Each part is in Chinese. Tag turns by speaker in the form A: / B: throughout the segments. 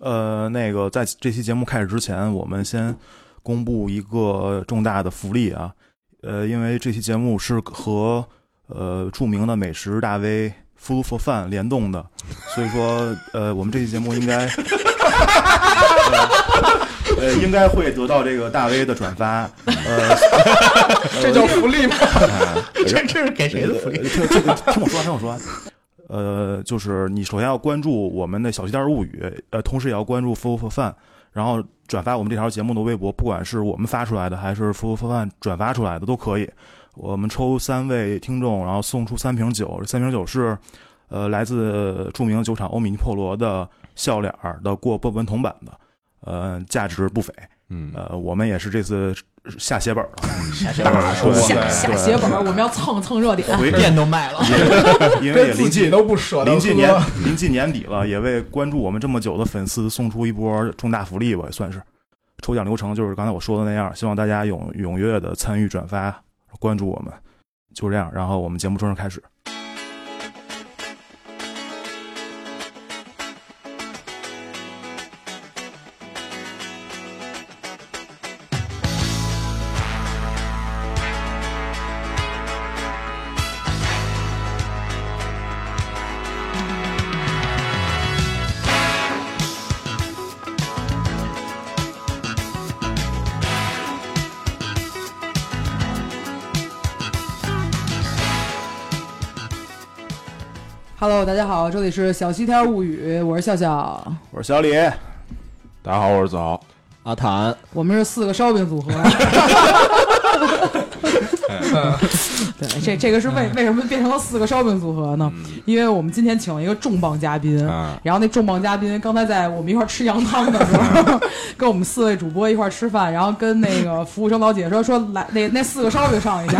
A: 呃，那个在这期节目开始之前，我们先公布一个重大的福利啊，呃，因为这期节目是和呃著名的美食大 V 福禄佛饭联动的，所以说呃，我们这期节目应该。呃，应该会得到这个大 V 的转发，呃，
B: 这叫福利吗？
C: 呃 这这是给谁的福利？
A: 听呃听听我说，听我说。 呃，就是你首先要关注我们的小鸡蛋物语，呃，同时也要关注 f o for Fun，然后转发我们这条节目的微博，不管是我们发出来的还是 f o for Fun 转发出来的都可以。我们抽三位听众，然后送出三瓶酒，三瓶酒是呃来自著名酒厂欧米尼破罗的笑脸儿的过波本铜版的，呃，价值不菲。
D: 嗯，
A: 呃，我们也是这次下血本儿了，
C: 嗯下血本 儿
A: 对
E: 下
A: 对
E: 下血本儿，我们要蹭蹭热点。
A: 回
C: 店都卖了，
A: 因为也
B: 这
A: 临
B: 自己
A: 近
B: 都不舍得
A: 临近年
B: 喝。
A: 临近年底了，也为关注我们这么久的粉丝送出一波重大福利吧，也算是。抽奖流程就是刚才我说的那样，希望大家踊踊跃的参与转发关注我们，就这样。然后我们节目正式开始。
E: Hello，大家好，这里是小西天物语，我是笑笑，
A: 我是小李，
D: 大家好，我是子豪。
C: 阿 谭，
E: 我们是四个烧饼组合。对，这这个是为为什么变成了四个烧饼组合呢？因为我们今天请了一个重磅嘉宾，
D: 啊，
E: 然后那重磅嘉宾刚才在我们一块儿吃羊汤的时候，跟我们四位主播一块儿吃饭，然后跟那个服务生老姐说说来那那四个烧饼上一下，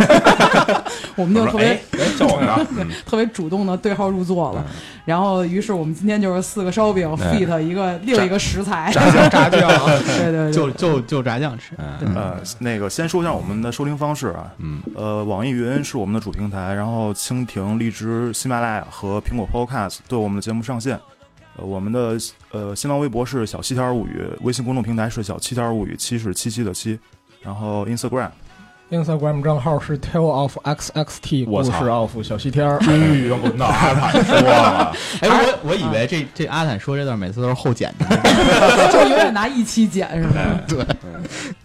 E: 我们就特别
C: 哎，
D: 哎，叫我呢？嗯
E: 特别主动的对号入座了。然后，于是我们今天就是四个烧饼 fit 一个另一个食材，
B: 炸酱，炸酱，啊嗯
E: 对对对，
C: 就就就炸酱吃，
A: 呃，那个先说一下我们的收听方式啊，
D: 嗯，
A: 呃，网易云是我们的主平台，然后蜻蜓、荔枝、喜马拉雅和苹果 Podcast 对我们的节目上线。呃，我们的呃新浪微博是小七天儿物语，微信公众平台是小七天儿物语，七是七七的七，然后 Instagram
B: Instagram 账号是 Tale of XXT，
D: 我
B: 故
D: 操
B: 事 of 小西 天儿。
D: 终于轮到阿坦说 了，
C: 哎，我我以为这这阿坦说这段每次都是后剪的，
E: 就永远拿一期剪是吧？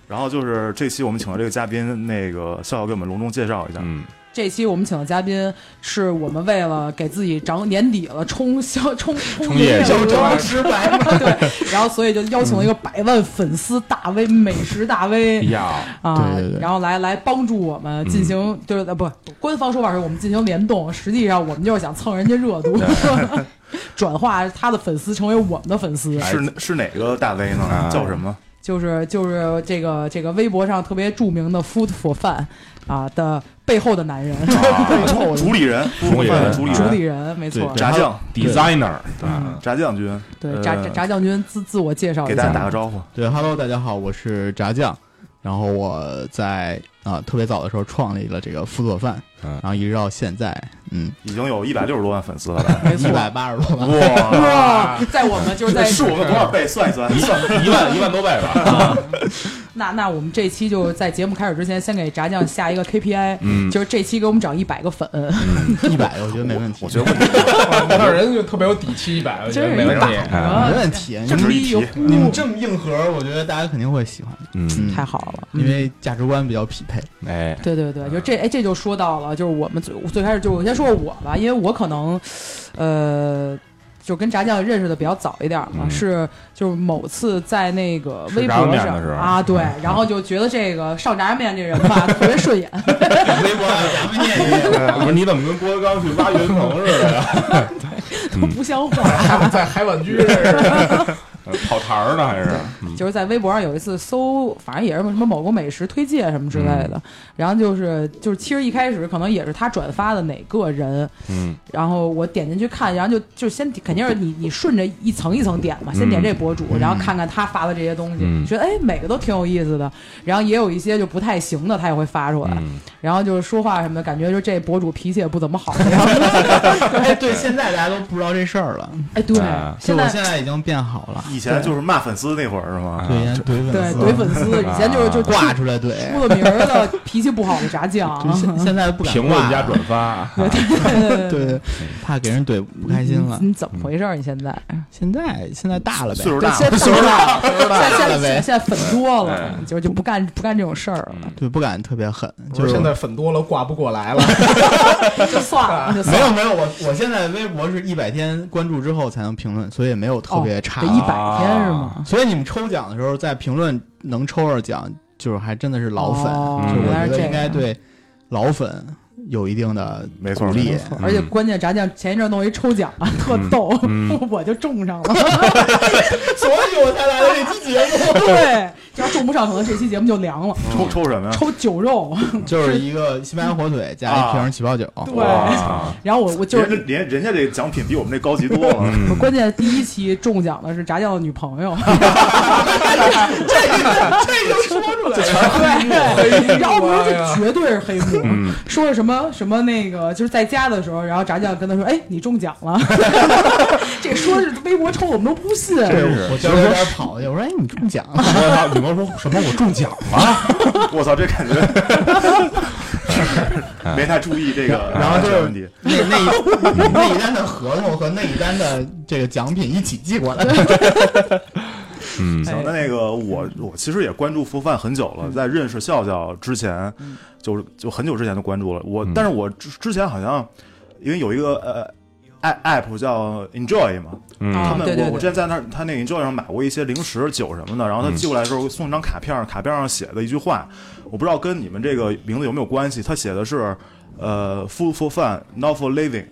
A: 然后就是这期我们请的这个嘉宾，那个笑笑给我们隆重介绍一下。
D: 嗯，
E: 这期我们请的嘉宾是我们为了给自己涨年底了冲销冲
B: 嗯
E: 冲
D: 业绩
E: 就招直白嘛，对，然后所以就邀请了一个百万粉丝大 V、美食大
D: 嗯
E: V
D: 呀，
E: 啊
C: 对对，对
E: 然后来来帮助我们进行，就是呃不官方说法是我们进行联动，实际上我们就是想蹭人家热度， 转化他的粉丝成为我们的粉丝，
A: 是哪是哪个大 V
D: 啊
A: 呢？叫什 么？
E: 就是就是这个这个微博上特别著名的 “food for fun” 啊的背后的男人，背后的
A: 主理人，
D: 主理人
A: 主理
E: 主理
A: 人，
E: 人，没错
C: 对，
A: 炸酱，
D: designer，
E: 嗯
A: 炸酱君，
E: 对，炸炸
A: 呃
E: 炸酱君自自我介绍
A: 给
E: 一
A: 大家
E: 下，
A: 打个招呼。
C: 对，Hello，大家好，我是炸酱。然后我在啊、特别早的时候创立了这个富作饭，
D: 嗯
C: 然后一直到现在，嗯，
A: 已经有一百六十多万粉丝了吧？
E: 没
C: 一
B: 嗯
E: 错，
C: 百八十多万，
A: 哇，
D: 啊
E: 哇， 在我们就是 在
A: 是我们多少倍？算一算，算
D: 一万一万多倍吧。
E: 那那我们这期就在节目开始之前，先给炸酱下一个 KPI，
D: 嗯
E: 就是这期给我们涨一百个粉，
B: 嗯
C: 一百我觉得没问题，
A: 我觉得问题
B: 那人就特别有底气，一百，我 觉
E: 真是
B: 得没问题。
D: 哎
E: 啊
C: 没问题。你
A: 这只
C: 们
A: 是一题。
C: 你们这么硬核，我觉得大家肯定会喜欢的，
D: 嗯，
C: 嗯
E: 太好了，
C: 因为价值观比较匹配。
D: 哎，
E: 对对对，就这哎，这就说到了，就是我们最最开始就我先说说我吧，因为我可能，呃，就跟炸酱认识的比较早一点嘛，
D: 嗯
E: 是就是某次在那个微
D: 吃炸酱
E: 博
D: 面
E: 上
D: 的时候嗯
E: 啊，对，然后就觉得这个上炸酱面这人吧特别顺眼，
C: 微博咱们念一念，
D: 不是你怎么跟郭德纲去挖云鹏似的呀？
E: 都不像话。
B: 在海碗居认识的，
D: 跑牌儿呢？还是
E: 就是在微博上有一次搜，反正也是什么某国美食推介什么之类
D: 嗯
E: 的，然后就是就是其实一开始可能也是他转发的哪个人，
D: 嗯，
E: 然后我点进去看，然后就就先肯定是你你顺着一层一层点嘛，先点这博主，然后看看他发的这些东西，
D: 嗯
E: 觉得哎每个都挺有意思的，然后也有一些就不太行的他也会发出来，
D: 嗯
E: 然后就是说话什么的，感觉就这博主脾气也不怎么 好的样子，
C: 哎，对，现在大家都不知道这事儿了，
E: 哎对，
D: 哎
C: 就
E: 现
C: 我
E: 在
C: 现在已经变好了，
A: 以前就是骂粉丝那会儿是吗？
C: 对怼粉丝，
E: 对怼粉 丝，以前就是就
D: 啊
C: 挂出来 怼，
E: 出了名儿的脾气不好的炸酱啊
C: 就，现 现在不敢挂
D: 评论加转发，
E: 对
C: 对对，怕给人怼不开心了。
E: 你怎么回事儿？你现在
C: 现在现在大了呗
A: 岁，数大
E: 现
A: 啊
E: 在
A: 了，
E: 岁数大了，岁数
C: 大了哎
E: 现在现
C: 呗
E: 在现在粉多了
D: 哎，
E: 就就不干不干这种事儿了，
C: 对，不敢特别狠，
B: 就
C: 就是是
B: 现在粉多了，挂不过来了。
E: 就算了，就
C: 没
E: 算
C: 有
E: 了。
C: 没有，我我现在微博是一百天关注之后才能评论，所以也没有特别差。
E: 得哦一百天是吗？
C: 所以你们抽奖的时候，在评论能抽着奖，就是还真的是老粉，
E: 哦
C: 就是
E: 原
C: 我
E: 来
C: 觉
E: 是这
C: 得应
E: 样
C: 该对老粉有一定的
A: 没错
C: 鼓励
A: 没。
E: 错而且关键炸酱前一阵弄一抽奖啊，特逗， 我就中上了。
C: 所以我才来了这期节目，
E: 对，要中不上，可能这期节目就凉了。
A: 抽抽什么呀？
E: 抽酒肉，
C: 就是一个西班牙火腿加一瓶起泡酒，
E: 对
D: 啊哇，
E: 然后我我就
A: 人家
E: 是
A: 连人家这奖品比我们这高级多了。
C: 嗯
E: 我关键第一期中奖的是炸酱的女朋友，
C: 这就说出来了。
E: 对，然后我说
B: 哎呀
E: 这绝对是黑幕，说是什么什么那个，就是在家的时候，然后炸酱跟他说：“哎，你中奖了。”这说是微博抽，我们都不信。
C: 对，我觉得有点跑去，我说哎，你中奖了，
D: 然后女朋友说什么我中奖了，
A: 我操，这感觉没太注意这个
C: 啊然后
A: 安
C: 就
A: 全问题
C: 是。 那那一那一单的合同和那一单的这个奖品一起寄过来。
D: 嗯
A: 行，那那个
E: 哎
A: 我我其实也关注福范很久
E: 嗯
A: 了，在认识笑笑之前，就就很久之前就关注了。我
D: 嗯
A: 但是我之之前好像因为有一个呃。app app 叫 Enjoy 嘛，
E: 啊
A: 他们
D: 嗯
E: 对
A: 我
E: 对对
A: 我之前在那儿他那个 Enjoy 上买过一些零食、酒什么的，然后他
D: 嗯
A: 寄过来的时候送一张卡片，卡片上写的一句话，我不知道跟你们这个名字有没有关系，他写的是呃 food for fun, not for living，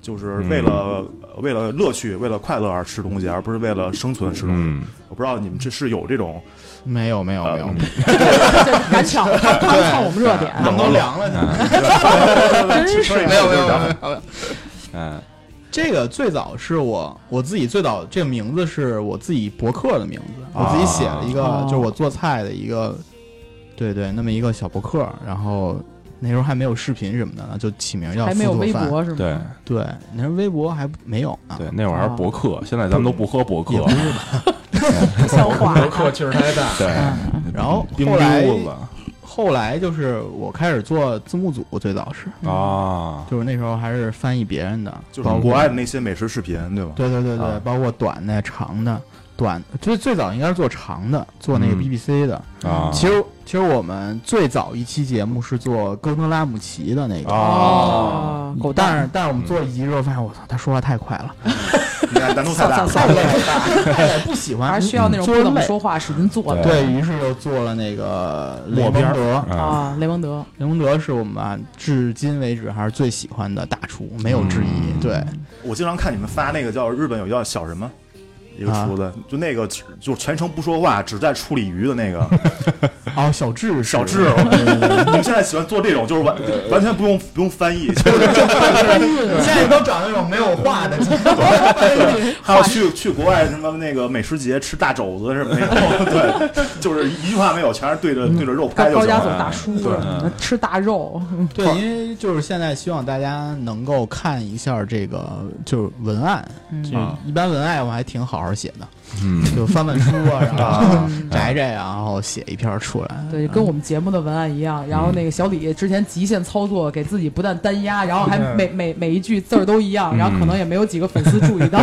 A: 就是
D: 嗯
A: 为了、为了乐趣、为了快乐而吃东西，而不是为了生存吃东西。
D: 嗯，
A: 我不知道你们这是有这种
C: 没有没有
D: 啊
C: 没有，
E: 这赶巧，他他们蹭我们热点，啊
C: 他
A: 嗯
C: 们都凉了。
E: 真是
D: 没有没有没有
C: 有。
D: 嗯
C: 这个最早是我我自己最早这个名字是我自己博客的名字，
D: 啊
C: 我自己写了一个
E: 哦
C: 就是我做菜的一个，对对，那么一个小博客，然后。那时候还没有视频什么的，就起名叫
E: 还没有
C: 复读
E: 微
C: 饭。
E: 博是吗？
D: 对
C: 对，那时候微博还没有啊。
D: 对，那会儿还是博客，现在咱们都不喝博客，
E: 不像话。
B: 博客气儿太大，
D: 对，
C: 然后
D: 冰
C: 后来
D: 溜子啊
C: 后来就是我开始做字幕组，最早是，
D: 啊
C: 就是那时候还是翻译别人的，
A: 就是
C: 包括
A: 国外的那些美食视频，对吧？
C: 对对对对，
A: 啊
C: 包括短的、长的，短最最早应该是做长的，做那个
D: 嗯
C: BBC 的。
D: 啊，
C: 其实其实我们最早一期节目是做戈登拉姆齐的那个。嗯
D: 啊，
E: 哦，狗
C: 但
E: 蛋
C: 是但是我们做了一集之后发现，我操，他说话太快 了，
A: 难难度太大
E: 算
A: 了。
E: 算了，
C: 不喜欢，嗯
E: 还是需要那种不怎么说话使劲坐的。
C: 对于是又做了那个雷
D: 莫
C: 蒙
D: 边儿
C: 德，
D: 啊，
E: 啊，雷蒙德，
C: 雷蒙德是我们啊至今为止还是最喜欢的大厨，没有之一。
D: 嗯
C: 对，
A: 我经常看你们发那个叫日本有叫小什么。一个
D: 啊
A: 厨子，就那个就全程不说话，只在处理鱼的那个
C: 哦，小智是
A: 小智， 你们现在喜欢做这种，就是完完全不用不用翻译，就是
C: 现在都找那种没有话 的，
A: 还有去去国外什么那个美食节吃大肘子是没有，对，就是一句话没有，全是对着对着肉
E: 嗯高
A: 拍就
E: 高
A: 行
E: 加索
A: 了。啊
E: 大叔什
A: 对
E: 么的，吃大肉，
C: 对，因为就是现在希望大家能够看一下这个就是文案，
E: 嗯
C: 就一般文案我还挺好好写的，
D: 啊嗯，
C: 就翻翻书啊，然后摘摘啊，然后写一篇出来。
E: 对，跟我们节目的文案一样。然后那个小李之前极限操作，给自己不但单压，然后还
B: 嗯
E: 每每每一句字儿都一样，然后可能也没有几个粉丝注意到，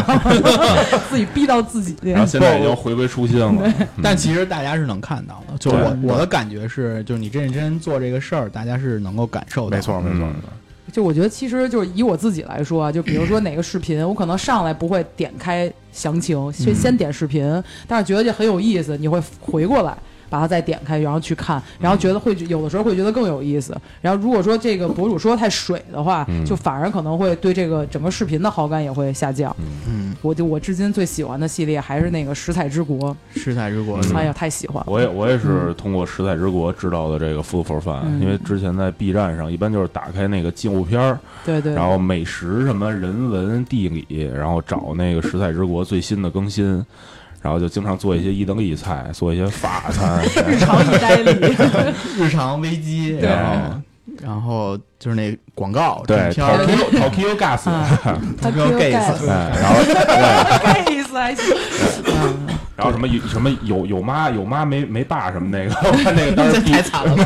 E: 自己逼到自己。
D: 然后现在已经回归初 心了，
C: 但其实大家是能看到的，就
D: 嗯对
C: 我我的感觉是，就是你认真做这个事儿，大家是能够感受到的。
A: 没错没错，没错
E: 就我觉得，其实就是以我自己来说啊，就比 如说哪个视频，我可能上来不会
D: 嗯
E: 点开详情，先先点视频，但是觉得这很有意思，你会回过来。把它再点开，然后去看，然后觉得会有的时候会觉得更有意思。然后如果说这个博主说太水的话，
D: 嗯
E: 就反而可能会对这个整个视频的好感也会下降。
C: 嗯，
E: 我就我至今最喜欢的系列还是那个《食彩之国
C: 食材之国，》，
E: 哎呀，太喜欢了。
D: 嗯我也我也是
C: 嗯
D: 通过《食彩之国》知道的这个 Food for Fun，、
E: 嗯
D: 因为之前在 B 站上一般就是打开那个纪录片儿，
E: 对对，
D: 然后美食什么人文地理，然后找那个《食彩之国》最新的更新，然后就经常做一些一等一菜，做一些法餐，
E: 日 常意大利，
C: 日常危机，
D: 对
C: 然后然后就是那广告
D: 对
C: 照片儿啊
D: ，Tokyo Tokyo Gas，、
E: 啊他
C: Tokyo Gates
D: 哎，然后对，
E: 盖死还行。 嗯
D: 然后什么有什么有有妈有妈没没爸什么那个，我看那个当 时
C: 这太惨了吧。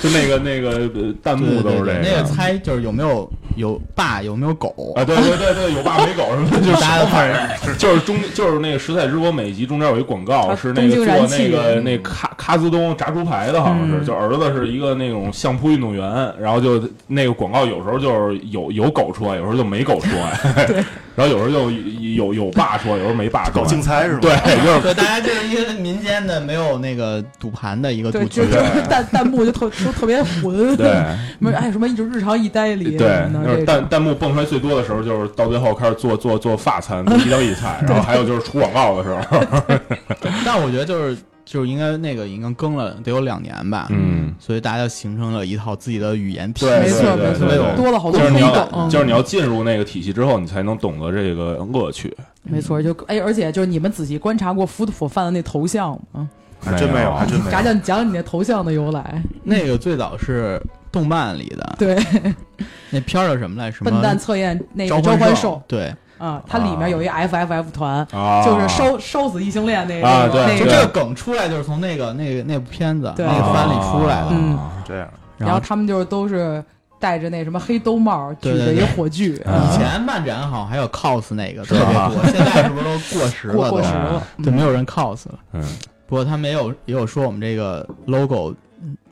D: 就那个那个呃弹
C: 对
D: 幕
C: 对
D: 都
C: 对对，
D: 是这
C: 那个
D: 个
C: 猜就是有没有有爸有没有狗，
D: 啊，对对对对，有爸没狗什么的，
C: 就
D: 就是
C: 大家都开始
D: 就是中就是那个食材之国每集中间有一广告，
E: 啊
D: 是那个
E: 东京
D: 做
E: 燃
D: 那
E: 气
D: 个那咖咖滋东炸猪排的，好像是，
E: 嗯
D: 就儿子是一个那种相扑运动员，然后就那个广告有时候就是有有狗出来，有时候就没狗出 来，然后有时候就有有有爸出来，有时候没爸出
A: 搞
D: 来
A: 竞，猜是吗？
D: 对，就是
C: 对，大家 就是一个民间的没有那个赌盘的一个
E: 对，
C: 赌
E: 就
C: 局
E: 就，是弹弹幕就特都特别混，
D: 对，
E: 什么哎什么一直日常意呆里
D: 对
E: 什，么
D: 就
E: 的这种
D: 是弹弹幕蹦出来最多的时候，就是到最后开始做做做法餐、做意大 利菜，然后还有就是出广告的时候，
C: 但我觉得就是就是应该那个应该更了得有两年吧，
D: 嗯，
C: 所以大家就形成了一套自己的语言体系，
D: 对
E: 没错
D: 对
E: 没
D: 对对
E: 错，多了好多
D: 就是你
E: 风
D: 要
E: 梗，
D: 就是你要进入那个体系之后，你才能懂得这个乐趣。
E: 没错，就哎，而且就是你们仔细观察过 food for fun 的那头像吗？
A: 还真没有，还真没
E: 炸
A: 有。
E: 酱，你讲讲你那头像的由来。
C: 那个最早是动漫里的，
E: 对，
C: 那片儿叫什么来？什么
E: 笨蛋测验那个
C: 召
E: 召
C: 唤
E: 唤兽
C: 对，
E: 啊，它里面有一 FFF 团，
D: 啊，
E: 就是烧烧死异性恋那
D: 啊
E: 那个
D: 对
E: 那
C: 就
E: 个
C: 这个梗出来就是从那个那个那部片子那
E: 对
C: 个番里出来的，
E: 嗯
D: 啊
A: 这样
E: 然后
C: 后。
E: 他们就是都是戴着那什么黑兜帽，举
C: 对对
E: 着一
C: 对
E: 火炬，
D: 啊
C: 以前漫展好像还有 cos 那个特别
D: 吧
C: 多，现在是不是都过时
E: 过
C: 了？
E: 过
C: 都
E: 时
D: 时
E: 了
D: 了，
C: 对，没有人 cos 了。
D: 嗯，
C: 不过他们也有也有说我们这个 logo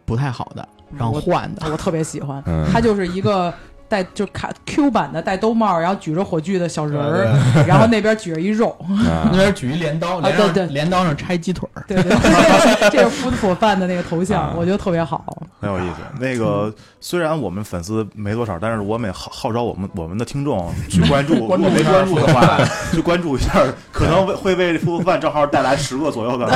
C: 不太好的，然后换的。
E: 啊我特别喜欢
D: 嗯，
E: 他就是一个。戴就卡 Q 版的戴兜帽，然后举着火炬的小人儿，然后那边举着一肉，
D: 啊
C: 那边举一镰刀，
E: 啊
C: 镰刀
E: 对对
C: 镰刀上拆鸡腿 儿，
E: 对对对，这是 food for fun 的那个头
D: 啊
E: 像，我觉得特别好。
A: 很有意思。那个虽然我们粉丝没多少，但是我们也号号召我们我们的听众去关注，
D: 关注
A: 如果没
D: 一下
A: 关注的话，去关注一下，可能为会为夫妇饭账号带来十个左右的。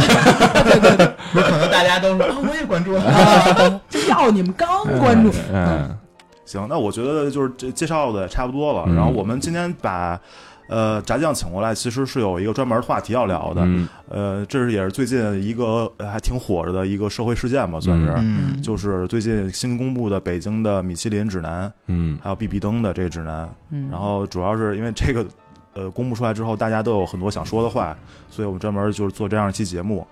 C: 不是可能大家都说啊，我也关注了。
E: 啊这要你们刚关注，
D: 嗯，
A: 行，那我觉得就是这介绍的差不多了。
D: 嗯
A: 然后我们今天把呃炸酱请过来，其实是有一个专门的话题要聊的。
D: 嗯
A: 呃，这是也是最近一个呃还挺火着的一个社会事件吧，算是。
C: 嗯，
A: 就是最近新公布的北京的米其林指南，
D: 嗯
A: 还有必比登的这个指南，
E: 嗯
A: 然后主要是因为这个，呃，公布出来之后，大家都有很多想说的话，所以我们专门就是做这样一期节目。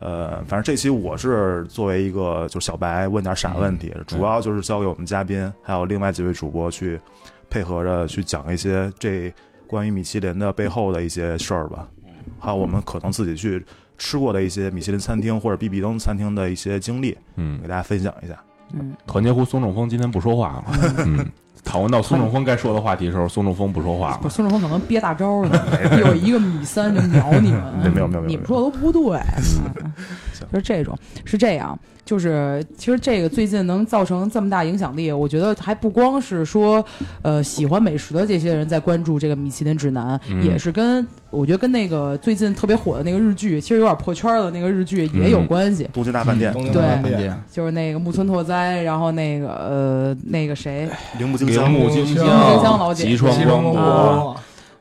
A: 呃，反正这期我是作为一个就是小白问点傻问题，
C: 嗯
A: 主要就是交给我们嘉宾还有另外几位主播去配合着去讲一些这关于米其林的背后的一些事儿吧，
C: 嗯
A: 还有我们可能自己去吃过的一些米其林餐厅或者必比登餐厅的一些经历，
D: 嗯
A: 给，大家分享一下。
E: 嗯，
D: 团结湖孙仲峰今天不说话了，嗯，讨论到孙仲峰该说的话题的时候，孙仲峰不说话
E: 不
D: 了，
E: 是，孙志峰可能憋大招呢，有一个米三就秒你
A: 没
E: 们，
A: 有 没有没有没有
E: 你们说的都不对，嗯 就是这种，是这样，就是其实这个最近能造成这么大影响力，我觉得还不光是说，呃，喜欢美食的这些人在关注这个米其林指南，
D: 嗯
E: 也是跟我觉得跟那个最近特别火的那个日剧，其实有点破圈的那个日剧也有
D: 嗯
E: 关系，
A: 东京大饭店，
C: 东京
E: 对
C: 饭店
E: 就是那个木村拓哉，然后那个呃那个谁，
A: 铃木京
D: 铃
A: 香，
D: 木京
B: 香
E: 老姐
D: 吉川
E: 吉
D: 光
E: 啊
D: 博，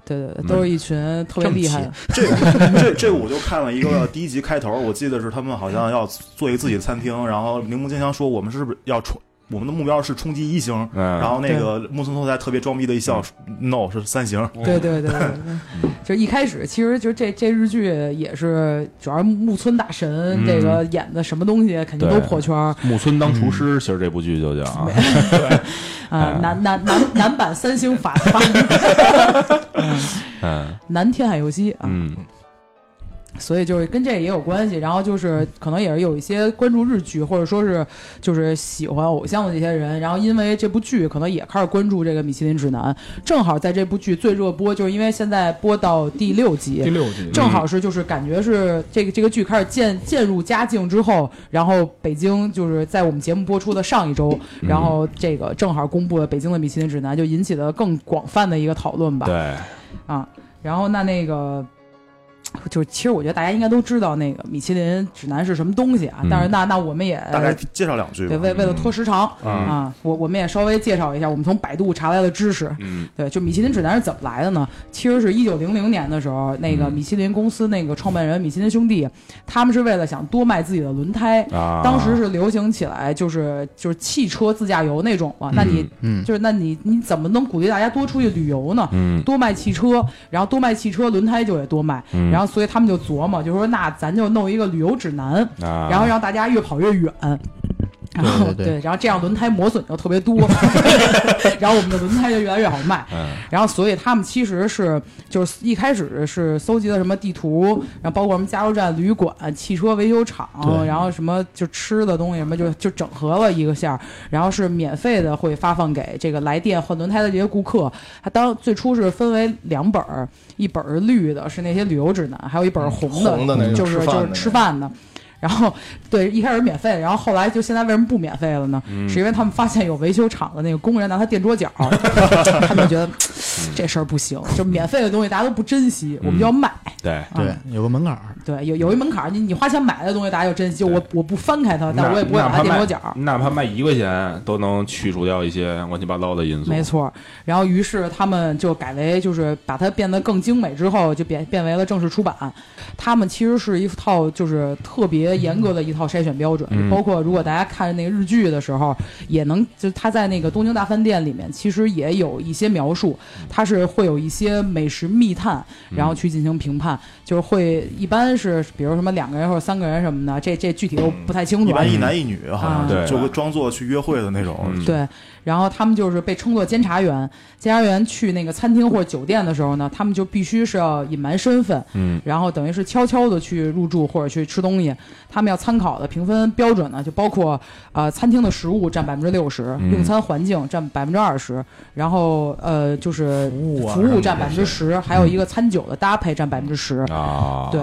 E: 对对对，都是一群特别厉害的，
A: 这个这这我就看了一个第一集开头，我记得是他们好像要做一个自己的餐厅，然后铃木京香说我们是不是要冲，我们的目标是冲击一星，
D: 嗯，
A: 然后那个木村拓哉特别装逼的一笑，no 是三星，
E: 对对对对
D: 嗯
E: 对，就一开始其实就这这日剧也是，主要是木村大神
D: 嗯
E: 这个演的什么东西肯定都
D: 对
E: 破圈儿
D: 木村当厨
E: 嗯
D: 师，其实这部剧就叫啊，哎
E: 啊，男男男男版三星法 法，嗯
D: 嗯
E: 男天海佑希啊，
D: 嗯，
E: 所以就是跟这也有关系，然后就是可能也是有一些关注日剧，或者说是就是喜欢偶像的这些人，然后因为这部剧可能也开始关注这个《米其林指南》，正好在这部剧最热播，就是因为现在播到第六集，
B: 第六集，
E: 正好是就是感觉是这个这个剧开始渐渐入佳境之后，然后北京就是在我们节目播出的上一周，
D: 嗯
E: 然后这个正好公布了北京的米其林指南，就引起了更广泛的一个讨论吧。
D: 嗯对，
E: 啊，然后那那个。就是，其实我觉得大家应该都知道那个米其林指南是什么东西啊，
D: 嗯
E: 但是那那我们也
A: 大概介绍两句吧
E: 呃对。为为了拖时长、
D: 嗯
E: 啊，我我们也稍微介绍一下我们从百度查来的知识，
D: 嗯
E: 对，就米其林指南是怎么来的呢？其实是一九零零年的时候，那个
D: 嗯
E: 米其林公司那个创办人米其林兄弟，他们是为了想多卖自己的轮胎，
D: 啊，
E: 当时是流行起来就是就是汽车自驾游那种嘛。那你、
C: 嗯
E: 就是那你你怎么能鼓励大家多出去旅游呢？
D: 嗯
E: 多卖汽车，然后多卖汽车，轮胎就得多卖。
D: 嗯
E: 然后所以他们就琢磨，就说那咱就弄一个旅游指南，
D: 啊，
E: 然后让大家越跑越远。然后
C: 对对对
E: 然后这样轮胎磨损就特别多， 然后我们的轮胎就越来越好卖。
D: 嗯
E: 然后所以他们其实是就是一开始是搜集了什么地图，然后包括什么加油站、旅馆、汽车维修厂，
C: 对
E: 然后什么就吃的东西什么就就整合了一个线儿，然后是免费的会发放给这个来电换轮胎的这些顾客。它当最初是分为两本儿，一本儿是绿的，是那些旅游指南，还有一本儿红的，
F: 嗯红的那个
E: 就是
F: 吃
E: 就
F: 饭
E: 是
F: 的
E: 吃饭的。然后，对，一开始免费，然后后来就现在为什么不免费了呢？
D: 嗯
E: 是因为他们发现有维修厂的那个工人拿它垫桌角， 他们觉得
D: 嗯
E: 这事儿不行，就免费的东西大家都不珍惜，我们就要卖。啊
D: 对，
C: 对，有个门槛儿，
E: 对，有有一门槛儿，你你花钱买的东西大家要珍惜。就我我不翻开它，但
D: 那
E: 我也不会把
D: 哪
E: 它
D: 怕
E: 垫
D: 卖
E: 桌角。
D: 哪怕卖一块钱都能去除掉一些乱七八糟的因素。
E: 没错，然后于是他们就改为就是把它变得更精美之后，就变变为了正式出版。他们其实是一套就是特别严格的一套筛选标准，
D: 嗯
E: 包括如果大家看那个日剧的时候，也能就是他在那个东京大饭店里面，其实也有一些描述，它是会有一些美食密探，然后去进行评判，就是会一般是比如什么两个人或者三个人什么的，这这具体我不太清楚
A: 一
E: 啊。
A: 般一男一女，好像
E: 啊
A: 就就装作去约会的那种。
D: 嗯
E: 对，然后他们就是被称作监察员。监察员去那个餐厅或者酒店的时候呢，他们就必须是要隐瞒身份，
D: 嗯，
E: 然后等于是悄悄的去入住或者去吃东西。他们要参考的评分标准呢，就包括呃餐厅的食物占百分之六十，
C: 嗯
E: 用餐环境占百分之二十，然后呃就是
C: 服务啊
E: 服
C: 什么
E: 务
C: 的
E: 占百分之十，还有一个餐酒的搭配占百分之十。
D: 啊，
E: 对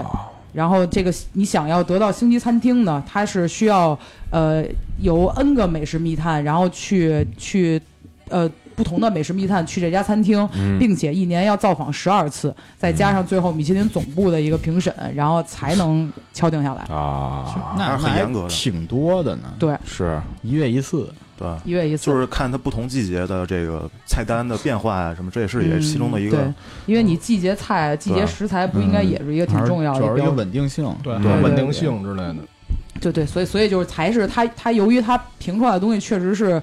E: 然后这个你想要得到星级餐厅呢，它是需要呃由 N 个美食密探，然后去去呃不同的美食密探去这家餐厅，
D: 嗯
A: 嗯
E: 并且一年要造访十二次，再加上最后米其林总部的一个评审，然后才能敲定下来。
D: 啊，
A: 还
C: 那
A: 是很
C: 那还
A: 严格的
C: 挺多的呢，
E: 对，
D: 是
C: 一月一次，
A: 对，
E: 一月一次。
A: 就是看它不同季节的这个菜单的变化啊，什么，这也是也是其中的一
E: 嗯
A: 个嗯
E: 对。，因为你季节菜、季节食材不应该也是一个挺重要的
C: 嗯主要是一
E: 标
C: 个
E: 准？
C: 稳定性，
B: 对
D: 对
F: 稳定性之类的。
E: 对对，所以所以就是才是它它由于它评出来的东西确实是，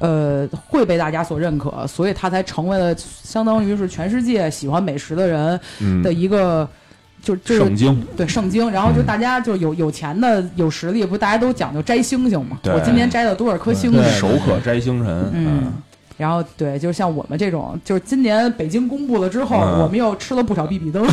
E: 呃，会被大家所认可，所以它才成为了相当于是全世界喜欢美食的人
D: 嗯
E: 的一个，就就是
D: 圣经，
E: 对圣经，然后就大家就有有钱的有实力，不大家都讲究摘星星嘛？
D: 对
E: 我今年摘了多少颗星星？
C: 对
D: 手可摘星辰，
E: 嗯，然后对，就像我们这种，就是今年北京公布了之后，
D: 嗯
E: 我们又吃了不少必比 登，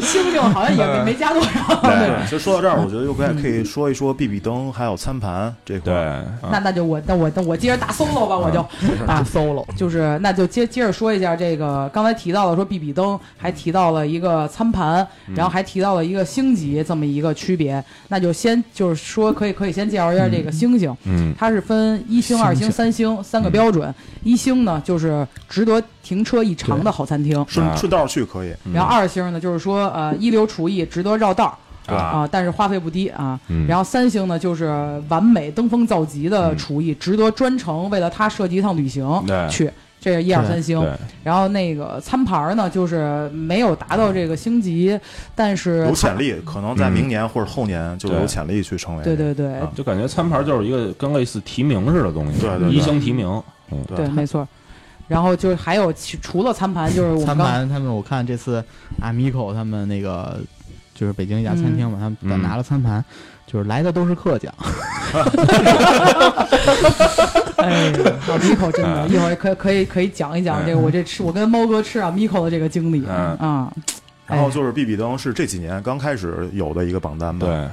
E: 星星好像也没加多少。
A: 对，其实说到这
E: 嗯
A: 儿，我觉得又可以可以说一说必比登还有餐盘这块
D: 对啊
A: 儿。，
E: 那那就我那我那我接着大 solo 吧，我就啊 solo，就是那就接接着说一下这个刚才提到了说必比登，还提到了一个餐盘，然后还提到了一个星级这么一个区别，那就先就是说可以可以先介绍一下这个星星，
D: 嗯
E: 它是分一星、二星、嗯三星三个标准，一星呢就是值得停车一长的好餐厅，
A: 顺
D: 啊
A: 顺道去可以，
E: 然后二星呢就是说呃一流厨艺值得绕道。
D: 啊
E: 啊，但是花费不低啊。
D: 嗯
E: 然后三星呢，就是完美登峰造极的厨艺，值得专程为了它设计一趟旅行
D: 对
E: 去。这是一二三星
D: 对，
E: 然后那个餐盘儿呢，就是没有达到这个星级，但是
A: 有
E: 它
A: 潜力，可能在
D: 嗯
A: 明年或者后年就有潜力去成为。
E: 对对对、
A: 啊
D: 就感觉餐盘就是一个跟类似提名似的东西，
A: 对对对
D: 一星提名，嗯
A: 对
E: 对，没错。然后就是还有其除了餐盘，就是我们
C: 餐
E: 刚
C: 盘他们，我看这次阿米口他们那个就是北京一家餐厅嘛，他
D: 嗯
C: 们拿了餐盘，就是来的都是客奖，
E: 哎，好 Miko 真的，
D: 嗯
E: 一啊会儿可以可以可以讲一讲这个我这吃我跟猫哥吃啊 Miko 的这个经历
D: 嗯
E: 啊，
A: 然后就是比比登是这几年刚开始有的一个榜单吧，
D: 对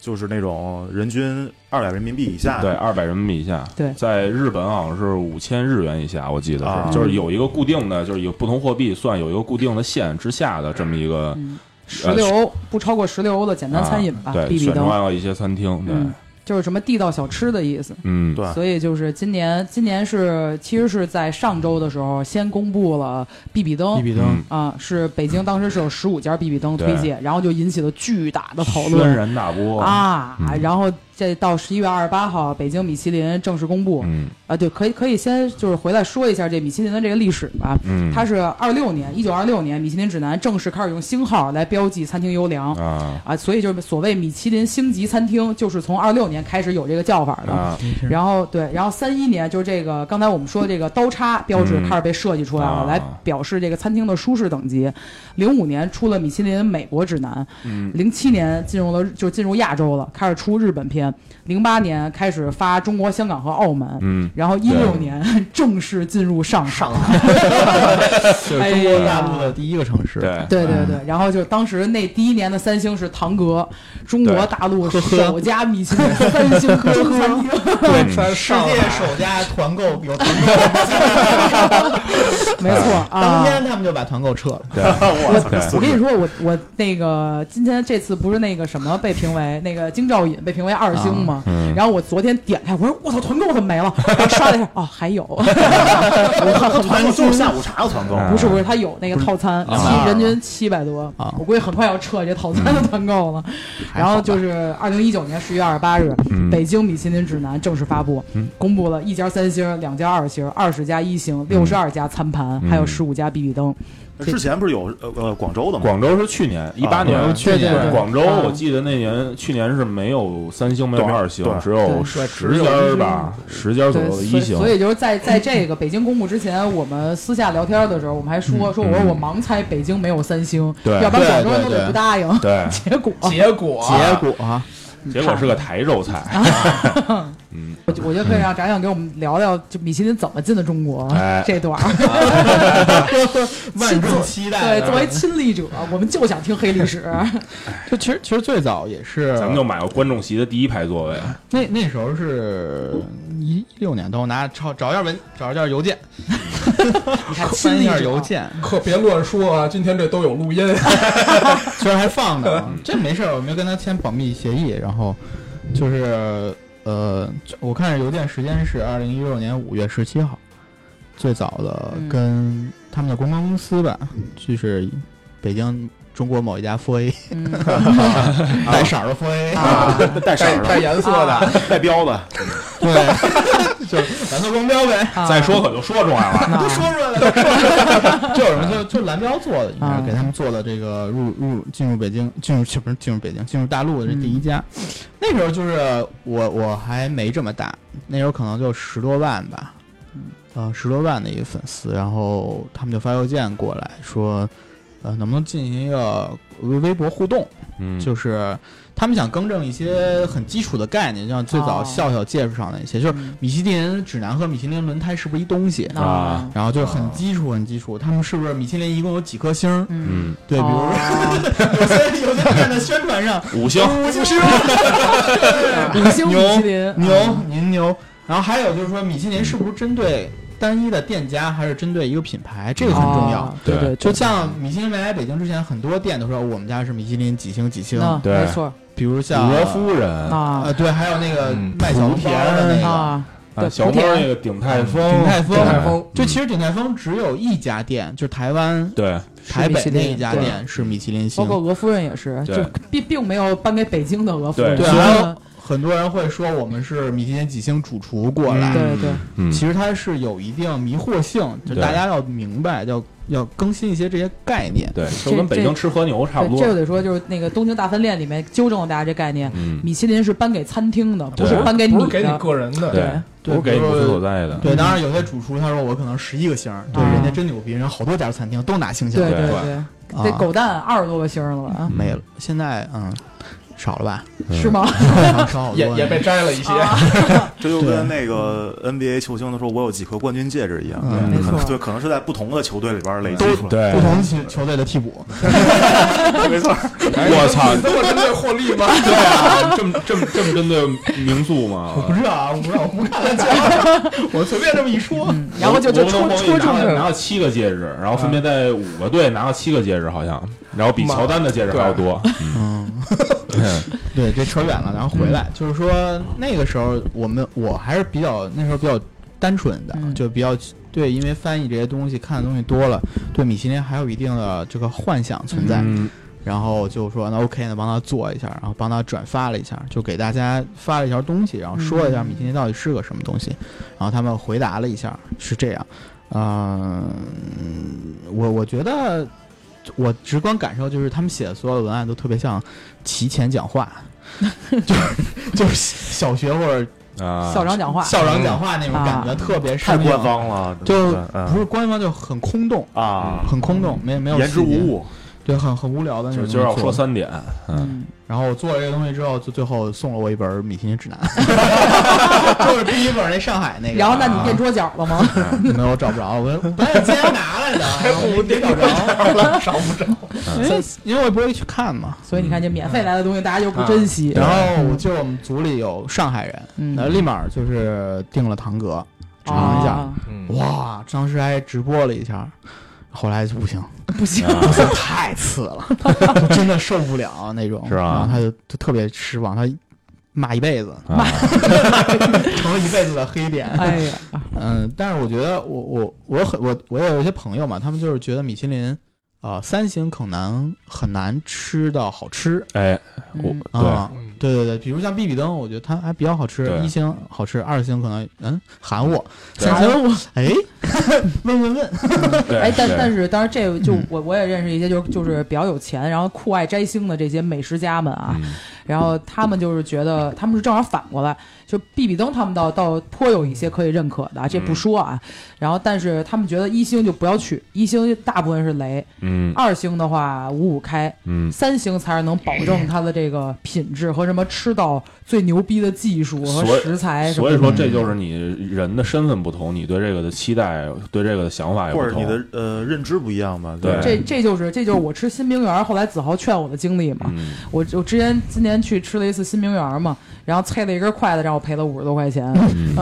A: 就是那种人均二百人民币以下
D: 对，
A: 的，
D: 二百人民币以下，
E: 对
D: 在日本好像是五千日元以下，我记得
A: 啊
D: 是，就是有一个固定的，就是有不同货币算有一个固定的线之下的这么一个
E: 嗯十六欧不超过十六欧的简单餐饮吧
D: 呃啊，对，
E: 比比
D: 选出
E: 登
D: 来了一些餐厅，对，
E: 嗯就是什么地道小吃的意思。
D: 嗯，
A: 对
E: 所以就是今年，今年是其实是在上周的时候先公布了必比登
C: 一比登
D: 嗯
E: 啊，是北京当时是有十五家必比登推介，然后就引起了巨大的讨
D: 轩
E: 论
D: 然大波，
E: 啊。
D: 嗯
E: 然后这到十一月二十八号，北京米其林正式公布、
D: 嗯
E: 啊。对，可以可以先就是回来说一下这米其林的这个历史吧。
D: 嗯，
E: 它是二六年，一九二六年，米其林指南正式开始用星号来标记餐厅优良。
D: 啊
E: 啊，所以就是所谓米其林星级餐厅，就是从二六年开始有这个叫法的。
D: 啊，
E: 然后对，然后三一年就是这个刚才我们说的这个刀叉标志
D: 嗯
E: 开始被设计出来了，
D: 啊
E: 来表示这个餐厅的舒适等级。零五年出了米其林美国指南，
D: 嗯
E: 零七年进入了就进入亚洲了，开始出日本篇。零八年开始发中国香港和澳门，
D: 嗯，
E: 然后一六年 正式进入上海。
B: 上 海
C: 就是中国大陆的第一个城市，
D: 对
E: 对对对，然后就当时那第一年的三星是堂格，中国
D: 对
E: 大陆
C: 呵呵
E: 首家米其林三星中餐厅。
D: 对
B: 世
C: 世界首家团购有团购，
E: 没错
C: 当
E: 啊，
C: 天他们就把团购撤了。
A: 我操，这素
E: 我跟
A: 质
E: 你说，我我那个今天这次不是那个什么被评为那个京兆尹被评为二星吗？
D: 嗯
E: 然后我昨天点开，我说我操，团购怎么没了？然后刷了一下，哦，还有，我靠，
A: 团
E: 团
A: 购就是
E: 购。
A: 下午茶的团购，
D: 啊嗯
E: 不是不是，他有那个套餐，
C: 啊
E: 七人均七百多
C: 啊，
E: 我估计很快要撤这套餐的团购了。然后就是二零一九年十月二十八日，
D: 嗯
E: 北京米其林指南正式发布，公布了一家三星、两家二星、二十家一星、六十二家餐盘，
D: 嗯
E: 还有十五家比比登。
A: 之前不是有呃呃广州的吗？
D: 广州是去年一八
A: 啊
D: 年，
C: 去年
D: 对广州
E: 啊
D: 我记得那年去年是没有三星，没有
A: 对
D: 二星
A: 对，
D: 只有
C: 对
D: 十家儿吧，十家儿左
E: 对，
D: 右的
E: 所
D: 一
E: 以
D: 星，
E: 所以就是在在这个北京公布之前，我们私下聊天的时候，我们还说说，我说我盲猜北京没有三星，
D: 嗯对
E: 要不然广州人都
C: 对对
E: 得
C: 对
E: 不答 应。
D: 对，
E: 结果，
B: 结果
C: 结果啊，
D: 结果是个台州菜，
E: 我就我觉得可以让炸酱给我们聊聊，就米其林怎么进的中国
D: 哎
E: 这段儿。
C: 万众期待。啊
E: 对，作为亲历者，我们就想听黑历 史。
C: 就其实其实最早也是
D: 咱们就买个观众席的第一排座位，
C: 那那时候是一一六年，等我拿找找一下文，找一下邮件，
E: 你 看，
C: 翻
E: 亲
C: 一
E: 历
C: 下
E: 者
C: 邮件，
B: 可别乱说啊！今天这都有录音，
C: 虽然还放着啊，这没事儿，我没有跟他签保密协议。然后就是呃，这我看邮件时间是二零一六年五月十七号，最早的
E: 嗯
C: 跟他们的公关公司吧，就是北京中国某一家 4A
E: 嗯
C: 带色儿的 4A，、
E: 啊，
A: 带色
B: 带
A: 儿
B: 带
A: 的、
B: 颜色的，
A: 带标的，
C: 对， 就蓝色光标呗。
E: 啊
D: 再说可就说出来了，
E: 啊
C: 出来了，就有人就就蓝标做的，应该
E: 啊
C: 是给他们做的这个入入进入北京，进入不是进入北京，进入大陆的这
E: 嗯
C: 第一家。那时候就是我我还没这么大，那时候可能就十多万吧，
B: 嗯
C: 呃十多万的一个粉丝，然后他们就发邮件过来说，呃能不能进行一个微微博互动，
D: 嗯
C: 就是他们想更正一些很基础的概念，像最早
E: 哦嗯
C: 笑笑介绍上的一些，就是米其林指南和米其林轮胎是不是一东西？
E: 啊，
C: 然后就是很基础，很基础。他们是不是米其林一共有几颗星儿？
E: 嗯，
D: 嗯，
C: 对，比如说
E: 说
C: 有些有些看在宣传 上，
D: 五星，
E: 哦
C: 五星
E: 五星米其林嗯
C: 牛，您牛。然后还有就是说，米其林是不是针对单一的店家，还是针对一个品牌？这个很重要。
E: 啊对对，
C: 就像米其林没来北京之前，很多店都说我们家是米其林几星几星，
E: 啊，
D: 对嗯
E: 没错
C: 比如像
D: 俄夫人
E: 啊
C: 呃，对，还有那个
D: 嗯
C: 卖小笼包的那个。
E: 啊，对
D: 小猫
E: 莆田
D: 那个鼎泰丰，
C: 鼎泰丰
D: 对
C: 鼎泰
B: 丰
C: 就其实鼎泰丰只有一家店，就是台湾
D: 对，
C: 台北
E: 是米
C: 那
E: 其林
C: 一家
E: 对
C: 店是米其林星
E: 包，括俄夫人也是，
D: 对
E: 就并并没有颁给北京的俄夫人，
D: 对
C: 对，
E: 所以
C: 还
E: 呢
C: 有很多人会说我们是米其林几星主厨过来，
E: 对对，
D: 嗯
C: 其实它是有一定迷惑性，就
D: 对
C: 大家要明白，要要更新一些这些概念。
D: 对，就跟北京吃和牛差不
E: 对这就
D: 多，
E: 得说就是那个《东京大饭店》里面纠正了大家这概念，
D: 嗯，
E: 米其林是颁给餐厅的，不是
D: 对
E: 颁给
B: 不是
E: 的。
B: 给你个人的。
D: 对，不
C: 对
D: 是给你
C: 比如
D: 不
C: 说
D: 思所在的，
C: 对，当然有些主厨他说我可能十一个星儿，对，
E: 啊
C: 人家真牛逼，人家好多家餐厅都拿星星
E: 对
C: 了，
E: 对
D: 对
E: 对，
C: 啊
E: 这狗蛋二十多个星儿了吧？
C: 没了。现在嗯，少了 吧？
E: 是吗？
C: 少少好多
F: 也也被摘了一些。
D: 啊
A: 这就跟那个 NBA 球星他说我有几颗冠军戒指一样，
C: 嗯
E: 没
A: 可能
E: 错
A: 对，可能是在不同的球队里边累积出来的。
D: 对
C: 不同球球队的替补，
D: 我操，
F: 这么针对获利 吗？
D: 对啊，这么这么这么针对民宿吗
C: 不？是啊，我不是，我不看篮球，啊 我随便这么一说。
E: 然后就就
D: 我
E: 戳
D: 我
E: 戳
D: 拿
E: 中嗯
D: 了
E: 这
D: 拿
E: 个，
D: 了七个戒指，然后分别在五个队拿了七个戒指，好像，然后比乔丹的戒指还要多。
E: 啊
C: 嗯，
D: 嗯
C: 对，这扯远了，然后回来、就是说那个时候我们我还是比较那时候比较单纯的，
E: 嗯
C: 就比较对，因为翻译这些东西看的东西多了，对米其林还有一定的这个幻想存在。
D: 嗯，
C: 然后就说那 OK，那帮他做一下，然后帮他转发了一下，就给大家发了一条东西，然后说一下米其林到底是个什么东西，然后他们回答了一下，是这样，嗯、我我觉得我直观感受就是他们写的所有文案都特别像提前讲 话，就是就是小学或者
D: 啊，
E: 校长讲话，
C: 校长讲话那种感觉，
E: 啊
C: 特别
A: 太
C: 生硬
A: 官，方了，
C: 就
A: 对嗯
C: 不是官方就很空洞，
A: 啊，
C: 很空洞，没没
D: 嗯
C: 有
A: 言之
C: 细节
A: 无，物，
C: 对，很很无聊的那
D: 就
C: 种。
D: 今儿要说三点，嗯，
E: 嗯，
C: 然后我做了这个东西之后，就最后送了我一本《米其林指 南》，就是第一本那上海那个。啊
E: 然后那你垫桌角了吗？
C: 没有，我找不着，我本来今天拿来 的，
E: 哎
C: 我没找着，
F: 找不着。
C: 因为因为我也不会去看嘛。
E: 所以你看，这免费来的东西大家就不珍惜。
C: 然后我记得我们组里有上海人，
E: 嗯
C: 那立马就是订了堂哥，尝一下
E: 啊，，
F: 嗯，
C: 哇，当时还直播了一下，后来就不 行，
E: 不行，
C: 不行，太次了，就真的受不了那种，
D: 是吧
C: 然后他就就特别失望，他骂一辈子，
D: 啊
C: 成了一辈子的黑点。
E: 哎呀，
C: 嗯，但是我觉得我我我很我我也有一些朋友嘛，他们就是觉得米其林啊、呃三星可能很难吃到好吃
D: 哎，
E: 嗯
D: 我对。
C: 啊。对对对，比如像必比登，我觉得它还比较好吃，
D: 对
C: 一星好吃，二星可能嗯含糊，
D: 对
C: 三星我哎 问问问，
D: 对
E: 哎，但
D: 对
E: 但是当然，这个就
C: 嗯
E: 我我也认识一些，就是就是比较有钱，然后酷爱摘星的这些美食家们啊，
D: 嗯
E: 然后他们就是觉得他们是正好反过来，就比比登他们倒倒颇有一些可以认可的啊，这不
D: 嗯
E: 说啊，然后但是他们觉得一星就不要去，一星大部分是雷，
D: 嗯
E: 二星的话五五开，
D: 嗯，
E: 三星才是能保证它的这个品质和什么吃到最牛逼的技术
D: 所
E: 和
D: 以
E: 食材哎什么
D: 所
E: 的。
D: 以说这就是你人的身份不同，你对这个的期待，对这个的想法也不
A: 或者
D: 同。
A: 你的呃认知不一样吧？
D: 对
E: 这这就是这就是我吃新冰园，后来子豪劝我的经历嘛。
D: 嗯，
E: 我我之前今年去吃了一次新冰园嘛，然后啐了一根筷子，让我赔了五十多块钱，
D: 嗯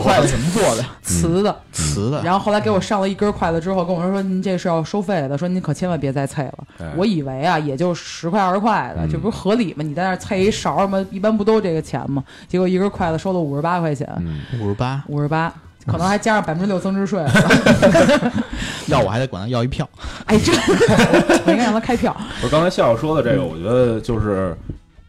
C: 筷子怎么做的？
E: 瓷的。
C: 瓷的。
E: 嗯然后后来给我上了一根筷子之后，跟我说说您这是要收费的，说您可千万别再啐了。
D: 哎
E: 我以为啊，也就十块二十块的，
D: 嗯
E: 这不是合理吗？你在那儿啐一勺什么，一般不都这个钱吗？结果一根筷子收了五十八块钱，
D: 嗯
C: 五十八，
E: 五十八，可能还加上百分之六增值税。
C: 要我还得管他要一票。
E: 哎，这 我应该让他开票。
D: 不是刚才笑笑说的这个，
E: 嗯
D: 我觉得就是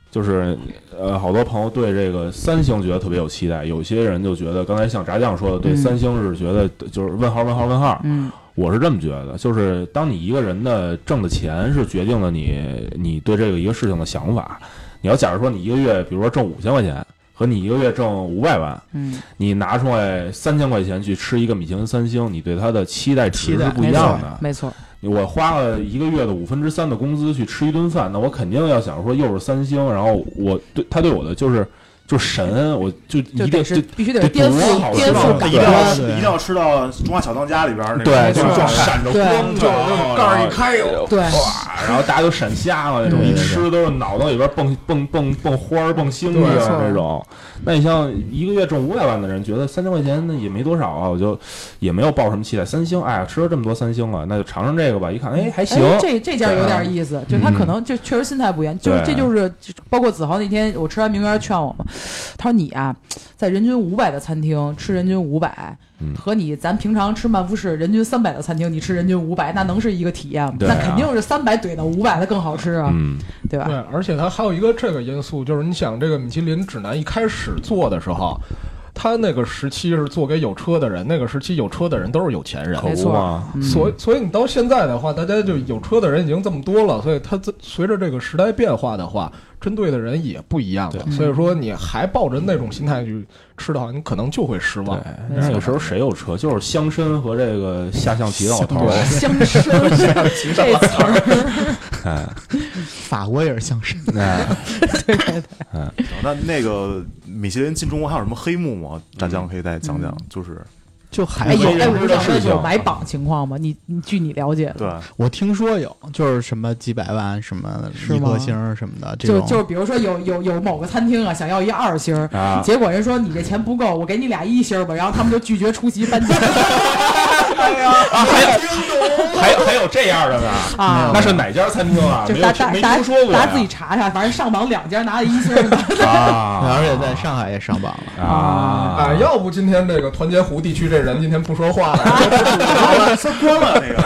D: 就是呃，好多朋友对这个三星觉得特别有期待，有些人就觉得刚才像炸酱说的，对
E: 嗯
D: 三星是觉得就是问号问号问号。
E: 嗯，
D: 我是这么觉得，就是当你一个人的挣的钱是决定了你你对这个一个事情的想法。你要假如说你一个月，比如说挣五千块钱，和你一个月挣五百万，
E: 嗯，
D: 你拿出来三千块钱去吃一个米其林三星，你对它的期待值
C: 期待
D: 是不一样的。
E: 没错，
D: 我花了一个月的五分之三的工资去吃一顿饭，那我肯定要想说又是三星，然后我对他对我的就是就是神，我就
E: 就
D: 一定
E: 得是
D: 就
E: 必须得是
D: 得
E: 颠
D: 多
E: 覆
D: 好
E: 颠
D: 吃
E: 覆
D: 啊
E: 感
A: 一定要
E: 官。
A: 吃一定要吃到《中华小当家》里边儿那个
D: 对，
E: 就
D: 就是是
E: 就是
D: 闪着
E: 对
D: 光
F: 就
D: 的，
F: 盖儿一开，哟，
E: 对，
D: 哇，然后大家都闪瞎了那种，
C: 对
D: 一
C: 对对
D: 吃都是脑子里边蹦蹦蹦蹦花儿、蹦星星
E: 对没错
D: 那种。那你像一个月挣五百万的人，觉得三千块钱那也没多少啊，我就也没有抱什么期待。三星，哎呀，吃了这么多三星了，那就尝尝这个吧。一看，哎，还行。
E: 哎，这这家有
D: 对啊
E: 点意思，就他可能就确实心态不一样，就是这
D: 对
E: 就是就包括子豪那天我吃完名媛劝我嘛，他说你啊，在人均五百的餐厅吃人均五百
D: 嗯，
E: 和你咱平常吃曼福士人均三百的餐厅你吃人均五百，那能是一个体验吗？
D: 对
E: 那
D: 啊
E: 肯定是三百怼到五百的更好吃啊，
D: 嗯，
E: 对吧
F: 对？，而且它还有一个这个因素，就是你想这个米其林指南一开始做的时候，
B: 他那个时期是做给有车的人，那个时期有车的人都是有钱人，
D: 可
E: 没
D: 不
E: 错
D: 嘛，
E: 嗯
B: 所以所以你到现在的话，大家就有车的人已经这么多了，所以它这随着这个时代变化的话，针对的人也不一样了。所以说，你还抱着那种心态去吃的话，你可能就会失望。
D: 对，但是有时候谁有车，就是乡绅和这个下象棋的老头儿，
E: 相声这词儿，
D: 哎，
C: 法国也是相声，
D: 哎
A: 那那个米其林进中国还有什么黑幕吗？炸酱可以再讲
D: 嗯
A: 讲，就是
C: 就还
E: 哎有
D: 为
E: 哎，
D: 人
E: 我
D: 知的
E: 想问
D: 事情
E: 有买榜情况吗？你你据你了解，
A: 对，
D: 嗯
C: 我听说有，就是什么几百万、什么
E: 是
C: 一
E: 吗
C: 颗星儿什么的，这
E: 就
C: 种
E: 就是比如说有有有某个餐厅啊，想要一二星儿，
D: 啊，
E: 结果人说你这钱不够，我给你俩一星儿吧，然后他们就拒绝出席颁奖
D: 啊还有还有这样的呢？
E: 啊。
D: 那是哪家餐厅啊？
E: 就
D: 没
E: 大大
D: 有听没
E: 大
D: 听说过
E: 大
D: 呀
E: 家自己查查，反正上榜两家拿了一星儿的
D: 啊
C: 而且在上海也上榜了。
D: 啊
B: 啊，要不今天这个团结湖地区这人今天不说话了，
A: 关了那个，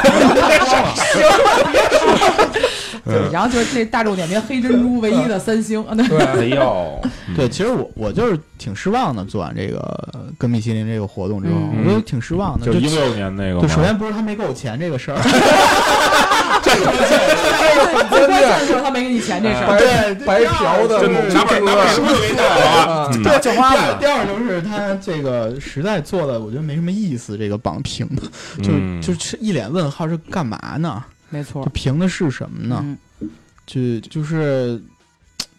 E: 对，然后就是那大众点评黑珍珠唯一的三星，啊对
B: 对，
D: 哎呦，
C: 对，其实我我就是挺失望的，做完这个呃跟米其林这个活动之后，
E: 嗯
C: 我就挺失望的。
D: 就
C: 就
D: 一六年那个吗，
C: 就首先不是他没给我钱这个事儿，
E: 最 关键的就是他没给你钱这事儿，
C: 对
B: 白嫖的
C: 就
B: 猛
C: 拿本拿本
B: 哥，
D: 就给你
B: 啊
D: 了，嗯
C: 对，第二第二就是他这个实在做的，我觉得没什么意思。这个榜评的，就、
D: 嗯
C: 就是一脸问号，是干嘛呢？
E: 没错
C: 就。评的是什么呢？
E: 嗯
C: 就就是，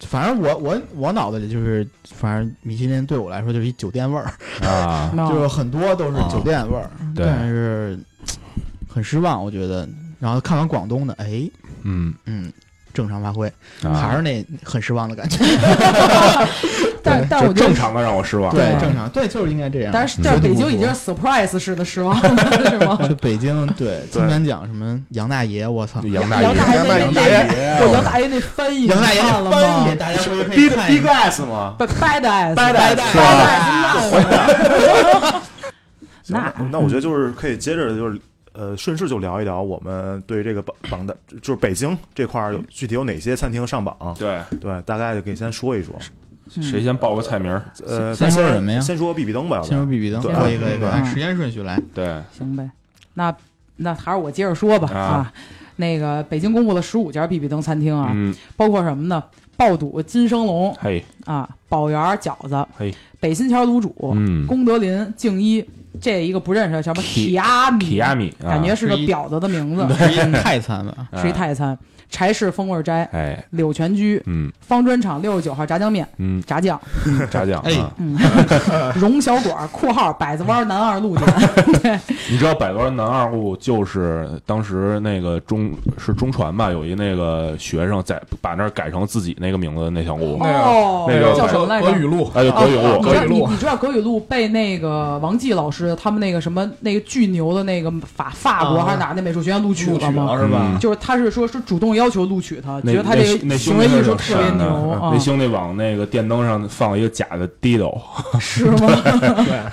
C: 反正我我我脑子里就是，反正米其林对我来说就是一酒店味儿，
D: 啊，
E: 嗯
C: 就是很多都是酒店味儿，
D: 对
C: 但是很失望，我觉得。然后看完广东的，哎，
D: 嗯，
C: 嗯，正常发挥，
D: 啊
C: 还是那很失望的感觉。
E: 但但
D: 就
E: 我觉得
D: 正常的让我失望，
E: 对
C: 正常，对，就是应该这样。
E: 但是但是北京已经是 surprise 式的失望了，是 吗？
C: 就北京对金马奖什么杨大爷，我操，
D: 杨大
E: 杨
D: 爷
E: 大爷那
C: 杨
E: 那
C: 大爷
E: 那我杨大爷那翻译，
C: 杨大爷
E: 你看了吗
C: 大家回去可以
A: 逼
C: 看一
A: 逼
C: 下
A: gas 吗？
E: ？Bad ass bad
C: Bad ass
E: ass，
A: 行
E: 那
A: 那我觉得就是可以接着就是呃顺势就聊一聊我们对这个榜榜的，就是北京这块儿有具体有哪些餐厅上榜？
D: 对，
A: 对，大概可以先说一说。
E: 嗯
D: 谁先报个菜名儿？
E: 啊
A: 呃，
C: 先说什么呀
A: 先说比比登吧，要不
C: 先
A: 然
C: 说比比登，
A: 对
C: 可以可以可以，
A: 对
E: 嗯
C: 按时间顺序来。
D: 对，
E: 行呗，那那还是我接着说吧
D: 啊
E: 啊。那个北京公布了十五家必比登餐厅啊，
D: 嗯，
E: 包括什么呢？爆肚金生龙
D: 嘿，
E: 啊，宝园儿饺子
D: 嘿，
E: 北新桥卤煮，
D: 嗯
E: 功德林静一，这一个不认识叫什么
D: 提
E: 提亚米，
D: 提亚米，啊
E: 感觉是个
C: 是一
E: 婊子的名字，嗯
C: 是一泰餐吧？
E: 是一，泰餐，柴氏风味斋，
D: 哎，
E: 柳泉居，
D: 嗯
E: 方砖厂六十九号炸酱面。
D: 嗯，
E: 炸酱，
D: 炸酱，
C: 哎
D: 啊
E: 荣小馆儿（括号百子湾南二路店
D: 你知道百端南二路就是当时那个中是中传吧，有一那个学生在把那儿改成自己那个名字的那条路，）。
B: 那个
E: 哦，
D: 那个
E: 叫什么来着
B: 俄？语录，
D: 哎，就葛雨
E: 哦你，
D: 路
E: 知道
B: 葛雨
E: 你
B: 露啊
E: 你知道葛雨露被那个王继老师他们那个什么那个巨牛的那个法法国
C: 啊
E: 还是哪那美术学院录取
B: 录取
E: 了吗？
B: 了是吧？
E: 就是他是说是主动要求录取他，
D: 嗯那
E: 觉得他
D: 那
E: 这
D: 那
E: 个
D: 兄
E: 行
D: 弟
E: 为艺术特
D: 挺
E: 别
D: 神的
E: 牛啊
D: 那，兄弟往那个电灯上放了一个假的 滴斗，
E: 是吗？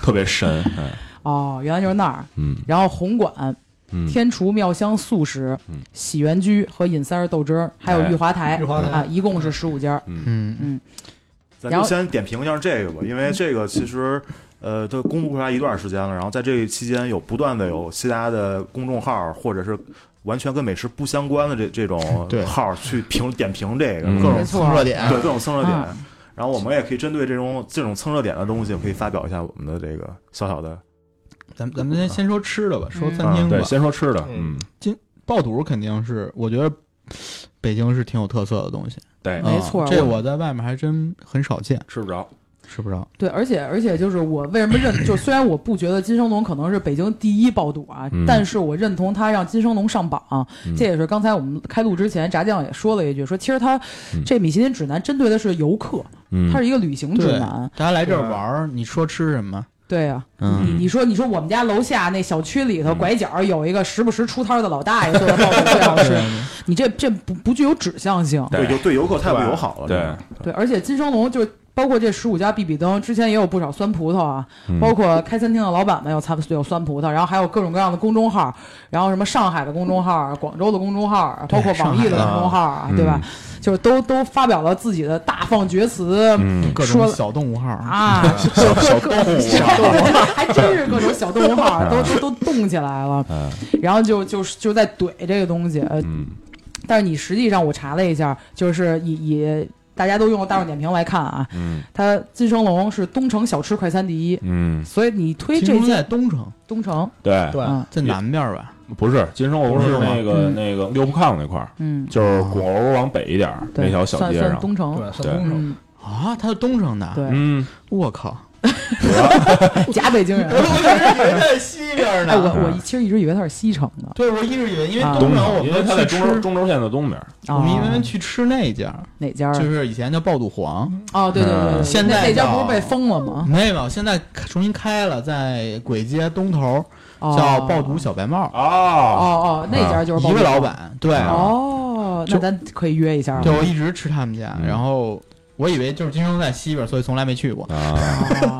D: 特别神，哎
E: 哦，原来就是那儿。
D: 嗯
E: 然后红馆、
D: 嗯，
E: 天厨妙香素食、喜园居和尹三儿豆汁儿，还有
D: 哎
E: 御华台
B: 御华台
E: 啊，一共是十五家。
C: 嗯，
A: 咱
E: 然
A: 就
E: 后
A: 先点评一下这个吧，因为这个其实，呃，它公布出来一段时间了，然后在这期间有不断的有其他的公众号或者是完全跟美食不相关的这这种
C: 对
A: 号去评点评这个
D: 嗯
A: 各
C: 没
A: 种
C: 错蹭热点
A: 对各种蹭热点
E: 啊，
A: 然后我们也可以针对这种这种蹭热点的东西，可以发表一下我们的这个小小的
C: 咱们咱们先先说吃的吧，说餐
D: 嗯
C: 厅吧
D: 对，。先说吃的，嗯
B: 嗯，
C: 爆肚肯定是，我觉得北京是挺有特色的东西，
D: 对
E: 嗯，没错
C: 啊这我在外面还真很少见，
D: 吃不着，
C: 吃不着。
E: 对，而且而且就是我为什么认，就虽然我不觉得金生龙可能是北京第一爆肚啊，
D: 嗯
E: 但是我认同他让金生龙上榜、
D: 嗯
E: 这也是刚才我们开录之前炸酱也说了一句，说其实他、
D: 嗯
E: 这米其林指南针对的是游客，
D: 嗯
E: 它是一个旅行指
C: 对，
E: 南
C: 大。家来这儿玩儿，你说吃什么？
E: 对啊，
C: 嗯，
E: 你你说你说我们家楼下那小区里
D: 嗯
E: 头拐角有一个时不时出摊儿的老大爷做的爆肚最
D: 嗯
E: 好吃，你这这不不具有指向性。
D: 对
A: 对游对游客太不友好了，
D: 对
A: 这个
E: 对，而且金生龙就包括这十五家必比登，之前也有不少酸葡萄啊，
D: 嗯
E: 包括开餐厅的老板们有餐有酸葡萄，然后还有各种各样的公众号，然后什么上海的公众号、啊广州的公众号，啊包括网易的公众号啊，
D: 上海的嗯
E: 对吧？就是都都发表了自己的大放厥词，
D: 嗯，
C: 各
E: 说
C: 种
E: 了
C: 小动物号啊，
E: 啊，小 小动
D: 啊
E: 物，还真是各种小动物号 儿都都都动起来了，
D: 嗯
E: 然后就就是就在怼这个东西。呃
D: 嗯
E: 但是你实际上我查了一下，就是以以大家都用大众点评来看啊，
D: 嗯
E: 它金生龙是东城小吃快餐第一，
D: 嗯，
E: 所以你推
C: 金
E: 这
C: 钟
E: 家
C: 在东城，
E: 东城，
D: 对，
B: 对
E: 嗯
C: 在南边儿吧？
D: 不是金生楼
C: 不
D: 是
C: 是吗
D: 那个
E: 嗯
D: 那个六铺炕那块儿，
E: 嗯，
D: 就是鼓楼往北一点儿
E: 对
D: 那条小
E: 算
D: 街
E: 算
D: 上，
E: 东城，
B: 对，算东城。
E: 嗯，
C: 啊，他是东城的，
E: 对，
D: 嗯，
C: 我靠，
E: 假北京人。
C: 我一直以为在西边
E: 哎，我
D: 嗯
C: 呢。
E: 我其实一直以为他是西城的
C: 对，我一直以为，因为
E: 啊
C: 东城
D: 城
C: 我
D: 因为
C: 们
D: 它
C: 都
D: 在
C: 去
D: 中轴
C: 吃，
D: 中轴线的东边儿，
E: 啊
C: 我们一般去吃那家，
E: 哪家啊？
C: 就是以前叫爆肚黄，
E: 哦，对对对
D: 嗯
E: 对，对
C: 现
E: 那
C: 在
E: 那家
C: 叫
E: 不是被封了吗？
C: 没有，现在重新开了，在簋街东头
E: 哦
C: 叫爆肚小白帽，
E: 哦
D: 哦，
E: 哦，那家就是
C: 一
E: 鲍
C: 个
E: 鱼
C: 老板，对，
E: 哦，那
C: 就
E: 咱可以约一下了。
C: 对我一直吃他们家，
D: 嗯
C: 然后我以为就是金钟在西边，所以从来没去过。
D: 啊，
E: 啊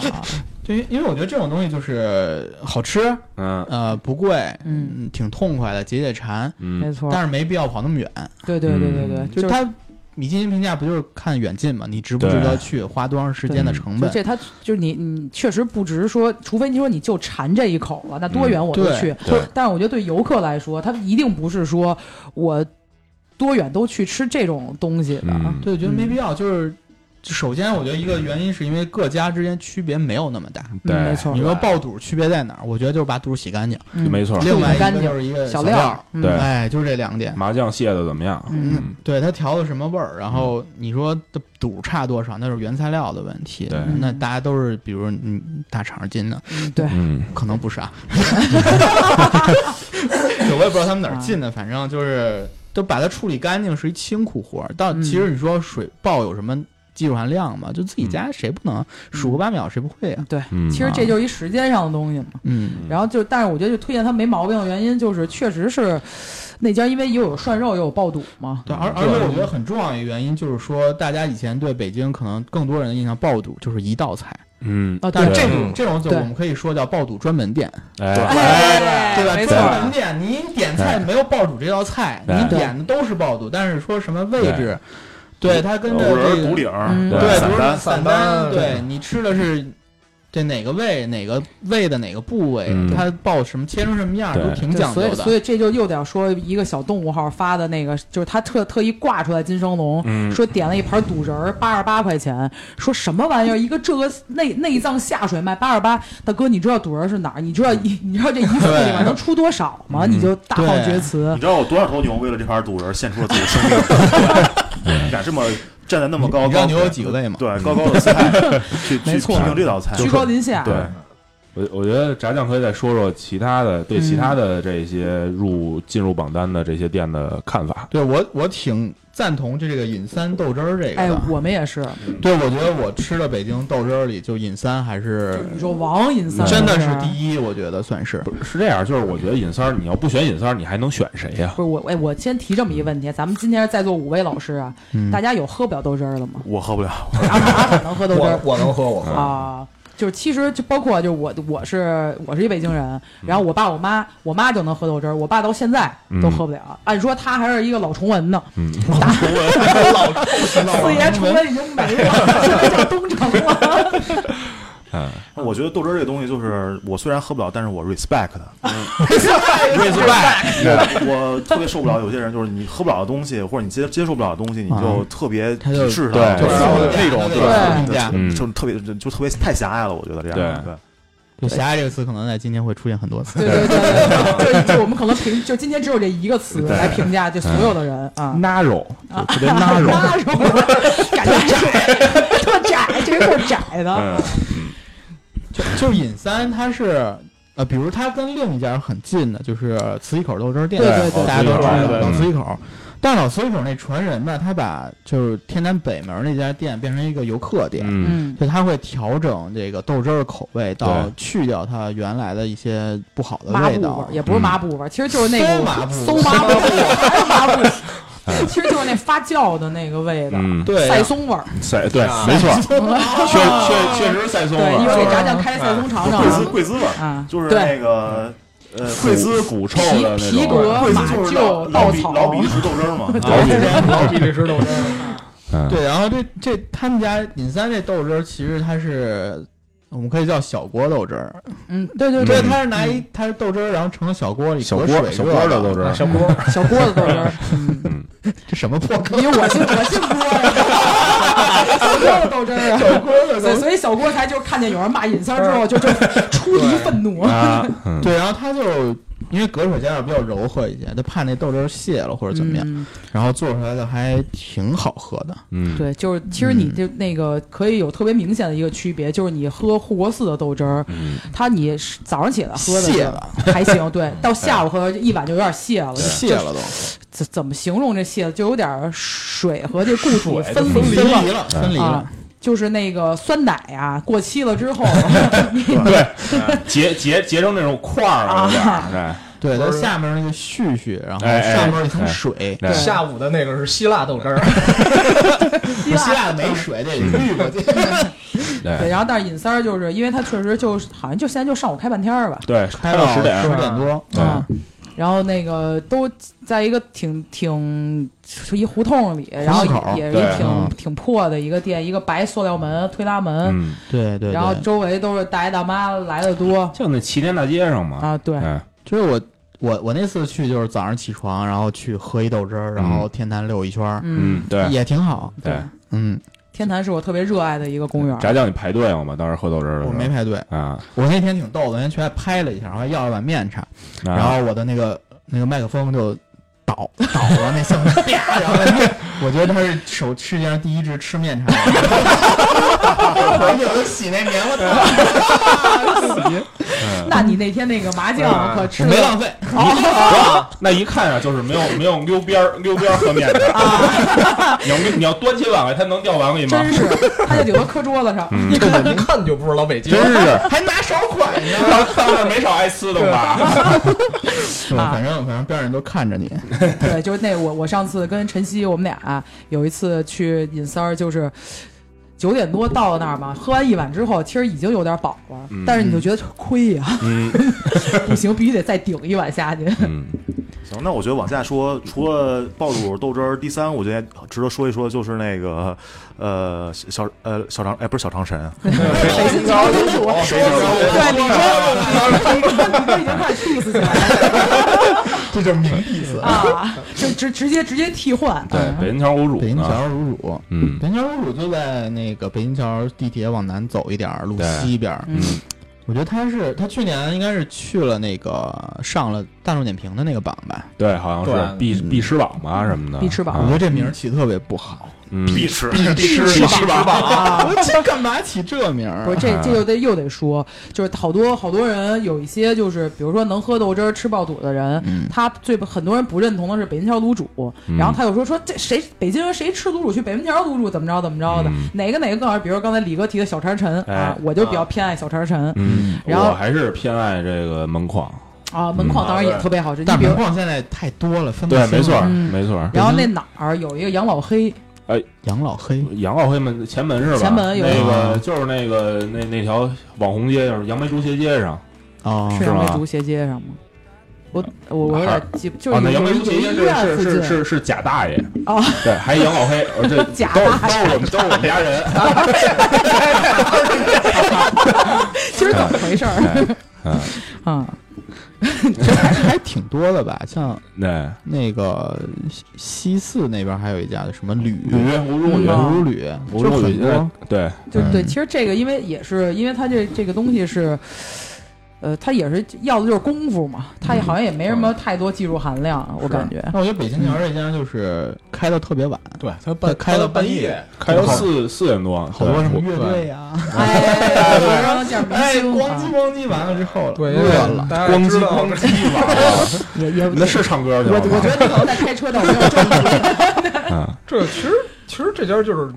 C: 对，因为我觉得这种东西就是好吃，
D: 嗯
C: 呃，不贵，
E: 嗯，
C: 挺痛快的，解解馋，
E: 没
D: 嗯，
E: 错，
C: 但是没必要跑那么远。
E: 对对对对对，
C: 就是它米其林评价不就是看远近嘛？你值不值得去，花多长时间的成
E: 就
C: 本？
E: 这他就是你你确实不只是说，除非你说你就馋这一口了，那多远我都
C: 嗯对
E: 去。
D: 对
E: 但是我觉得对游客来说，他一定不是说我多远都去吃这种东西的。啊
D: 嗯
C: 对，觉得没必要。就是首先，我觉得一个原因是因为各家之间区别没有那么大。
E: 嗯没
D: 对，
E: 错
C: 你，说爆肚区别在哪儿？我觉得就是把肚洗干净，
E: 嗯
D: 没错，
C: 另外一
E: 干净
C: 个就是一个
E: 小
C: 料
E: 料
C: 儿，，
E: 嗯
D: 对
C: 哎，就是这两点。
D: 麻酱蟹的怎么样？
E: 嗯，
D: 嗯
C: 对它调的什么味儿，然后你说的肚差多少，那是原材料的问题。
D: 对
C: 那大家都是比如嗯大肠筋的，
E: 嗯对，
D: 嗯
C: 可能不 是啊，我也不知道他们哪儿进
E: 啊
C: 的，反正就是都把它处理干净是一辛苦活儿。但
E: 嗯
C: 其实你说水爆有什么技术含量嘛？就自己家谁不能数个八秒谁不会啊？
D: 嗯，
E: 其实这就是一时间上的东西嘛。
C: 嗯，
E: 然后就，但是我觉得就推荐它没毛病的原因就是，确实是那家，因为又有涮肉又有爆肚嘛。
C: 对，而而
D: 嗯对
C: 且我觉得很重要的一个原因就是说，大家以前对北京可能更多人的印象，爆肚就是一道菜，
D: 嗯，
E: 啊，
C: 但
E: 对
C: 是这
B: 嗯
C: 种这种就
E: 对
C: 我们可以说叫爆肚专门店。
D: 哎，
E: 哎
C: 对吧？
E: 没
C: 专
E: 错
C: 门，店，您点菜没有爆肚这道菜，
D: 对
C: 您点的都是爆肚，但是说什么位置，对它跟着
A: 五
C: 这
A: 人
C: 个
A: 独领，
E: 嗯
D: 对
C: 对，比
A: 散
C: 如说
A: 单，
C: 散
B: 单
C: 对你吃的是这哪个位、哪个胃的哪个部位
D: 嗯，
C: 它爆什么切成什么样
D: 对
C: 都挺
E: 对
C: 讲究
E: 所以所
C: 的。
E: 以这就又得说一个小动物号发的那个，就是他特特意挂出来金生龙。
D: 嗯，
E: 说点了一盘肚仁儿，八十八块钱。说什么玩意儿？一个这个内内脏下水卖八十八，大哥，你知道肚仁儿是哪儿？你知道一你知道这一份里面能出多少吗？
D: 嗯
E: 你就大放
C: 对
E: 厥词
A: 你。知道有多少头牛为了这盘赌人献出了自己的生命？敢这么站在那么高，
C: 你知道
A: 高
C: 牛有几个胃吗？
A: 对高高的姿 态去
E: 没
A: 去
E: 错
A: 批评这道菜，
E: 居高临下。
A: 对，
D: 我我觉得炸酱可以再说说其他的对其
E: 嗯
D: 他的这些入进入榜单的这些店的看法。
C: 对我我挺赞同这个尹三豆汁儿这
E: 哎
C: 个的。，
E: 我们也是，
C: 对，我觉得我吃的北京豆汁儿里，就尹三还
E: 就是宇宙王银三
C: 真的是
E: 儿
C: 第一，我觉得算是。
D: 不是是这样，就是我觉得尹三儿，你要不选尹三儿，你还能选谁呀？
E: 不是我，哎，我先提这么一个问题，咱们今天在座五位老师啊，
C: 嗯
E: 大家有喝不了豆汁儿的吗？
A: 我喝不了，
E: 阿塔阿塔能喝豆汁
F: 我
E: 儿
F: 我能喝，我喝。
E: 啊？就是其实就包括就我我是我是一北京人，然后我爸我妈我妈就能喝豆汁儿，我爸到现在都喝不了。按说他还是一个老崇文呢，
D: 嗯，
E: 四爷崇文已经没了，现在叫东城了。
A: 我觉得豆汁儿这个东西，就是我虽然喝不了，但是我 respect 它。respect，我特别受不了有些人，就是你喝不了的东西，或者你接接受不了的东西，你就特别
C: 他就
A: 鄙视它，
D: 对
A: 就
C: 就是是
A: 那
C: 那
A: 种
C: 种
A: 对
E: 对
C: 评价，
D: 嗯
A: 就特别就特别太狭隘了，我觉得这样对。
C: 就“
D: 哎
C: 狭隘”这个词，可能在今天会出现很多次。
E: 对对对对，就就我们可能评就今天只有这一个词来评价就所有的人啊。
D: 纳肉，就特别纳
E: 拉
D: 肉。
E: 手，感觉窄，特窄，这个够窄的。
D: 嗯
C: 就就尹三，它是呃，比如它跟另一家很近的，就是慈禧口豆汁儿店，
E: 对对对
C: 大家都知
D: 对对
C: 道
D: 对
C: 老慈禧口。但老慈禧口那传人吧，他把就是天南北门那家店变成一个游客店，
D: 嗯
E: 嗯
C: 就他会调整这个豆汁儿的口味，到
D: 对
C: 去掉它原来的一些不好的
E: 麻
C: 味
E: 布味
C: 道
E: 儿。也不是麻布味儿，其实就是那个
C: 馊麻布
E: 馊麻布，还是麻布，其实就是那发酵的那个味道，
D: 嗯，
C: 对
E: 赛松味儿。
D: 赛对，没 错， 确确确实赛松
E: 啊对，一会
D: 了，
E: 儿给咱讲开赛松尝
A: 贵
E: 尝
A: 滋贵滋味儿，
E: 啊，
A: 就是
E: 对
A: 那个呃
D: 贵
A: 贵
D: 滋
A: 滋
D: 腐臭
E: 皮
D: 的那
E: 皮
D: 种，
E: 革、
A: 贵
E: 马
A: 滋就是老老
E: 厩、稻
A: 比
E: 草，
A: 老比利时豆汁儿嘛，
D: 老比
B: 老比利时豆汁儿，
D: 嗯，
C: 对，然后这这他们家尹三这豆汁儿，其实它是我们可以叫小锅豆汁儿，
E: 嗯，对对
C: 对，
E: 对，
C: 它是拿一它是豆汁儿，然后盛到小锅里，
D: 小
C: 隔
D: 锅
C: 水
D: 小
C: 热
D: 锅的都，是
E: 啊
B: 小锅儿
E: 小锅子豆汁儿，嗯
C: 这什么破
E: 因为我姓我姓郭呀，小锅子豆汁儿啊。
C: 小锅的
E: 对，所以小郭才就是看见有人骂尹三儿之后，就就出离愤怒。
D: 啊，嗯
C: 对，然后它就因为隔水加热比较柔和一些，它怕那豆汁儿泄了或者怎么样，
E: 嗯？
C: 然后做出来的还挺好喝的。
D: 嗯，
E: 对，就是其实你就那个可以有特别明显的一个区别，就是你喝护国寺的豆汁儿，
D: 嗯，
E: 它你是早上起来喝的
C: 泄
E: 时候
C: 了，
E: 还行，对，到下午喝一碗就有点泄了，就
C: 泄了都，
E: 怎怎么形容这泄了？就有点水和这固体
B: 水
E: 分
C: 分
E: 离了，
C: 离
D: 嗯
C: 了，分离了
E: 啊。就是那个酸奶啊，过期了之后，
D: 结结结成那种块儿了，有点
E: 啊
D: 儿，
C: 对，它
B: 不是
C: 下面那个絮絮，然后
D: 哎哎
C: 上面一层
D: 哎
C: 水，
D: 对对，
B: 下午的那个是希腊 豆汁儿，
E: 希
C: 希
E: 腊
C: 腊没水，
D: 嗯
C: 这绿过去。
E: 对，
D: 对
E: 然后但是尹三儿就是因为他确实就好像就现在就上午开半天儿吧，
D: 对，
C: 开
D: 开到十点
C: 哦十，点多，
D: 对
E: 啊，然后那个都在一个挺挺是一胡同里，然后
C: 胡同口
E: 也也是一
D: 对
E: 挺
C: 嗯
E: 挺破的一个店，一个白塑料门推拉门，
D: 嗯，
C: 对对
E: 然后
C: 对
E: 周围都是大爷大妈来的多
D: 就那齐天大街上嘛，
E: 啊，对，
D: 啊哎，
C: 就是我我我那次去就是早上起床，然后去喝一豆汁儿，然后天坛溜一圈儿，
E: 嗯
D: 嗯，，对
C: 也挺好。
D: 对，
C: 嗯，
E: 天坛是我特别热爱的一个公园，
D: 炸酱你排队了吗？当时喝豆汁儿的时候，
C: 我没排队，
D: 啊，
C: 我那天挺逗的，我那天去还拍了一下，然后还要了碗面吃，
D: 然
C: 然后我的那个那个麦克风就。倒倒了那箱子，啪然后那面我觉得他是首世界上第一只吃面茶的人，我有的洗那棉花糖，洗
E: 那你那天那个麻酱可吃
C: 我没浪费，
D: 那一看啊，就是没有没有溜边儿溜边儿和面 的，你要你要端起碗来，它能掉碗里吗
E: 啊真？是，他就顶多磕桌子上，
D: 嗯，
B: 根本一看就不是老北京。
D: 是，
C: 还拿勺蒯呢。
D: 到到那儿没少挨呲的吧？
C: 对，
E: 啊
C: 反正反正边上人都看着你，
E: 对， 就是那我我上次跟晨曦我们俩、有一次去尹三儿，就是九点多到了那儿嘛，喝完一碗之后，其实已经有点饱了，
D: 嗯
E: 但是你就觉得亏呀、
D: 嗯
E: 不行，必须得再顶一碗下去。
D: 嗯，
A: 行，那我觉得往下说，除了爆肚豆汁儿，第三我觉得值得说一说就是那个呃小呃小长哎不是小长神，
E: 谁心情都是我，
A: 谁谁
E: 对，你说你说你 说已经快 diss 起来了
C: 这就是名意思。
E: 啊，就直直接直接替换。
D: 啊对，
E: 嗯
D: 北京桥卤煮
C: 北京
D: 呢？
C: 桥乳乳，
D: 嗯
C: 北京桥乳乳就在那个北京桥地铁往南走一点儿，路
D: 对
C: 西边儿。
E: 嗯
D: 嗯
C: 我觉得他是他去年应该是去了那个上了大众点评的那个榜吧。
D: 对，好像是
B: 对
D: 必
C: 嗯
D: 必吃榜吧什么的，
E: 必吃榜
C: 我觉
D: 啊
C: 得这名儿起得特别不好，
D: 嗯，
A: 必吃
C: 吃
E: 必吃
C: 吧
E: 啊！
C: 我这干嘛起这名儿
E: 不是
C: 啊？
E: 这
D: 嗯
E: 这就得又得说，就是好多好多人有一些就是，比如说能喝豆汁儿吃爆肚的人，
C: 嗯
E: 他最很多人不认同的是北京桥卤煮，
D: 嗯
E: 然后他又说说这谁北京人谁吃卤煮去北京桥卤煮怎么着怎么着的，
D: 嗯
E: 哪个哪个更好？比如刚才李哥提的小肠陈、
D: 哎
E: 啊，我就比较偏爱小肠陈
D: 嗯，
E: 然后
D: 我还是偏爱这个门框，
E: 啊，门框当然也特别好吃，你
C: 但
E: 比如
C: 门。框现在太多了，分不
D: 对，
C: 清
D: 没错儿
E: 嗯
D: 没错儿。
E: 然后那哪儿有一个杨老黑，
C: 养老黑，
D: 呃杨老黑门前门是吧？
E: 前门有
D: 那
C: 啊
D: 个就是那个那那条网红街，就是杨梅竹斜街上。
C: 哦，
E: 嗯是
D: 是
E: 杨梅
D: 吗
E: 竹斜街上吗？我我我有
D: 还
E: 点
D: 是
E: 记不，就
D: 哦，那
E: 是
D: 杨
E: 有
D: 梅
E: 一
D: 竹
E: 个
D: 斜
E: 医
D: 街
E: 院
D: 是
E: 附
D: 是是
E: 近
D: 是是贾大爷
E: 哦，
D: 对，还有杨老黑，呃这
E: 贾
D: 都是
E: 大
D: 都是我们都是我们家人。
E: 其实怎么回事儿
D: 哎嗯，
E: 啊？
C: 还还挺多的吧？像
D: 对，
C: 那个西西四那边还有一家什么吕
D: 五月吴中
E: 嗯
D: 宇，
E: 啊
C: 无吕，
D: 吴
C: 就
D: 中
C: 很
D: 宇
C: 多。
D: 对，
E: 就
C: 嗯
E: 对，其实这个因为也是因为它这这个东西是，呃，它也是要的就是功夫嘛，它也
D: 嗯
E: 好像也没什么太多技术含量，我感觉。
C: 那我觉得北京桥这家就是开到特别晚，
B: 对他
C: 半开到半夜，
D: 开到四四点多，
C: 好多
D: 对啊
C: 什么乐队啊呀，
E: 啊 哎，晚上见明
C: 哎，
E: 星
C: 咣叽
E: 啊，
C: 咣叽完了之后
B: 对，因为
C: 热了，
B: 大家
D: 光
B: 也
D: 机
B: 知道
D: 光机吧，
E: 也也
D: 那是唱歌去
E: 我
D: 了
E: 我
D: 吗？
E: 觉得你可能在开车到没有证据。
D: 嗯
B: 这个其实其实这家就是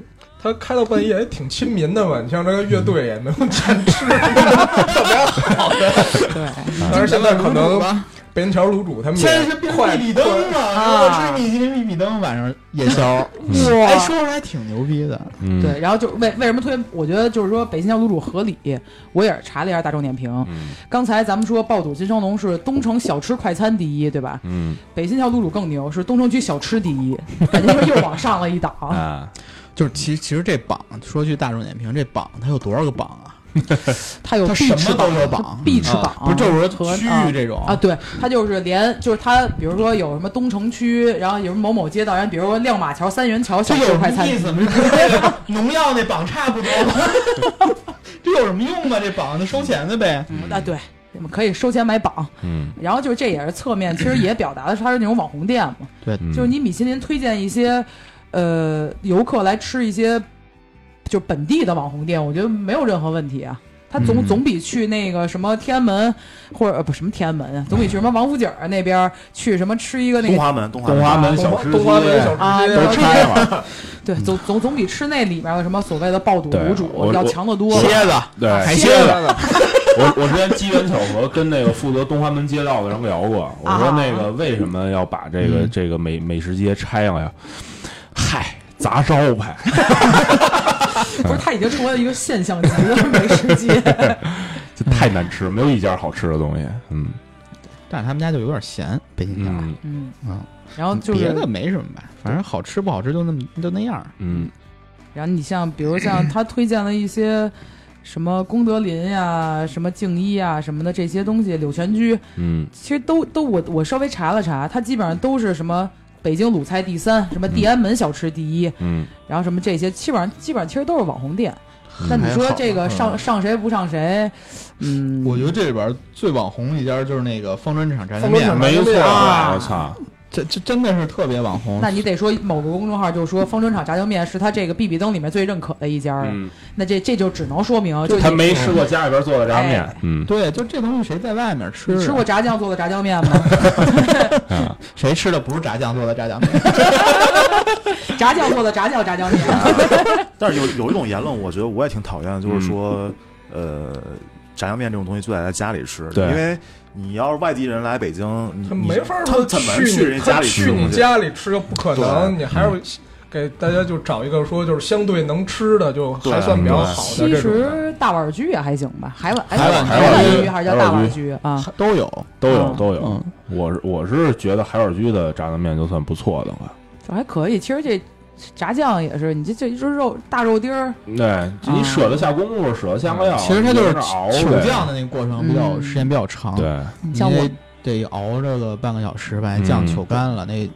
B: 他开到半夜也哎挺亲民的嘛，你像这个乐队也没有钱吃，特别好的。
E: 对，
D: 嗯
A: 嗯
B: 但是现在可能
C: 吧，
B: 边桥卤煮他们也
C: 现在是变
B: 快
C: 成米比登嘛，
E: 啊
C: 然后吃米其林米比登，晚上夜 宵。哎，
E: 哇，
C: 说出来挺牛逼的，
D: 嗯，
E: 对，然后就为为什么推荐？我觉得就是说北新小卤煮合理，我也是查了一下大众点评。
D: 嗯
E: 刚才咱们说爆肚金生龙是东城小吃快餐第一，对吧？
D: 嗯
E: 北新小卤煮更牛，是东城区小吃第一，感觉又往上了一 档。
D: 啊，
C: 就是其实其实这榜说句大众点评，这榜它有多少个榜啊？
E: 它有
C: 它
E: 必
C: 什
E: 吃
C: 么都有榜
E: 它，必吃榜
C: 啊不是就是
E: 和
C: 说区
E: 啊
C: 域这种
E: 啊，对，它就是连就是它，比如说有什么东城区，然后有什么某某街道，然后比如说亮马桥、三元桥小
C: 这
E: 吃
C: 有
E: 快
C: 什么
E: 餐，
C: 意思吗？这 跟农药那榜差不多吗？ 这有什么用吗？这榜那收钱的呗。
E: 嗯啊，对，我们可以收钱买榜。
D: 嗯
E: 然后就是这也是侧面，其实也表达的是它是那种网红店嘛，
D: 嗯，
E: 就是你米其林推荐一些呃游客来吃一些就本地的网红店，我觉得没有任何问题啊。它总、
D: 嗯
E: 总比去那个什么天安门或者呃不什么天安门啊，总比去什么王府井儿那边儿去什么吃一个那
A: 东
E: 个
A: 华门，东华
D: 东华
A: 门，
D: 门小吃
B: 东华门小
E: 啊，
B: 吃街
E: 都
C: 拆
E: 了。对，
C: 嗯
E: 总总总比吃那里面的什么所谓的爆肚
D: 对
E: 卤
D: 我
E: 煮要强得多。
C: 蝎子，
D: 对
C: 海
E: 鲜
C: 鲜
E: 了
C: 子，
D: 我我之前机缘巧合跟那个负责东华门街道的人聊过，我说那个为什么要把这个、
C: 啊嗯
D: 这个美美食街拆了呀？嗨，砸招牌，
E: 不是，它已经成为了一个现象级 的美食街。
D: 这太难吃，没有一家好吃的东西。嗯
C: 但是他们家就有点咸，北京家。
D: 嗯
E: 嗯，
C: 嗯，
E: 然后就是
C: 别的没什么吧，反正好吃不好吃就那么就那样儿。
D: 嗯
E: 然后你像比如像他推荐了一些什么功德林呀、什么静一啊、什么的这些东西，柳泉居
D: 嗯
E: 其实都都我我稍微查了查，它基本上都是什么北京鲁菜第三，
C: 嗯
E: 什么地安门小吃第一，
D: 嗯
E: 然后什么这些，基本上基本上其实都是网红店。那
C: 嗯
E: 你
C: 还
E: 说
C: 好嗯
E: 这个上上谁不上谁？嗯，
C: 我觉得这里边最网红一家就是那个方砖市场炸酱
B: 方砖
C: 面
B: 市，
D: 嗯，
B: 场
D: 没错，
C: 啊
D: 我操，
C: 这这真的是特别网红。
E: 那你得说某个公众号就说方砖厂炸酱面是他这个必比登里面最认可的一家儿，
D: 嗯，
E: 那这这就只能说明就
D: 他
E: 你
D: 没吃过家里边做的炸酱面，嗯
C: 哎对，就这东西谁在外面吃
E: 你
C: 啊？
E: 吃过炸酱做的炸酱面吗？
D: 啊，
C: 谁吃的不是炸酱做的炸酱面？
E: 炸酱做的炸酱炸酱 面，啊
A: 但是有有一种言论，我觉得我也挺讨厌的，就是说，呃，炸酱面这种东西最好在家里吃，
D: 对
A: 因为你要是外地人来北京，你
B: 他
A: 你
B: 没法儿
A: 他怎么去人家家
B: 他
A: 里吃
B: 去
A: 东
B: 你
A: 西？
B: 家里吃又不可能，
A: 对嗯
B: 你还有给大家就找一个说就是相对能吃的，就还算比较好的
E: 其
B: 这种的。
E: 实大碗居也还行吧，海碗哎
C: 海碗
E: 海
C: 海
E: 碗
C: 碗
E: 居
D: 居
E: 还是叫
D: 海
E: 大
D: 碗
E: 碗
D: 居
E: 居啊？
C: 都有，
D: 都有
E: 嗯
D: 都有。
C: 嗯，
D: 我是我是觉得海尔居的炸酱面就算不错的了。
E: 就还可以。其实这炸酱也是，你这这这肉大肉丁儿，
D: 对，你舍得下功夫，舍得下料，
C: 嗯其实它就是
D: 你在那儿熬
C: 求
D: 呗
C: 酱的那个过程比较
E: 嗯
C: 时间比较长，，
D: 对，
E: 像我
C: 得熬这个半个小时，把那酱
D: 嗯
C: 求干了，那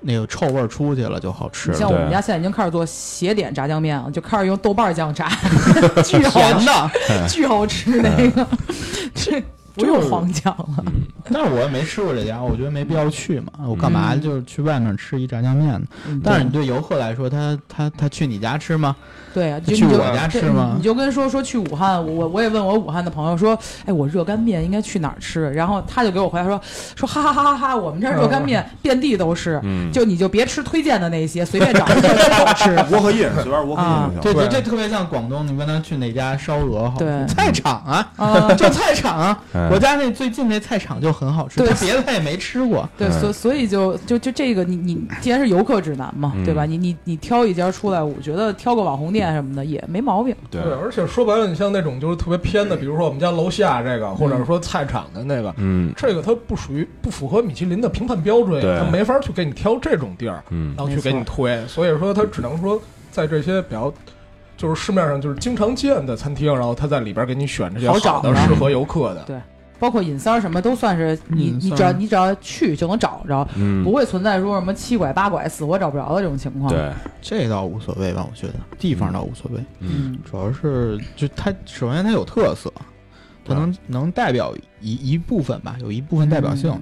C: 那个臭味儿出去了就好吃
E: 你像
C: 了。
E: 我们
D: 对
E: 家现在已经开始做斜点炸酱面了，就开始用豆瓣酱炸，巨好
C: 甜的，
E: 吃，巨好吃那个， 这不用黄酱了。
C: 但是我也没吃过这家，我觉得没必要去嘛。我干嘛
E: 嗯
C: 就是去外面吃一炸酱面呢？但是你对游客来说，他他他去你家吃吗？
E: 对啊，就
C: 去
E: 你就
C: 我家
E: 对
C: 吃吗
E: 你就跟说说去武汉，我我也问我武汉的朋友说，哎，我热干面应该去哪儿吃？然后他就给我回答说，说哈哈哈哈哈，我们这儿热干面遍地都是，
D: 嗯，
E: 就你就别吃推荐的那些，随便找一个最好吃。
A: 窝和印随便窝和印就行。
C: 对对，
B: 对
C: 这特别像广东，你问他去哪家烧鹅好
E: 对
C: 吃，菜场啊，
E: 啊，
C: 就菜场啊，
D: 嗯
C: 我家那最近那菜场就很好吃，
E: 对
C: 他别的他也没吃过。
E: 对，所所以就就就这个，你你既然是游客指南嘛，
D: 嗯
E: 对吧？你你你挑一家出来，我觉得挑个网红店什么的也没毛病。
C: 嗯
D: 对
B: 对，而且说白了，你像那种就是特别偏的，比如说我们家楼下这个，
C: 嗯
B: 或者说菜场的那个，
D: 嗯
B: 这个它不属于不符合米其林的评判标准，
D: 对
B: 它没法去给你挑这种地儿，
D: 嗯
B: 然后去给你推，所以说它只能说在这些比较。就是市面上就是经常见的餐厅，然后它在里边给你选这些
E: 好找
B: 好的、
E: 的
B: 适合游客的。
E: 包括尹三儿什么都算是你
C: 嗯
E: 你只
C: 三儿
E: 要你只要去就能找着，
D: 嗯
E: 不会存在说什么七拐八拐死活找不着的这种情况。，
D: 对，
C: 这倒无所谓吧，我觉得地方倒无所谓，
D: 嗯
E: 嗯，
C: 主要是就它首先它有特色，它
A: 对
C: 能能代表一一部分吧，有一部分代表性。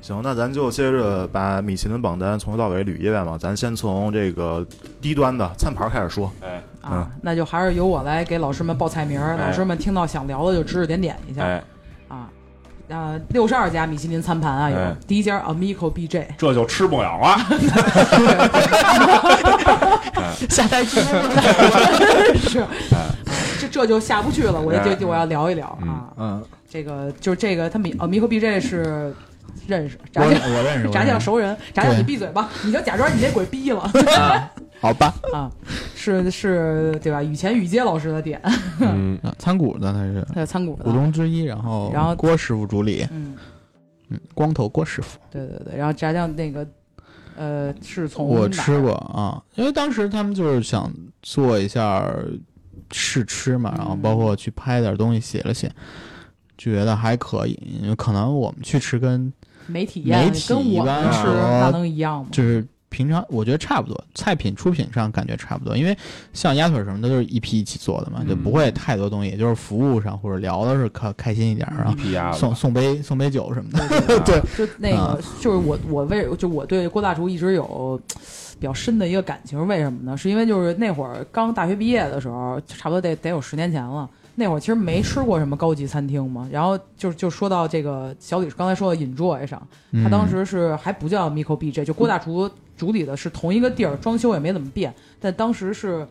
A: 行，那咱就接着把米其林榜单从头到尾捋一遍吧。咱先从这个低端的餐盘开始说。
D: 哎
E: 啊，那就还是由我来给老师们报菜名儿，
D: 哎
E: 老师们听到想聊的就指指点点一下
D: 哎，
E: 啊。呃，六十二家米其林餐盘啊，
D: 哎
E: 有第一家 Amico BJ，
D: 这就吃不了啊了。
E: 下台鞠 是，啊这这就下不去了。我
D: 哎
E: 这就我要聊一聊啊，
B: 嗯，
E: 这个就是这个他们 Amico BJ 是认识，
C: 我
E: 炸酱
C: 我认识，我
E: 炸
C: 认
E: 酱
C: 识，
E: 熟人，炸酱
C: 对
E: 你闭嘴吧， 你就假装你这鬼逼了
C: 好吧，
E: 啊！是是，对吧？雨前雨街老师的点，
D: 嗯，
C: 啊参股的他是
E: 还有参股
C: 股
E: 的，
C: 东之一，然后
E: 嗯然后
C: 郭师傅主理，
E: 嗯，
C: 嗯，光头郭师傅，
E: 对对对，然后炸酱那个呃是从
C: 我
E: 哪儿
C: 吃过啊，因为当时他们就是想做一下试吃嘛，然后包
E: 嗯
C: 括去拍点东西写了写，觉得还可以，因为可能我们去吃跟
E: 没体验，
C: 没体
E: 跟我
C: 验
E: 们吃
C: 啊
E: 那能一样吗？
C: 就是平常我觉得差不多，菜品出品上感觉差不多，因为像鸭腿什么的都是一批一起做的嘛，就
D: 嗯
C: 不会太多东西，也就是服务上或者聊的是开开心一点，然后
D: 一批鸭子
C: 送，送杯送杯酒什么的，
D: 对，
E: 就那
C: 啊
E: 个，就是我我为就我对郭大厨一直有嘖比较深的一个感情，为什么呢？是因为就是那会儿刚大学毕业的时候，差不多得得有十年前了。那会儿其实没吃过什么高级餐厅嘛，然后就就说到这个小李刚才说的 Enjoy 上，他当时是还不叫 Miko BJ，就郭大厨主理的是同一个地儿，装修也没怎么变，但当时是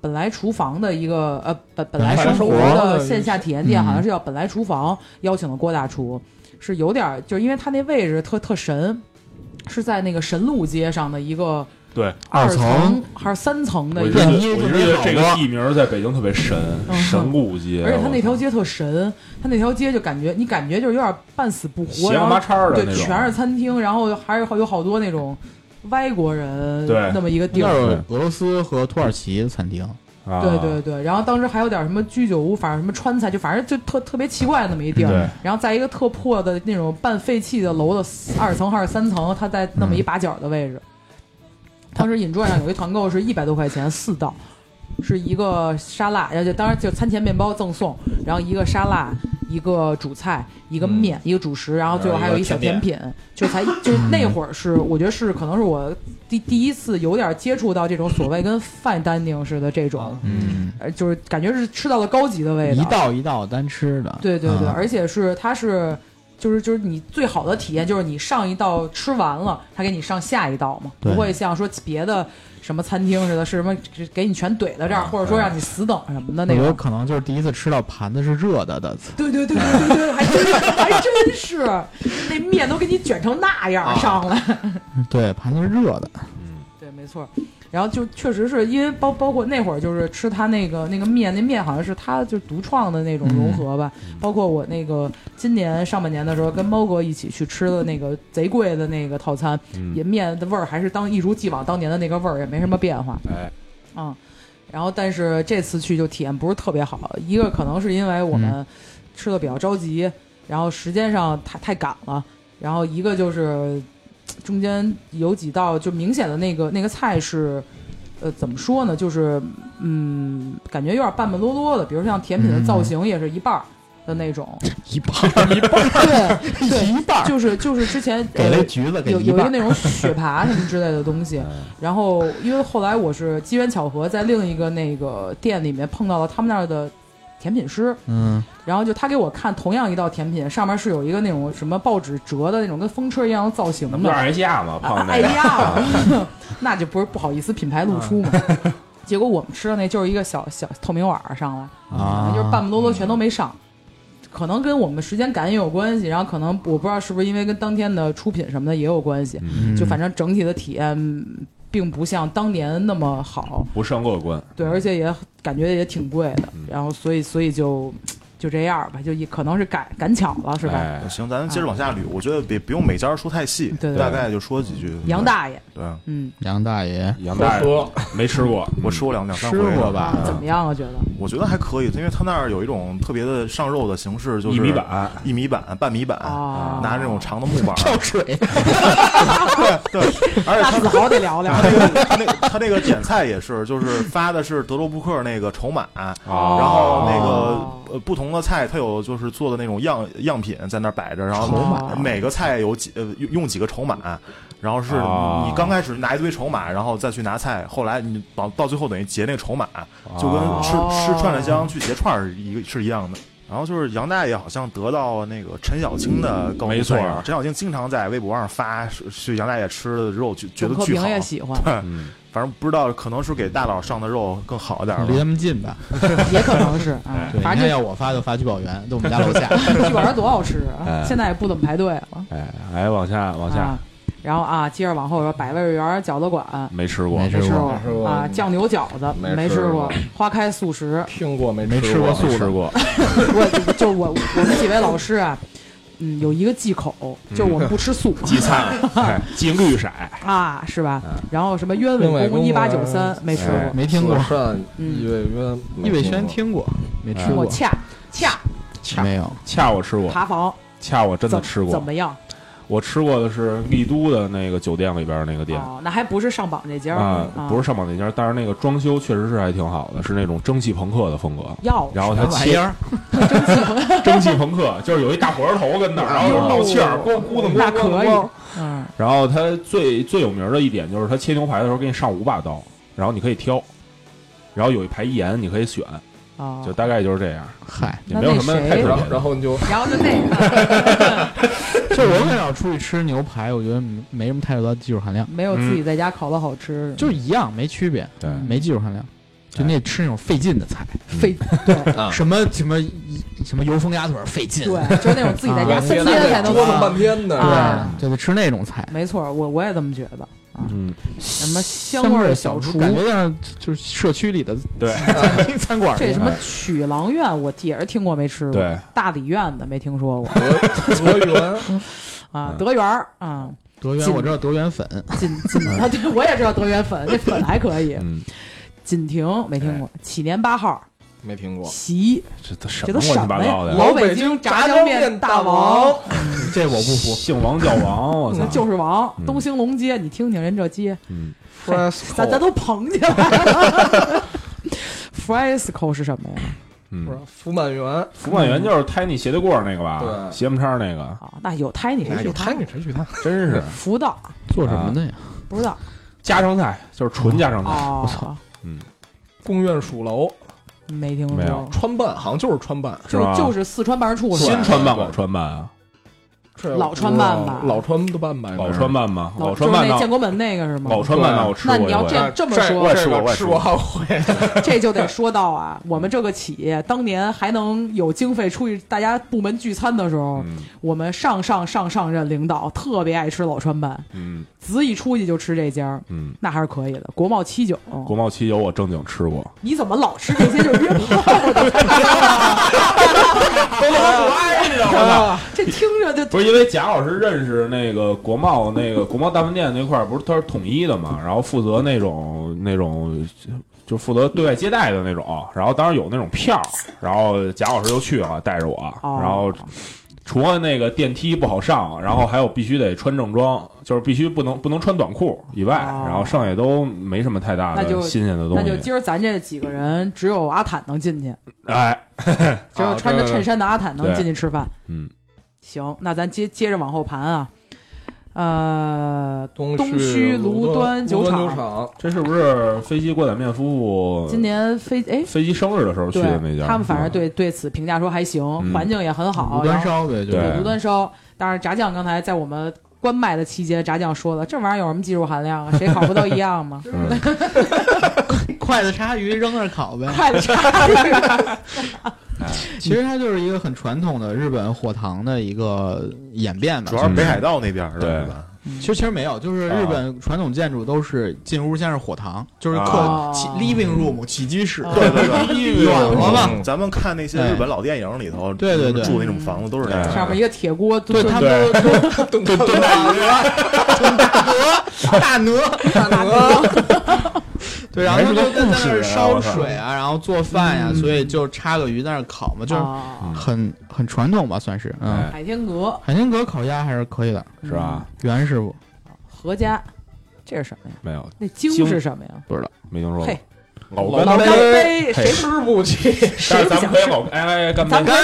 E: 本来厨房的一个呃本本
C: 本
E: 来
C: 来
E: 生
C: 生
E: 活
C: 活
E: 的线下体验店，
C: 嗯
E: 好像是叫本来厨房邀请了郭大厨，是有点儿就是因为他那位置特特神，是在那个神路街上的一个
D: 对，
C: 二
E: 层还是三层的
D: 我
E: 一
D: 觉得
E: 个
C: 便。衣
D: 我
C: 就
D: 觉
C: 没
D: 得
C: 好
D: 这个
C: 过
D: 地名在北京特别神，
E: 嗯
D: 神古街，
E: 而且他那条
D: 我
E: 街特神，他那条街就感觉你感觉就是有点半死不
D: 操
E: 活，
D: 斜
E: 然
D: 了
E: 后
D: 八叉的
E: 对
D: 那，种，
E: 全是餐厅，然后还有有好多那种外国人
D: 对
E: 那么一个地
C: 那
E: 儿。
C: 儿有俄罗斯和土耳其的餐厅，
D: 啊
E: 对对对，然后当时还有点什么居酒屋，反正什么川菜，就反正就特特别奇怪的那么一地
D: 对
E: 儿。然后在一个特破的那种半废弃的楼的二层还是三层，它在那么一
D: 嗯
E: 把角的位置。当时引桌上有一团购是一百多块钱四道，是一个沙拉，然后就当然就餐前面包赠送，然后一个沙拉，一个主菜，一个面，一个主食，然后最后还有一小甜品，就才就是那会儿是我觉得是可能是我第第一次有点接触到这种所谓跟 fine dining 似的这种，
C: 嗯，
E: 呃，就是感觉是吃到了高级的味道，
C: 一道一道单吃的，
E: 对对对，
C: 嗯
E: 而且是它是。就是就是你最好的体验就是你上一道吃完了，他给你上下一道嘛，
C: 对
E: 不会像说别的什么餐厅似的，是什么只给你全怼到这儿，或者说让你死等什么的那
C: 我觉得
E: 种。
C: 可能就是第一次吃到盘子是热的 的，
E: 对对对对对对，还真是还真是，那面都给你卷成那样儿上来。
C: 对，盘子是热的，
E: 对，没错。然后就确实是因为包包括那会儿就是吃他那个那个面，那面好像是他就是独创的那
D: 嗯
E: 种融合吧。包括我那个今年上半年的时候，跟猫哥一起去吃的那个贼贵的那个套餐，
D: 嗯
E: 也面的味儿还是当一如既往当年的那个味儿，也没什么变化。
D: 哎，
E: 嗯，然后但是这次去就体验不是特别好，一个可能是因
D: 嗯
E: 为我们吃的比较着急，然后时间上太太赶了，然后一个就是嘖中间有几道就明显的那个那个菜是。呃，怎么说呢？就是，嗯，感觉有点半半落落的，比如像甜品的造型也是一半儿的那种，
C: 嗯一半儿一半儿
E: 对对，
C: 一半儿，
E: 就是就是之前
C: 给
E: 呃
C: 了橘子，给
E: 有
C: 一
E: 有一个
C: 半儿，嗯
E: 那种雪爬什么之类的东西，然后因为后来我是机缘巧合在另一个那个店里面碰到了他们那儿的甜品师，
C: 嗯，
E: 然后就他给我看同样一道甜品，上面是有一个那种什么报纸折的那种跟风车一样的造型
D: 那不
E: 的，
D: 就是二下吗？
E: 啊
D: 胖
E: 哎
D: 那个，
E: 呀， 那就不是不好意思品牌露出嘛。
D: 啊
E: 结果我们吃的那就是一个小小透明碗儿上来，
C: 啊
E: 就是半不多多全都没上，可能跟我们时间赶也有关系，然后可能我不知道是不是因为跟当天的出品什么的也有关系，
D: 嗯
E: 就反正整体的体验并不像当年那么好，
D: 不甚乐观，
E: 对，而且也感觉也挺贵的
D: 嗯，
E: 然后所以所以就就这样吧，就也可能是赶赶巧了是吧？
D: 哎，
A: 行，咱接着往下捋。我觉得别不用每家说太细，
E: 嗯对对
A: 大概就说几句。
E: 杨大爷，
A: 对，
E: 嗯，
C: 杨大爷
D: 杨
F: 胡
D: 大爷
F: 说，
D: 没吃过，
A: 我吃过两两三
C: 吃
A: 回了
C: 过？吧？
E: 怎么样啊？觉得
A: 我觉得还可以，因为他那儿有一种特别的上肉的形式，就是
D: 一米，板，
A: 一米板、半米板，
E: 哦
A: 拿那种长的木 板，
C: 跳水，
A: 对，而且
E: 大
A: 他
E: 子豪得聊聊
A: 他，那 个他那他那个点菜也是，就是发的是德州扑克那个筹码，
E: 哦
A: 然后那
E: 哦
A: 个呃不同的菜，它有就是做的那种样样品在那儿摆着，然后
E: 筹码
A: 每个菜有几呃用用几个筹码，然后是
D: 哦
A: 你刚开始拿一堆筹码，然后再去拿菜，后来你到到最后等于结那个筹码，就跟
D: 哦
A: 吃吃串串香去结串儿一个是一样的。然后就是杨大爷好像得到那个陈小青的高度
D: 没错
A: 赞扬陈小青经常在微博上发是是杨大爷吃的肉，就觉得
E: 董克
A: 巨
E: 平
A: 好。
E: 也喜欢，
D: 嗯，
A: 反正不知道，可能是给大佬上的肉更好点儿
C: 离
A: 吧。
C: 他们近吧。
E: 也可能是啊
C: 对，，你
E: 反
C: 看
E: 正
C: 要我发就发聚宝源， 就我们家楼下。
E: 这剧本儿多好吃
D: 哎
E: 啊！现在也不怎么排队了。
D: 哎，哎，往下往下
E: 啊，然后啊，接着往后说，百味园饺子馆
D: 没吃过
C: 没，
E: 没
C: 吃
E: 吃
C: 过
E: 过
B: 没吃过，
E: 啊，酱牛饺子
D: 没
E: 没
D: 吃
E: 吃
D: 过
E: 过，花开素食
B: 听过没
C: 没吃
B: 过
C: 过
D: 没吃 过，
E: 我就我我们几位老师啊。嗯，有一个忌口，就是我们不吃素
D: 忌菜，哎忌绿色，
E: 啊，是吧
D: 嗯？
E: 然后什么鸢
B: 鸢尾
E: 尾公
B: 公
E: 一八九
B: 啊
E: 三没吃
D: 哎
E: 过，
C: 没听过
B: 四扇
E: 嗯
B: 一味轩，
C: 易伟轩听过，没吃
E: 我
C: 过，
E: 恰恰恰
C: 没有。
D: 恰我吃过，
E: 爬房
D: 恰我真
E: 怎
D: 的吃
E: 怎
D: 过，
E: 么样？
D: 我吃过的是丽都的那个酒店里边那个店。
E: 哦，那还不是上榜这家儿
D: 啊，不是
E: 是
D: 上榜那家，但是那个装修确实是还挺好的，是那种蒸汽朋克的风格。
E: 药
D: 然后它
C: 啥玩意
D: 切
C: 儿？
D: 蒸汽朋克，就是有一大火车头跟 那儿，然后就是冒气儿，咣咕噔
E: 那
D: 咣咕
E: 可
D: 噔
E: 以
D: 咣。，
E: 嗯，
D: 然后它最最有名的一点就是它切牛排的时候给你上五把刀，然后你可以挑，然后有一排盐你可以选，
E: 哦
D: 就大概就是这样，
C: 嗨，
D: 也没有什么太
C: 哎
E: 那那谁
D: 特别
B: 哎然后然
D: 的。
B: 后你就
E: 然后就那个
C: 就我很少出去吃牛排，我觉得没什么太多的技术含量，
E: 没有自己在家烤的好吃，
C: 就是一样，没区别，
D: 对
C: 没技术含量。就你得吃那种费劲的菜，
E: 费对
B: 啊
C: 什么什么什么油封鸭腿儿费劲，
E: 对，就是那种自己在家
C: 啊
E: 分
B: 天
E: 切
B: 天
E: 才能
B: 折腾
E: 吃。
B: 半天呢，
E: 啊
C: 对，就得吃那种菜。
E: 没错，我我也这么觉得。
D: 嗯，
E: 什么香
C: 味
E: 味
C: 儿
E: 儿
C: 小
E: 小
C: 厨，
E: 厨
C: 感觉像就是社区里的
D: 对
C: 啊餐馆儿
E: 这
C: 一
E: 什
C: 样。
E: 么曲廊院，我也是听过没吃过。
D: 对，
E: 大理院的没听说过
B: 德源
E: 啊
D: 嗯，
E: 德源儿啊，
C: 德源，我知道德源粉，
E: 锦锦啊，对我也知道德源粉，那粉还可以。
D: 嗯，哎
E: 锦亭没听过，祈年八号，
B: 没听过，
E: 席
D: 这都什
E: 这
D: 么
E: 都
D: 乱
E: 什
D: 七八
E: 么
D: 糟
E: 呀？
D: 的呀？
E: 老
B: 北
E: 北
B: 京
E: 京
B: 炸
E: 炸
B: 酱
E: 酱面
B: 面大
E: 大
B: 王
E: 王，
C: 这我不服。
D: 姓王叫 王，我操！
E: 就是王
D: 嗯，
E: 东兴隆街，你听听人这街，
D: 嗯，
E: 咱咱
B: Fresco
E: 都捧起来了。Fresco 是什么呀？
D: 嗯
B: 不是福满园，
D: 福满园就是拍你斜对过那个吧，
B: 对
D: 斜木叉那个，
E: 啊，那有胎
D: 哎
E: 你谁去
B: 哎他
E: 他？
B: 你谁去他？
D: 真是
E: 福岛
C: 做什么的呀？
E: 不知道
D: 家常菜，就是纯家常菜。
E: 哦，
C: 我操，
B: 贡院蜀楼
E: 没听
D: 没
E: 说
D: 有，
B: 川办好像就是川办，
E: 就是
D: 吧
E: 就是四川办事处是吧
D: 新川办老川办啊，
B: 这我
E: 老
B: 不
E: 川
B: 知
E: 办
B: 道
E: 吧
B: 老川办吧，应该
D: 老
B: 是
D: 川办吗？老
E: 就
D: 川
E: 是
D: 办
E: 那
D: 到
E: 建国门那个是吗？
D: 老川办到我吃
E: 那
D: 过
E: 你
D: 一
E: 要
D: 回，
E: 哎
D: 啊
E: 这这么说
A: 我也
B: 这
A: 吃过
B: 个
A: 我也
B: 吃
A: 吃
B: 过
A: 过
B: 好回，
E: 这就得说到啊，
D: 嗯
E: 我们这个企业当年还能有经费出去大家部门聚餐的时候，
D: 嗯
E: 我们上上上上任领导特别爱吃老川办，
D: 嗯
E: 子一出去就吃这家儿，
D: 嗯，
E: 那还是可以的。国贸七九，
D: 国贸七九我正经吃过，
E: 你怎么老吃这些就是约 炮的？ 这听着就
D: 不是因为贾老师认识那个国贸那个国贸大饭店那块儿，不是他是统一的 嘛，然后负责那种那种就负责对外接待的那种，然后当时有那种票儿，然后贾老师就去了，带着我，
E: 哦
D: 然后除了那个电梯不好上，然后还有必须得穿正装，就是必须不能不能穿短裤以外，
E: 哦
D: 然后剩下都没什么太大的
E: 那就
D: 新鲜的东
E: 那就
D: 西。
E: 今儿咱这几个人，只有阿坦能进去，
D: 哎，
E: 只有穿着
B: 啊对对对
E: 衬衫的阿坦能
D: 对
E: 进去吃饭。
D: 嗯，
E: 行，那咱接接着往后盘啊，呃，
B: 东
E: 东区
B: 卢
E: 卢端
B: 酒
E: 酒厂
B: 厂，
D: 这是不是飞机锅仔面夫妇
E: 今年飞哎。
D: 飞机生日的时候呃去
E: 对
D: 的那家？
E: 他们反正
D: 是吧
E: 对对此评价说还行，
D: 嗯
E: 环境也很好，
C: 五端
E: 然后
C: 烧哎呗，就
D: 对？
E: 对无端烧。当然，炸酱刚才在我们关麦的期间，炸酱说了，这玩意儿有什么技术含量啊？谁烤不都一样吗
D: 嗯
C: 筷子叉鱼扔那儿烤呗。
E: 筷子 叉，
C: 其实它就是一个很传统的日本火堂的一个演变吧。
A: 主要是北海道那边儿的，
D: 对
A: 是吧？
C: 其实其实没有，就是日本传统建筑都是进屋先是火堂，就是客
E: 啊
C: 起 living room 起居室，
E: 对
A: 对
C: 对，暖和嘛。
A: 嗯咱们看那些日本老电影里头，
C: 对对对
A: 住那种房子都是那
D: 对
A: 样。
E: 上面一个铁锅，
C: 对
E: 就
C: 他
E: 就
C: 们都都
B: 东
C: 都都大鹅，大鹅，
E: 大鹅，
C: 对，然后他
D: 还是
C: 就
D: 个
C: 在在
D: 故
C: 那儿
D: 事啊
C: 烧
D: 我操
C: 水啊，然后做饭呀，所以就插个鱼在那儿烤嘛，就是
E: 啊
C: 很很传统吧，算是。嗯，
D: 哎
E: 海天鹅、
C: 海鲜阁烤鸭还是可以的，
D: 是吧？
C: 袁师傅
E: 何家，这是什么呀？
D: 没有，
E: 那京
D: 京
E: 是什么呀？
C: 不知道。
D: 没听说过
E: 嘿。
D: 老
E: 老干
D: 干杯，
E: 杯，谁
B: 吃不起，
D: 但
E: 谁
D: 是
E: 不
D: 咱们
E: 想
D: 可以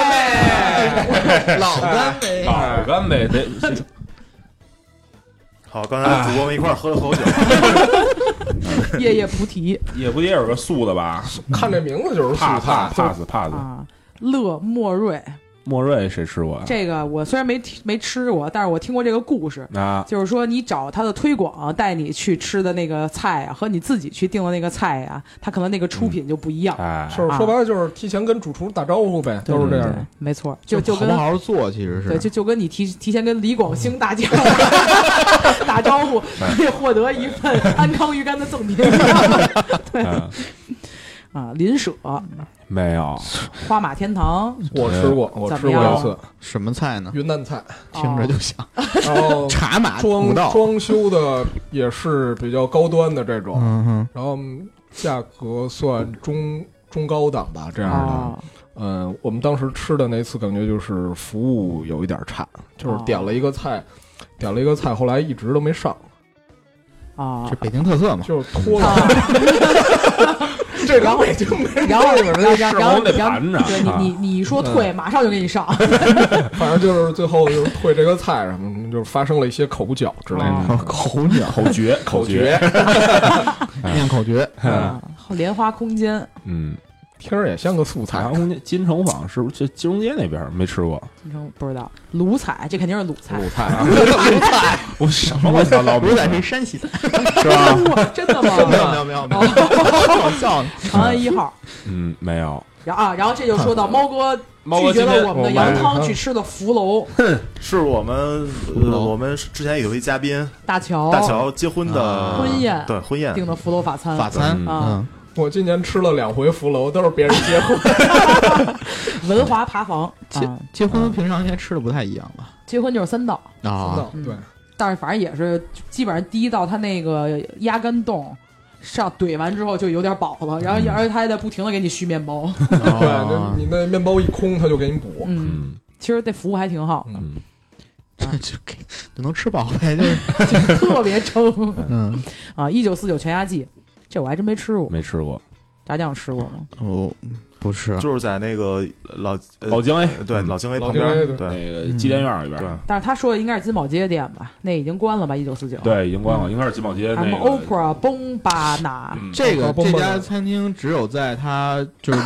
E: 吃？咱们
D: 老哎哎干杯，
E: 可以老干杯
D: 老
C: 老
D: 干杯，老干杯，
C: 干杯
D: 老干杯，得
A: 好，刚才主播们一块儿喝了口酒，
E: 夜夜菩提
D: 也不也有个素的吧？
B: 看这名字就是素
D: 帕帕
B: 菜，
D: 帕斯帕斯，
E: 啊，乐莫瑞
D: 莫瑞谁吃过呀？
E: 这个我虽然没没吃过，但是我听过这个故事，
D: 啊，
E: 就是说你找他的推广带你去吃的那个菜啊，和你自己去订的那个菜啊，他可能那个出品就不一样。
D: 哎，
E: 啊
B: 就是说白了就是提前跟主厨打招呼呗，都是这样的。
E: 没错，就就
C: 嗯哎好
E: 跟
C: 不好好做，其实是
E: 对，就就跟你提提前跟李广兴大将 打招呼，
C: 哎
E: 可以获得一份安康鱼干的 赠品
D: 嗯
E: 啊！邻舍、
D: 没有，
E: 花马天堂，
B: 我吃过，我吃过一次
C: 什么菜呢？
B: 云南菜，
C: 听
E: 哦
C: 着就像
B: 然后
C: 茶马
B: 装
C: 啊古道。
B: 装修的也是比较高端的这种，
C: 嗯哼，
B: 然后嗯价格算中中高档吧，这样的。
E: 哦
B: 嗯，我们当时吃的那次感觉就是服务有一点差，就是点了一个菜，点了一个菜，后来一直都没上，
E: 哦
C: 这，北京特色嘛。
B: 就是拖了。
E: 啊
B: 这两北京没
E: 然后，然后，
D: 是
E: 然后
D: 我得，
E: 然后
D: 盘着
E: 对你，你你一说退，马上就给你上。
B: 反正就是最后就是退这个菜什么，就是发生了一些口角之类的。
E: 哦
C: 哦口鸟
D: 口诀，口诀，
C: 念口诀，
E: 嗯莲花空间
D: 嗯，
B: 听着也像个素
D: 彩
B: 菜
C: 啊
D: 虹，空间金城坊是不是就金融街那边儿没吃过？
E: 金城不知道，鲁菜这肯定是鲁菜，
D: 鲁菜啊，我什么乱七八糟
C: 不
D: 名儿？
C: 在是山西菜，
D: 是吧？
E: 哇 真的
C: 没有没
E: 吗？哦
C: 有没有没有，搞笑呢。
E: 长安一号，
D: 嗯，没有。
E: 然后啊，然后这就说到猫哥
D: 猫
E: 拒
D: 哥
E: 绝
D: 今
E: 了我
D: 天
E: 们的羊汤去吃的福楼
A: 是我们呃
C: 楼
A: 我们之前有一嘉宾
E: 大乔
A: 大乔结婚的
C: 啊
E: 婚宴
A: 对婚宴
E: 订的福楼法餐
C: 法餐，
D: 嗯
E: 啊
C: 嗯，
B: 我今年吃了两回福楼，都是别人结婚。
E: 文华扒房，
C: 结
B: 嗯
E: 啊
C: 结婚平常应该吃的不太一样吧？
E: 结婚就是三道，
C: 啊，
E: 嗯
B: 对，
E: 但是反正也是基本上第一道他那个压干冻。上怼完之后就有点饱了，然后
C: 嗯
E: 而且他还在不停的给你续面包，
B: 对，就
C: 哦
B: 你那面包一空，他就给你补。
E: 嗯，
D: 嗯
E: 其实这服务还挺好，
D: 嗯，
C: 这 就给就能吃饱呗，就是
E: 特别撑
C: 嗯，
E: 啊！一九四九全鸭季，这我还真没吃过，
D: 没吃过。
E: 炸酱吃过吗？
C: 我不是
A: 就是在那个老呃
D: 老姜哎，
A: 对
D: 嗯
A: 老京 A
B: 老
A: 旁
B: 京
A: 边
B: A，
A: 儿，
B: 对
A: 对
D: 那个机电院里边
A: 对
D: 儿，，啊
E: 但是他说的应该是金宝街店吧？那已经关了吧？一九四九，
D: 对，已经关了，应该是金宝街
E: 什
D: 那
E: 么
D: 个。
E: Opera 崩巴拿，
D: 嗯
C: 这个
B: 好棒
C: 这
B: 棒
C: 家
B: 的
C: 餐厅只有在他就是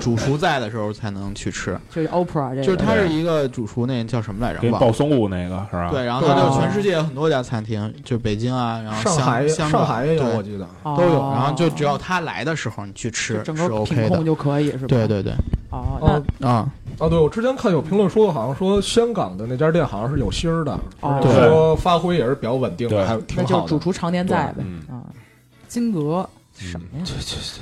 C: 主厨在的时候才能去吃，
E: 就是 Opera 这个，
C: 就是他是一个主厨，那叫什么来着？
D: 给你
C: 忘了
D: 爆松露那个是吧？
C: 对，，然后
B: 对
C: 他
B: 啊
C: 就全世界有很多家餐厅，就北京啊，然后
B: 上海
C: 香香港
B: 上海也有，我
C: 对
B: 记得。
E: 哦
C: 都有，然后就只要他来的时候你去
E: 就
C: 吃
E: 整
C: 是
E: 个品
C: OK
E: 控
C: 的。
E: 就可以是吧？
C: 对对对，
E: 哦，
B: 哦
E: 那
C: 啊，
B: 啊，对，我之前看有评论说，好像说香港的那家店好像是有芯儿的，
E: 哦
B: 就是
D: 对
B: 说发挥也是比较稳定
D: 对
B: 的，还
E: 那
B: 挺
E: 就
B: 好
E: 是主
B: 的。
E: 厨常年在呗
D: 对嗯
E: 啊。金格什么呀？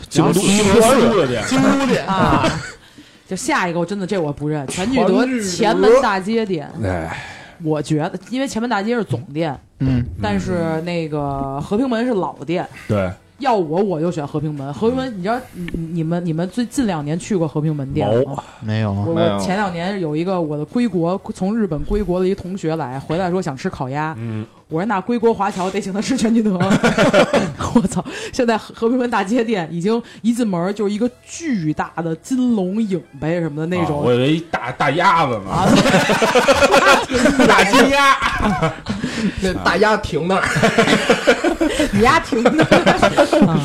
D: 京都
C: 西
D: 京
C: 门
D: 都的店，
C: 京都店
E: 啊， 就下一个我真的这我不认，全聚
B: 全
E: 德
B: 聚德
E: 前门大街店，
D: 哎，
E: 我觉得因为前门大街是总店，
C: 嗯，
E: 但是那个和平门是老店。
D: 对，
E: 要我我就选和平门，和平
B: 嗯
E: 门，你知道你你你们你们最近两年去过和平门店吗？
D: 毛
C: 没有，啊
D: 哦
E: 我
A: 没有
E: 我前两年有一个我的归国从日本归国的一同学来，回来说想吃烤鸭，
D: 嗯，
E: 我说那归国华侨得请他吃全聚 德。 我操！现在和平门大街店已经一进门就是一个巨大的金龙影呗什么的那
D: 啊
E: 种
D: 我以为一大大 鸭子呢，
E: 啊，
D: 大金鸭，
B: 那大鸭 停那儿，
E: 你丫停的。 啊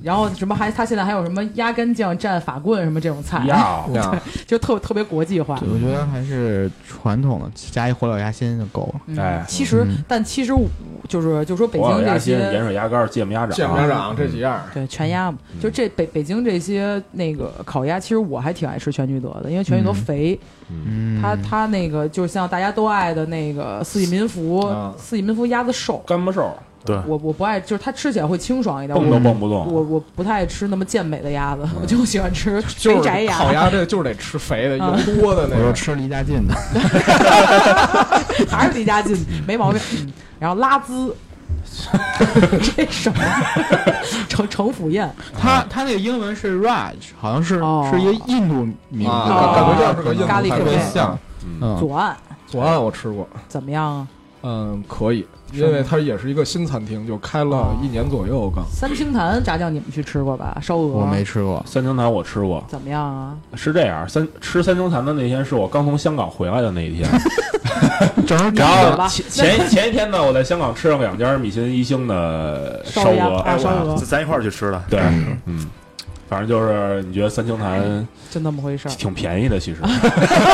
E: 然后什么还他现在还有什么鸭肝酱蘸法棍什么这种菜，
D: 鸭
C: 嗯
E: 就特特别国际化。
C: 我觉得还是传统的，加一火烤鸭心就够了。
E: 嗯
D: 哎
E: 其实
C: 嗯
E: 但其实我就是就说北京
D: 黄油
E: 这
D: 鸭心、
E: 些
D: 盐水鸭肝、芥末鸭掌、
B: 见家长这几样
C: 嗯
B: 儿。
E: 对，全
B: 嗯
E: 鸭嘛，就这北北京这些那个烤鸭，其实我还挺爱吃全聚德的，因为全聚德
C: 嗯
E: 肥，
C: 嗯，
E: 它它那个就像大家都爱的那个四季民福，
B: 啊
E: 四季民福鸭子瘦，
D: 干巴瘦，
E: 我我不爱，就是它吃起来会清爽一点，
D: 蹦都
E: 我
D: 蹦不动。
E: 我我不太爱吃那么健美的鸭子，我 就喜欢吃
B: 嗯就
E: 肥
B: 是
E: 宅
B: 烤
E: 鸭，
B: 鸭，这就是得 吃肥的，
E: 啊
B: 油多的那
C: 我就
B: 个。
C: 吃离家近的，
E: 还是离家近，没毛病。嗯然后拉兹，这什么？ 城城府宴，
C: 他他那个英文是 Raj，好像是
E: 哦
C: 是一个印度名字，
B: 啊
E: 感觉
B: 像是个印度
E: 咖喱
C: 特
E: 口
C: 别
E: 味
C: 像。
D: 嗯，
C: 嗯，
E: 左岸
B: 左岸我吃过，
E: 怎么样啊？
B: 嗯，可以，因为它也是一个新餐厅，就开
C: 哦
B: 了一年左右刚。
E: 三清潭炸酱你们去吃过吧？烧鹅
C: 我没吃 过，
D: 三清潭我吃过，
E: 怎么样啊？
D: 是这样，三吃三清潭的那天是我刚从香港回来的那 一天，
C: 正好
E: 然
D: 然
E: 后
D: 后前前前一天呢，我在香港吃上两家米其林一星的
E: 烧鸭
D: 鹅，
E: 啊烧鹅
A: 咱咱一块儿去吃的，
D: 对，嗯，反正就是你觉得三清潭
E: 就那么回事儿。
D: 挺便宜 的，其实，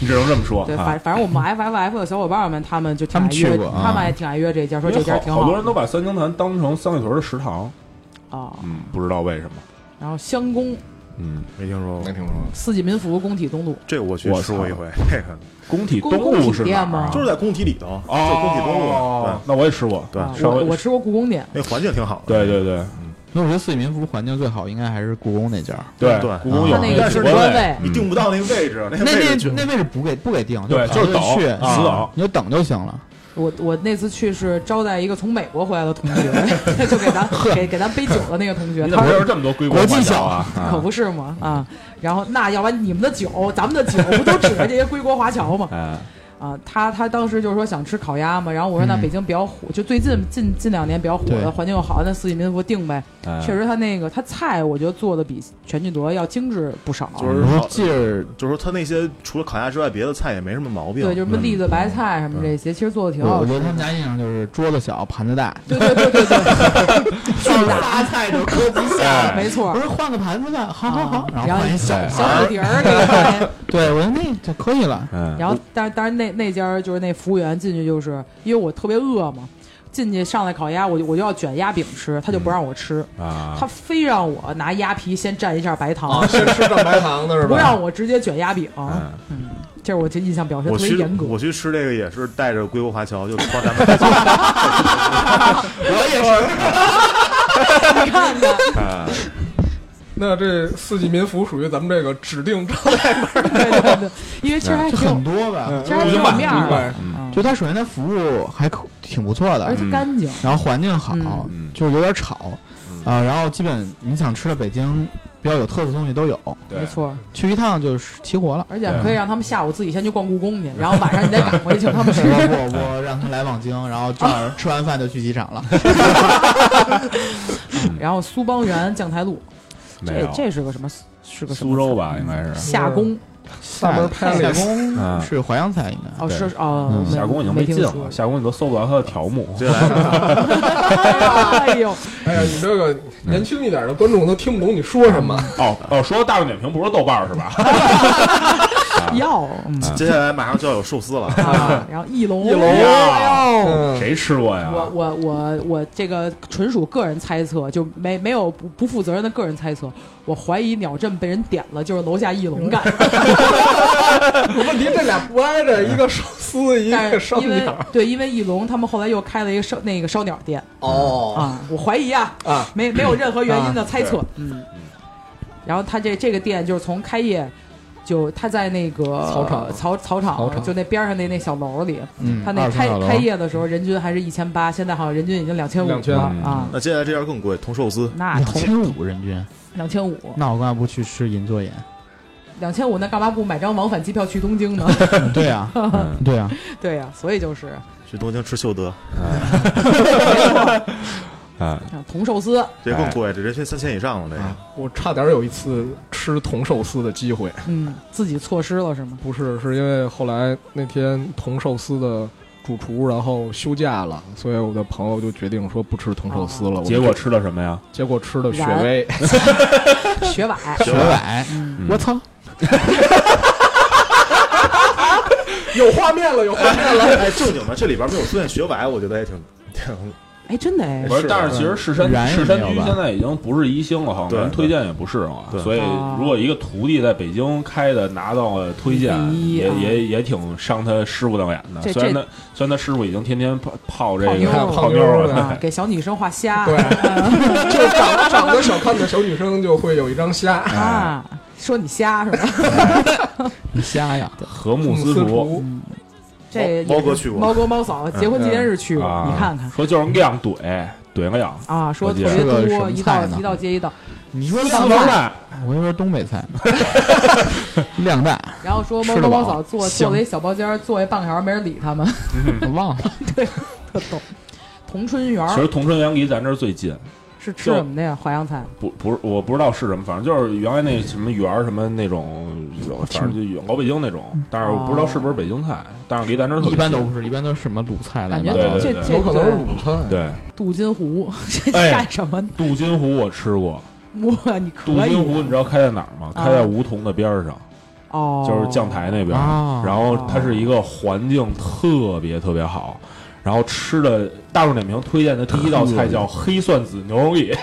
D: 你只能这么说
E: 对，
D: 啊
E: 反。反正我们 FFF 的小伙伴们，他们就挺
C: 他们
E: 爱约
C: 去过，啊
E: 他们也挺爱约这家，说
D: 因为
E: 这家挺
D: 好，好多
E: 的
D: 人都把三清潭当成三里屯的食堂，
E: 啊。
D: 嗯，不知道为什么，
E: 然后香宫
D: 嗯，
A: 没听说过
B: 没。听说过。
E: 四季民福工体东路，
A: 这我去
D: 我
A: 吃
D: 操
A: 过一回，这个
D: 工体
E: 宫
D: 东
E: 宫
D: 路
E: 体
D: 是哪
E: 店
D: 儿
E: 吗
D: 啊？
A: 就是在工体里头，就
D: 哦，
A: 工体东路，
D: 那我也吃过，
A: 对
E: 啊
A: 对，
D: 稍
E: 我
D: 微
E: 我吃过故宫店，
A: 那环境挺好的。
D: 对对对
C: 那我觉得四季民福环境最好，应该还是故宫那家儿。
D: 对
A: 对
D: 故宫有
E: 他那
A: 但
E: 个
A: 是
E: 主
D: 国
E: 播
D: 位，
E: 位
A: 你定不到那个位置，那
C: 那
A: 个位置
C: 那嗯
A: 就
C: 那位置不给不给定，
D: 对
C: 就
D: 就是等
C: 去
D: 啊
C: 嗯
D: 死等
C: 你就等就行了。
E: 我我那次去是招待一个从美国回来的同学，就给咱给给咱背酒的那个同学，
D: 你怎
E: 他
D: 么
E: 说
D: 认识这么多归国
C: 国际
D: 华侨
C: 小
D: 啊？啊
E: 可不是嘛啊。然后那要不然你们的酒，咱们的酒不都指着这些归国华侨吗？
D: 哎，
E: 啊，他他当时就是说想吃烤鸭嘛，然后我说那
C: 嗯
E: 北京比较火，就最近近近两年比较火
C: 对
E: 的环境又好，那四季民福定呗。
D: 哎
E: 确实，他那个他菜我觉得做的比全聚德要精致不少。
A: 就是
C: 我说
D: 嗯
A: 好
C: 劲儿，
A: 就是说他那些除了烤鸭之外，别的菜也没什么毛病。
E: 对，就是什么
D: 嗯
E: 栗子白菜什么这些，其实做的挺
C: 我
E: 好
C: 我
E: 吃
C: 觉得他
E: 的
C: 们。家印象就是桌子小，盘子大，
E: 对对对对对，
C: 就是大菜就搁不下。
E: 哎没错
C: 不。是换个盘子呢？好好好，
E: 啊
C: 后
E: 然后
C: 换一小
D: 哎
E: 小土碟儿那个，
C: 对我觉得那就可以了。
D: 嗯，
E: 然后但当然那那家儿就是那服务员进去就是因为我特别饿嘛，进去上来烤鸭，我就我就要卷鸭饼吃，他就不让我吃，
D: 嗯啊，哦
E: 他非让我拿鸭皮先蘸一下白糖，
B: 先吃蘸白糖的是吧？
E: 不让我直接卷鸭饼，
D: 嗯
E: 这是我这印象表现
A: 我
E: 特别
A: 去
E: 严格。
A: 我去吃这个也是带着归国华侨，就帮咱们
E: 你看看，
D: 哎
B: 那这四季民福属于咱们这个指定招待门儿，
E: 对对对，因为其实
D: 嗯
E: 还
C: 就
E: 挺有
C: 很多吧，
E: 其实还挺有面儿的，嗯
C: 就它首先它服务还可挺不错
E: 而
C: 的，
E: 且干净。
C: 然后环境好
E: 嗯
D: 嗯，
C: 就是有点吵
B: 嗯
C: 啊，然后基本你想吃的北京比较有特色的东西都有，
D: 对
E: 没错，
C: 去一趟就是齐活
B: 嗯
C: 了。
E: 而且可以让他们下午自己先去逛故宫去，然后晚上你再赶回去他们吃
C: 我。我我让他来望京，然后正好吃完饭就去机场了。
E: 然后苏邦园将台路，
D: 没
E: 这
D: 有
E: 这是个什么？是个什么
D: 苏州吧，应该是
E: 夏宫
B: 大门拍了一
C: 夏
B: 个
C: 宫
D: 嗯
C: 是淮扬菜，应该
E: 哦，
D: 对
E: 是哦，
C: 嗯
E: 没
D: 夏宫已经
E: 没
D: 进
E: 听说
D: 了，。夏宫你都搜不到它的条目。
A: 接下 来
E: 哎呦，
B: 哎呀，你这个年轻一点的观众都听不懂你说什
C: 嗯
B: 么。
D: 哦哦，说到大众点评不是豆瓣儿是吧？
E: 要嗯
A: 接下来马上就要有寿司了。
E: 啊，然后翼龙，
B: 翼龙
E: 哎呦
B: 嗯，
D: 谁吃过呀？
E: 我我我我这个纯属个人猜测，就没没有不不负责任的个人猜测。我怀疑鸟震被人点了，就是楼下翼龙干。
B: 问题这俩不挨着，一个寿司，一
E: 但
B: 个
E: 是
B: 烧
E: 因为
B: 鸟。
E: 对，因为翼龙他们后来又开了一个烧那个烧鸟店
B: 哦
E: 啊，我怀疑啊，
B: 啊，
E: 没没有任何原因的猜测。嗯，然后他这这个店就是从开业。就他在那个
B: 操场
E: 草草
B: 草
E: 场，
B: 场
E: 就那边上那那小楼里，
C: 嗯
E: 他那
C: 二层
E: 开
C: 小楼
E: 开业的时候人均还是一千八，现在好像人均已经两千五
D: 嗯
B: 2000
E: 了啊，
A: 那接下来这家更贵，铜寿司。
E: 那
C: 两
E: 同
C: 千五人均，
E: 两千五，
C: 那我干嘛不去吃银座眼？
E: 两千五，那干嘛不买张往返机票去东京呢？
C: 嗯对啊，
D: 嗯
C: 对啊，
E: 对呀、所以就是啊
A: 去东京吃秀德，
D: 哎，
E: 啊铜寿司，
A: 这更贵，这人均三千以上了。这个
B: 我差点有一次吃铜寿司的机会，
E: 嗯，自己错失了是吗？
B: 不是，是因为后来那天铜寿司的主厨然后休假了，所以我的朋友就决定说不吃铜寿司
E: 哦
B: 了。我就
D: 结果吃的什么呀？
B: 结果吃的雪 薇，
E: 学崴，
C: 学崴，
E: 嗯，
D: 嗯
C: 我操，
B: 有画面了，有画面了。
A: 哎，正经的，这里边没有出现学崴，我觉得也挺挺
E: 哎，真的哎，
D: 不是，但是其实士山
C: 燃也
D: 士山
C: 没有
D: 居
C: 吧
D: 现在已经不是一星了，好像
A: 对
D: 人推荐也不是了
A: 对，
D: 所以
E: 哦
D: 如果一个徒弟在北京开的拿到了推荐
E: 第，一
D: 也
E: 啊
D: 也也挺伤他师傅的脸的。
E: 这
D: 虽然
E: 这
D: 他虽然他师傅已经天天泡泡这
E: 泡妞
D: 个
E: 儿
D: 泡妞儿了，
E: 啊，给小女生画虾，
B: 对，就长长得小看的小女生就会有一张虾。
E: 啊，说你瞎是吧？
C: 你瞎呀？
D: 和睦
B: 慕
D: 私
B: 斯
D: 厨
B: 厨，
E: 嗯这也是
A: 猫哥去过
E: 猫哥猫嫂结婚纪念日去过，
D: 啊，
E: 你看看
D: 说就是样怼怼个样，
E: 啊，说
D: 我
E: 特
D: 记得
E: 别
C: 吃了什
E: 多，
C: 么
E: 一
C: 菜
E: 道
C: 呢
E: 一道接一道，
C: 你说
E: 私
C: 亮
E: 房
C: 大
E: 菜
C: 蛋，我跟你说东北 菜，量大，
E: 然后说猫
C: 吃
E: 哥
C: 得饱
E: 猫嫂做
C: 香
E: 做了一小包间儿，坐一半个小时没人理他们，
C: 我忘了。
E: 特逗。同春园
D: 其
E: 儿
D: 实同春园离咱这儿最近，
E: 是吃
D: 就
E: 什么的呀？淮扬菜。
D: 不不是我不知道是什么，反正就是原来那什么园儿什么那种，反正就有老北京那种，但是我不知道是不是北京菜，但是离咱这儿特 别
C: 一般
D: 近
C: 都不是，一般都是什么鲁菜来
E: 感
C: 的
E: 觉
D: 对对
E: 这
D: 对
E: 这
B: 有可能是
E: 对
B: 啊鲁菜。
D: 对。
E: 杜金湖 这
D: 哎
E: 干什么呢？
D: 杜金湖我吃过，
E: 哇，你
D: 镀
E: 可以
D: 金湖你知道开在哪儿吗？
E: 啊
D: 开在梧桐的边儿上，
E: 哦，
D: 就是将台那边儿。
C: 哦
D: 然后它是一个环境特别特别好，然后吃的大众点评推荐的第一道菜叫黑蒜子牛肉粒，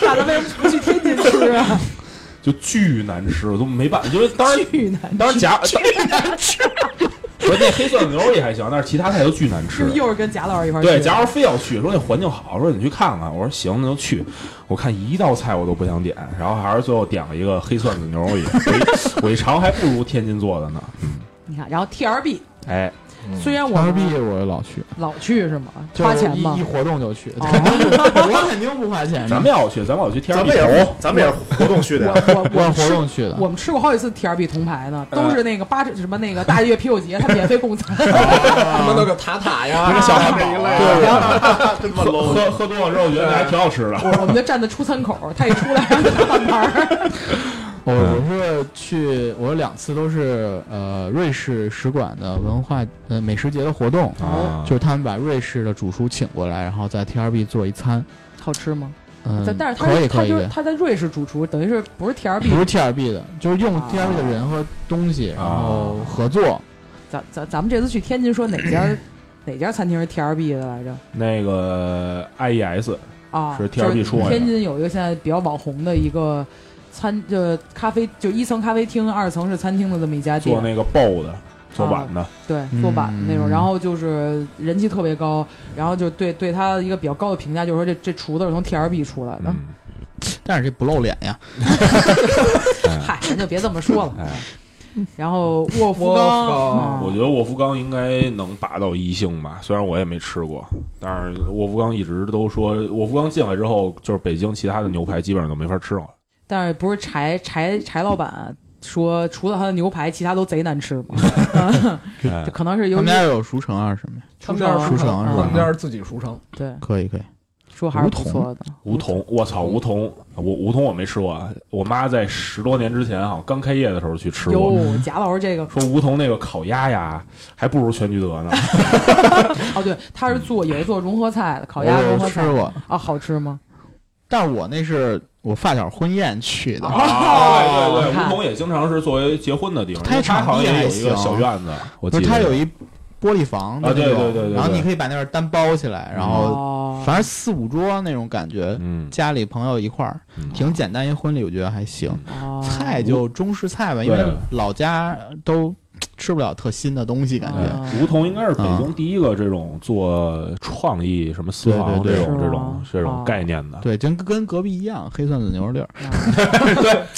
E: 那咱为什么不去天津吃啊？
D: 就巨难吃，我都没办法。就是当然
E: 巨难吃，
D: 当然夹巨难吃。说那黑蒜子牛肉粒还行，但是其他菜都巨难
E: 是
D: 吃
E: 不是。又是跟贾老师一块儿去？啊
D: 对，假如非要去，说那环境好，说你去看看，我说行，那就去。我看一道菜我都不想点，然后还是最后点了一个黑蒜子牛肉粒，我一我一尝还不如天津做的呢。
E: 你看，然后 T R B，
D: 哎，
E: 虽然我
C: 二
E: 们
C: B 我老去，
E: 老去是吗？
C: 就是
E: 花钱吗
C: 一一？活动就去，
E: 哦
C: 我肯定不花钱
D: 咱
C: 的，
D: 们要去，咱们要去天
A: 咱
D: 津
A: 们也是，咱们也是活动去的呀。
E: 我我
C: 我
E: 我
C: 活
E: 吃。
C: 动去的。
E: 我们吃过好几次 T R B 铜牌呢，都是那个八什么那个大月啤酒节，它免费供餐。
F: 他们那个塔塔呀，
E: 嗯
D: 那个小汉堡
F: 这一类
D: 对
F: 的，
A: 真他妈
D: 喝
A: low！
D: 喝喝多了之后觉得还挺好吃的。
E: 我我们就站在出餐口，他一出来让他换盘儿。
C: 我我是去，我两次都是呃瑞士使馆的文化呃美食节的活动，
D: 啊
C: 就是他们把瑞士的主厨请过来，然后在 T R B 做一餐，
E: 好吃吗？
C: 嗯
E: 但，但是
C: 可以可
E: 他他就是
C: 以，
E: 他在瑞士主厨，等于是不是 T R B？
C: 不是 T R B 的，就是用
E: 啊
C: T R B 的人和东西，然后合作。
E: 咱咱咱们这次去天津，说哪家 哪家餐厅是 T R B 的来着？
D: 那个 IES
E: 啊，
D: 是
E: 就是
D: TRB 出来的
E: 天津有一个现在比较网红的一个餐，就咖啡，就一层咖啡厅，二层是餐厅的这么一家店，
D: 做那个爆的，做碗的，
E: 对，
C: 嗯
E: 做碗的那种。然后就是人气特别高，然后就对对他一个比较高的评价，就是说这这厨子是从 TRB 出来的。
D: 嗯，
C: 但是这不露脸呀，
D: 嗯
E: 嗨，咱就别这么说了。
D: 哎
E: 然后沃 夫
F: 沃夫
E: 冈，
F: 冈
E: 嗯
D: 我觉得沃夫冈应该能拔到一星吧，虽然我也没吃过，但是沃夫冈一直都说，沃夫冈进来之后，就是北京其他的牛排基本上都没法吃了。
E: 但是不是柴柴柴老板说，除了他的牛排，其他都贼难吃 吗？
D: 哎
E: 这可能是
C: 他
E: 由
C: 们
E: 于
C: 家有熟成啊什么呀？
E: 他们
B: 家是
E: 熟
C: 成
E: 成
C: 是
B: 他
C: 吧
B: 们家是自己熟成，
E: 嗯对
C: 可以可以，
E: 说还是
C: 梧
E: 不
C: 桐
E: 错的。
D: 梧
C: 嗯
D: 桐，我操，梧桐，我梧桐我没吃过啊，我妈在十多年之前好像刚开业的时候去吃过。
E: 哟，贾老师这个
D: 说梧桐那个烤鸭呀，还不如全聚 德呢。
E: 哦，对，他是做也是做融合菜的，烤鸭融
C: 我
E: 合
C: 吃
E: 菜
C: 过，
E: 啊，好吃吗？
C: 但我那是我发小婚宴去的，
D: 啊，对对
E: 你
D: 对，
E: 看
D: 梧桐也经常是作为结婚的地方，
C: 它
D: 因为它
C: 场
D: 好像
C: 地
D: 也
C: 还
D: 有一个
C: 行
D: 小院子，我
C: 不
D: 记
C: 是
D: 得
C: 它有一玻璃房的
D: 啊对
C: 那种
D: 对对对
C: 然后
D: 对
C: 你可以把那儿单包起来，然后
E: 哦
C: 反正四五桌那种感觉，
D: 嗯，
C: 家里朋友一块儿，
D: 嗯
C: 挺简单一婚礼，我觉得还行。
E: 哦
C: 菜就中式菜吧，因为
D: 对
C: 老家都吃不了特新的东西，感觉。
E: 啊
D: 梧桐应该是北京第一个这种做创意什么私房
C: 嗯对
D: 这
C: 对对
D: 种
E: 是吗
D: 这种这
E: 哦
D: 种概念的，
C: 对，真跟隔壁一样，黑蒜子牛肉粒儿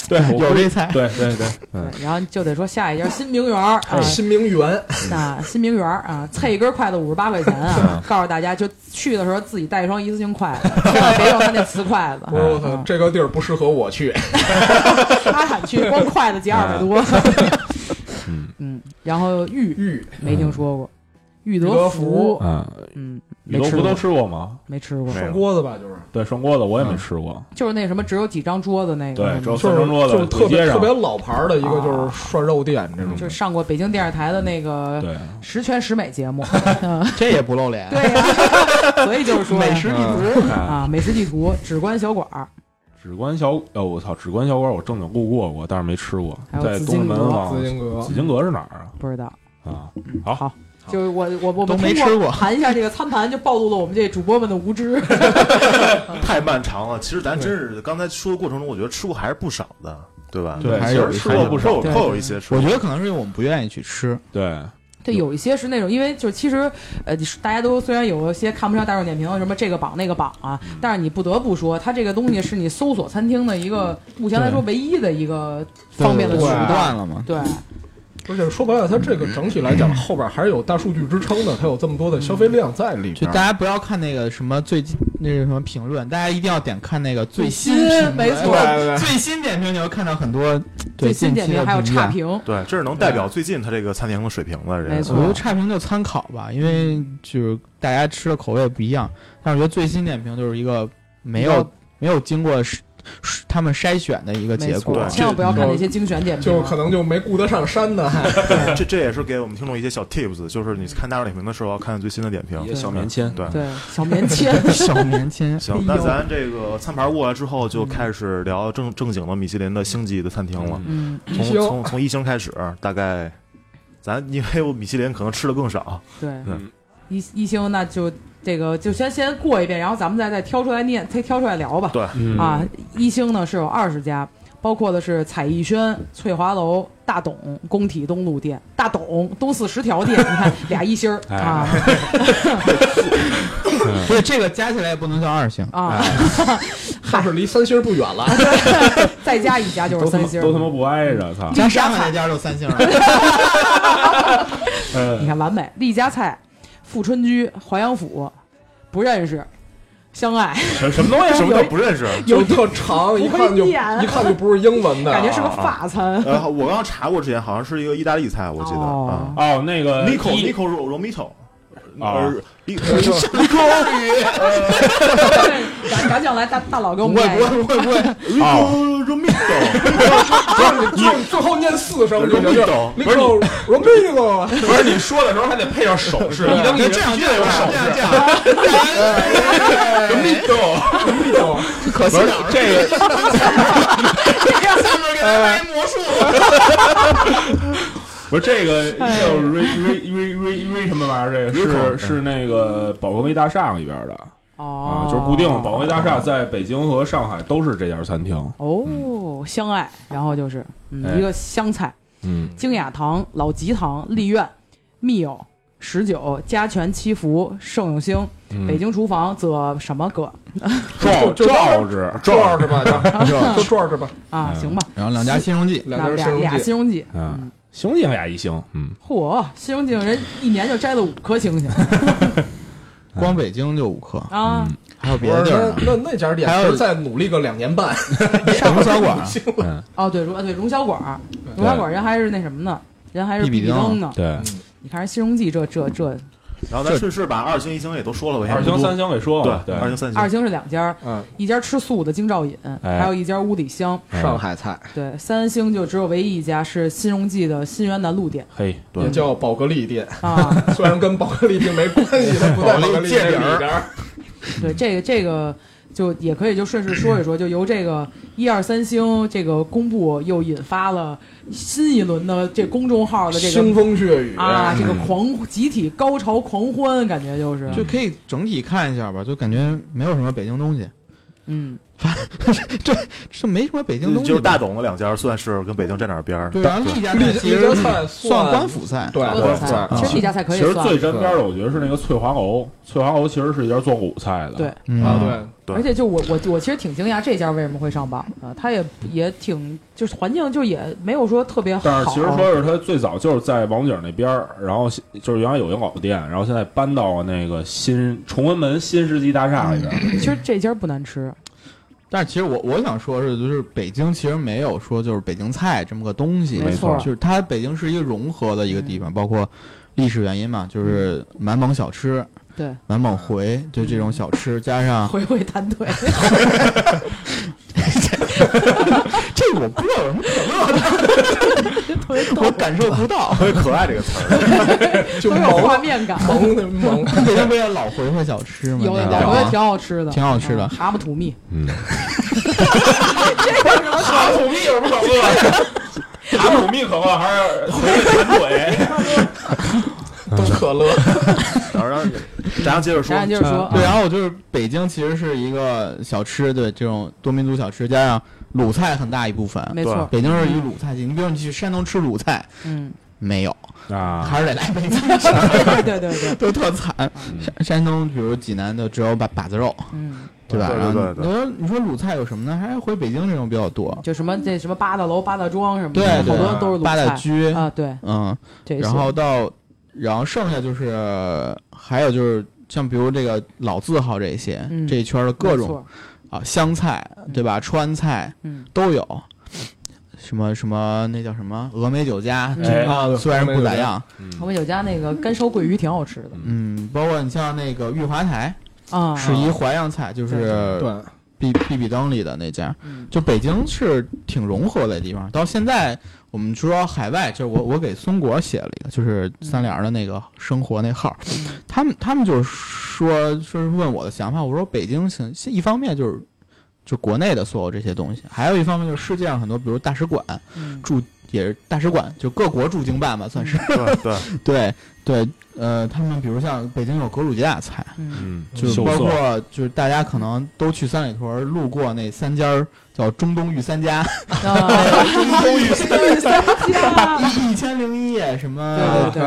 D: 对，我
C: 有这 菜。
D: 对对对，嗯，
E: 对，然后就得说下一家新名园儿啊，
F: 新名媛，
E: 那新名园儿啊，菜一根筷子五十八块钱啊，告诉大家就去的时候自己带一双一次性筷子，千万别用他那瓷筷子啊嗯
F: 我。说我操，这个地儿不适合我去，
E: 阿坦去光筷子结二百多。嗯，然后玉
B: 嗯
F: 玉
E: 没听说过，玉
F: 玉德
E: 福
F: 福，
D: 嗯，
E: 嗯，没
D: 你都
E: 吃
D: 不
E: 过
D: 都，吃过吗？
E: 没吃过，
D: 啊
A: 没有
F: 锅子吧，就是
D: 对，涮锅子我也
C: 嗯
D: 没吃过，
E: 就是那什么只有几张桌子那个，嗯是
D: 对，只
E: 吗
F: 就
D: 有三
F: 是
D: 张桌
F: 就是
D: 子，
F: 特
D: 土街
F: 别特
D: 上啊
F: 别，老牌儿的一个就是涮肉店这
C: 嗯
F: 种
E: 就是上过北京电视台的那个
D: 对，
E: 《十全十美》节目，
C: 这也不露脸。
D: 啊
E: 对呀、 所以就是说呀
C: 美食地图，
D: 哎
E: 啊，美食地图、只关小馆儿，
D: 纸观小，呃，我操，纸观小馆我正经路过过，但是没吃过
E: 还，有
D: 在
E: 紫
D: 东直
E: 金
D: 门
E: 阁
D: 往
F: 紫金阁
D: 紫金阁是哪儿
E: 不知道。
D: 啊？啊，
E: 好
D: 好，
E: 就是我我我
C: 都
E: 们
C: 没
E: 通
C: 吃
E: 过
C: 过
E: 盘一下这个餐盘，就暴露了我们这主播们的 无知。
A: 太漫长了。其实咱真是刚才说的过程中，我觉得吃过还是不少的，对吧？
C: 对还
A: 其
C: 是有
A: 实
C: 一
A: 吃
C: 还
A: 过
C: 有
A: 不
C: 一
A: 少，
E: 对
A: 会有一些吃
C: 我
A: 过。
C: 觉得可能是因为我们不愿意去吃，
D: 对，
E: 对，有一些是那种，因为就是其实，呃，你是大家都虽然有一些看不上大众点评，什么这个榜那个榜啊，
C: 嗯
E: 但是你不得不说，它这个东西是你搜索餐厅的一个目前来说唯一的一个方便的
C: 嗯对对
E: 渠
F: 对
C: 垄断
E: 道。
C: 了嘛。
E: 对，
F: 而且说白了，它这个整体来讲，后边还是有大数据支撑的，它有这么多的消费量在里
C: 就
F: 边
C: 大
F: 儿。
C: 家不要看那个什么最那是什么评论，大家一定要点看那个最新
E: 最新
C: 评论
E: 嗯没错
C: 对最新点评你会看到很多对
E: 最新点
C: 近期的
E: 评还有差
C: 价。
E: 评，
A: 对，这是能代表最近他这个餐厅的水平的人。
E: 没
C: 我
E: 错
C: 觉得差评就参考吧，因为就是大家吃的口味不一样，但是我觉得最新点评就是一个没有没有经过时他们筛选的一个
E: 没
C: 结
E: 错
C: 果，。
E: 千万不要看那些精选点评，啊
F: 就可能就没顾得上删呢，还
A: 这这也是给我们听众一些小 tips，就是你看大众点评的时候，要看最新的点评
D: 一。个小棉签，
A: 对，，
E: 对小棉 签。
C: 小棉签
A: 行，那咱这个餐盘过来之后，就开始聊正正经的米其林的星级的餐厅了。
E: 嗯，
A: 从
F: 一星
A: 从从一星开始，大概咱因为我米其林可能吃的更少，
E: 对
D: 嗯，
E: 一一星那就这个就先先过一遍，然后咱们再再挑出来念，再挑出来聊吧。
D: 嗯
E: 啊，一星呢是有二十家，包括的是彩艺轩、翠华楼、大董、工体东路店、大董东四十条店，你看 俩一星儿
D: 哎
E: 啊
C: 不是这个加起来也不能叫二星，
E: 啊，
D: 哎
F: 是离三星不远 了。
E: 再加一家就是
D: 都他
E: 三
D: 妈
E: 星
D: 都他
E: 儿。嗯
D: 妈不挨着，操！
C: 加上海那家就三星了。
E: 你看完美，丽家菜、富春居、淮阳府，不认识，相爱，
D: 什什么东西？
A: 什么叫不认识？
F: 有特长，一看就
E: 不会
F: 一
E: 念
F: 看就不是英文的，啊
D: 啊
E: 感觉是个法餐。
A: 呃，我刚刚查过，之前好像是一个意大利菜，我记得
E: 哦
A: 啊。
D: 哦，那个
A: Nico
D: 一
A: Nico Romito，
D: 啊
A: 呃，Nico
D: 啊
E: 赶赶紧来大大 佬给我们
C: 不会
E: 念一
C: 不
E: 个。哦
C: 会不会不会，
A: Nico Romito，
D: 啊
F: 最最后念四声就行。
A: Romito，
F: 那个 Romeo，
D: 不是你说的时候还得配上手势，一
C: 这
D: 灯
C: 样这样这
D: 有手
C: 样
D: 势。
C: 这样， 可惜
D: 不是这个，
C: 下面给
E: 哎
C: 他来魔术。
D: 不是这个叫瑞瑞瑞瑞瑞什么玩意儿？这个是是那个保卫大厦里边的啊
E: 哦，，
D: 就是固定保卫大厦在北京和上海都是这家餐厅。
E: 哦，相爱，然后就是、嗯
D: 嗯哎
E: 一个湘菜，
D: 嗯，
E: 京雅堂、老吉堂、丽苑、密友、十九、嘉泉七福、盛永兴、
D: 嗯
E: 北京厨房、则什么哥
D: 赵
F: 就
D: 赵志
F: 转是 吧？就就转是吧？
E: 啊？
D: 嗯
E: 行吧，
C: 然后两家新荣记，
E: 那
F: 两家
E: 俩
F: 形
E: 俩
F: 容
E: 西荣记，
D: 嗯，星星俩一星，嗯，
E: 嚯，西荣记人一年就摘了五颗星 星
C: 光北京就五颗，
E: 啊！
D: 嗯
C: 还有别的
F: 不
C: 地
F: 是
C: 儿呢，
F: 那那那家店
C: 还
F: 其
C: 有
F: 实再努力个两年半，
C: 什么小馆啊？
E: 哦，对，如啊对荣小馆儿，荣小馆儿人还是那什么呢？人还是
C: 比比
E: 比
C: 登
E: 登呢。
D: 啊对，
E: 你看人西荣记这这这
A: 然后咱顺势把二星一星也都说了吧，也
D: 二
A: 不
D: 星
A: 多
D: 三星给说了，
A: 对，二星三星
E: 二星是两家儿，
F: 嗯
E: 一家吃素的京兆尹，
D: 哎
E: 还有一家屋顶香。
C: 哎
F: 上海菜
E: 对，三星就只有唯一一家是新荣记的新源南路店
D: 嘿，
A: 对
F: 也叫宝格丽店，
E: 啊。
F: 虽然跟宝格丽店没关系，它不在宝格丽店里边儿。
E: 对，这个这个就也可以就顺势说一说，就由这个一二三星这个公布，又引发了新一轮的这公众号的这
F: 腥
E: 个
F: 风血雨
E: 啊，这个狂集体高潮狂欢，感觉就是
C: 就可以整体看一下吧，就感觉没有什么北京东西，
E: 嗯，
C: 这没什么北京东西吧。
A: 就是大董的两家算是跟北京沾点边儿，
C: 对，然后丽家
F: 绿
C: 菜其
F: 绿家
C: 实
F: 菜
C: 算官府菜，
F: 对
E: 高
A: 对
E: 潮
A: 对
E: 菜
A: 啊，
E: 其实这家菜可
D: 其
E: 以
D: 实
E: 算，
D: 最沾边的，我觉得是那个翠华楼。翠华楼其实是一家做鲁菜的，
E: 对
C: 嗯
F: 啊，，对。
A: 对
E: 而且就我我我其实挺惊讶这家为什么会上榜的，它也也挺就是环境就也没有说特别好， 啊
D: 但是其实说是他最早就是在王井那边儿，然后就是原来有一个老店，然后现在搬到那个新崇文门新世纪大厦里边儿。
E: 其实这家不难吃，
C: 但是其实我我想说是，就是北京其实没有说就是北京菜这么个东西，
E: 没错
C: 就是它北京是一个融合的一个地方，包括历史原因嘛，就是满蒙小吃、
E: 对，
C: 满蒙回，就这种小吃，加 上
E: 回回弹腿。
C: 这个我不知道有什么可
E: 特别
C: 乐，我感受不到。
A: 特别可爱这个词儿。
E: 都有画面感，
F: 萌的萌，
C: 北京不也老回回小吃吗？
E: 有
C: 那
E: 的
C: 个
E: 老哥挺好吃的，
C: 挺好吃的
E: 嗯蛤蟆吐蜜，
D: 嗯，
E: 蛤
D: 土蜜有什么可乐？打土蜜可乐还 是弹腿？
F: 都可乐。
A: 然后让大家接着说，
E: 咱接着说，
C: 对，
E: 啊
C: 然后我就是北京其实是一个小吃，对这种多民族小吃，加上鲁菜很大一部分。
E: 没错，
C: 北京是以鲁菜进，你比如你去山东吃鲁菜，
E: 嗯，
C: 没有，
D: 啊，
C: 还是得来北京，
E: 对对对对，
C: 都特惨。
A: 嗯
C: 山山东，比如济南的只有把把子肉，
E: 嗯，
C: 对吧？
A: 对对
C: 然
A: 对
C: 后你
A: 对
C: 说你说鲁菜有什么呢？还是回北京这种比较多，
E: 就什么这什么八大楼、八大庄什么
C: 对
E: 的，好
C: 对
E: 多都是鲁
C: 八大
E: 菜
C: 居，
E: 啊，对，
C: 嗯，
E: 这些
C: 然后到然后剩下就是还有就是像比如这个老字号这些
E: 嗯
C: 这一圈的各，
E: 没
C: 种
E: 错
C: 啊湘菜对吧？川菜
E: 嗯，
C: 都有，什么什么那叫什么峨眉酒家，
E: 嗯
C: 这
F: 啊对
C: 虽然不咋样，
D: 嗯
E: 我们有家那个干烧桂鱼挺好吃的
C: 嗯，包括你像那个玉华台
E: 啊，
C: 是一淮扬菜，就是
F: 对，
C: 必必比登里的那家，
E: 嗯
C: 就北京是挺融合的地方。到现在我们说海外，就是我我给松果写了一个，就是三联的那个生活那号，他们他们就是说说是问我的想法，我说北京行，一方面就是就国内的所有这些东西，还有一方面就是世界上很多，比如大使馆
E: 嗯
C: 驻也是大使馆，就各国驻京办吧，算是
A: 对 对，
D: 嗯
C: 对对，呃，他们比如像北京有格鲁吉亚菜。
E: 嗯
D: 嗯，
C: 就是
D: 秀
C: 包
D: 色
C: 括就是大家可能都去三里屯路过那三家儿叫中东御三家，
E: 啊，
C: 东御
E: 对三 家
C: 一一千零一夜什么
E: 对对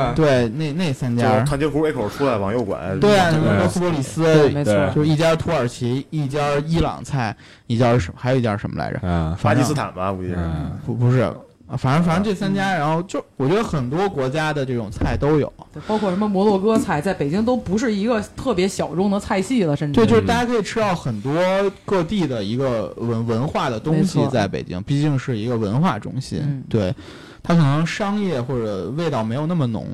C: 对
E: 对
C: 那那三家
A: 就是
C: 儿，
A: 团结湖 A 口出来往右拐，
C: 对啊，什么
D: 对
C: 罗斯伯里斯，
E: 对，没错
D: 对，
C: 就是一家土耳其，一家伊朗菜，一家什么还有一家什么来着？
D: 嗯
A: 巴
C: 反
A: 基
C: 正
A: 斯坦吧，估计是。
D: 嗯，
C: 不不是，啊反正反正这三家，然后就我觉得很多国家的这种菜都有，
E: 对包括什么摩洛哥菜，在北京都不是一个特别小众的菜系了，甚至
C: 对，就是大家可以吃到很多各地的一个文文化的东
E: 没
C: 西
E: 错，
C: 在北京，毕竟是一个文化中心。
E: 嗯
C: 对，它可能商业或者味道没有那么浓，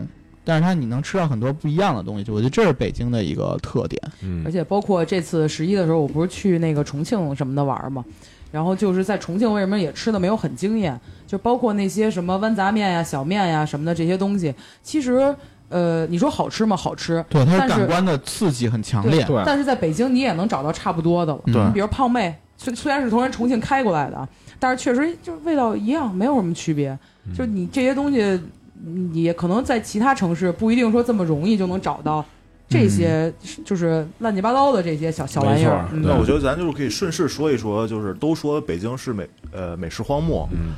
C: 但是它你能吃到很多不一样的东西，就我觉得这是北京的一个特点。
D: 嗯
E: 而且包括这次十一的时候，我不是去那个重庆什么的玩儿嘛，然后就是在重庆为什么也吃的没有很惊艳，就包括那些什么豌杂面呀、小面呀什么的这些东西，其实呃，你说好吃吗？好吃，
C: 对，它
E: 但
C: 是
E: 是
C: 感官的刺激很强烈。
B: 对
E: 但是在北京你也能找到差不多的了。
C: 嗯
E: 比如胖妹，虽虽然是从人重庆开过来的，啊但是确实就是味道一样，没有什么区别。就是你这些东西，你也可能在其他城市不一定说这么容易就能找到这些，就是乱七八糟的这些小小玩意儿
D: 没错。
E: 嗯
A: 那我觉得咱就是可以顺势说一说，就是都说北京是美呃美食荒漠，
D: 嗯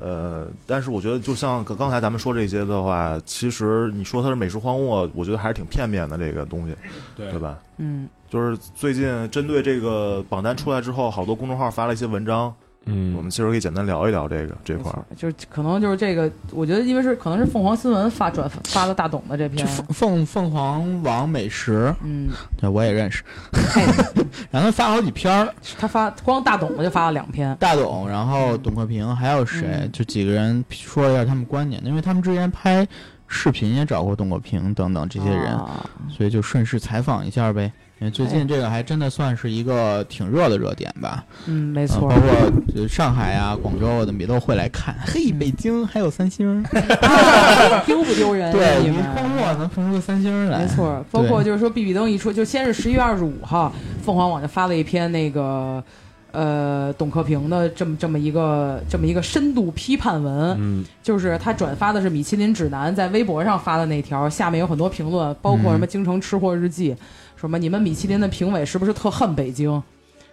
A: 呃，但是我觉得就像刚刚才咱们说这些的话，其实你说它是美食荒漠，我觉得还是挺片面的这个东西，
D: 对
A: 对吧？
E: 嗯，
A: 就是最近针对这个榜单出来之后，好多公众号发了一些文章，
D: 嗯，
A: 我们其实可以简单聊一聊这个这
E: 没
A: 块儿
E: 错。，就是可能就是这个，我觉得因为是可能是凤凰新闻发转发的大董的这
C: 就
E: 篇，
C: 凤凤凤凰王美食，
E: 嗯，
C: 对，我也认识。
E: 嘿
C: 然后他发好几篇儿，
E: 他发光大董就发了两篇，
C: 大董，然后董克平，还有谁？
E: 嗯
C: 就几个人说一下他们观点，因为他们之前拍视频也找过董克平等等这些人。
E: 啊
C: 所以就顺势采访一下呗。因为最近这个还真的算是一个挺热的热点吧，
E: 嗯，没
C: 没
E: 错
C: 包，括呃上海啊、广州的也都会来看。嘿，
E: 嗯哎
C: 北京还有三星儿，
E: 丢不丢人啊？
C: 对，
E: 你
C: 你
E: 们
C: 荒漠能喷出个三星儿来，
E: 没错，包括
C: 对
E: 就是说，比比登一出，就先是十一月二十五号，凤凰网就发了一篇那个，呃，董克平的这么这么一个这么一个深度批判文，
D: 嗯
E: 就是他转发的是米其林指南在微博上发的那条，下面有很多评论，包括什么京城吃货日记，什么你们米其林的评委是不是特恨北京，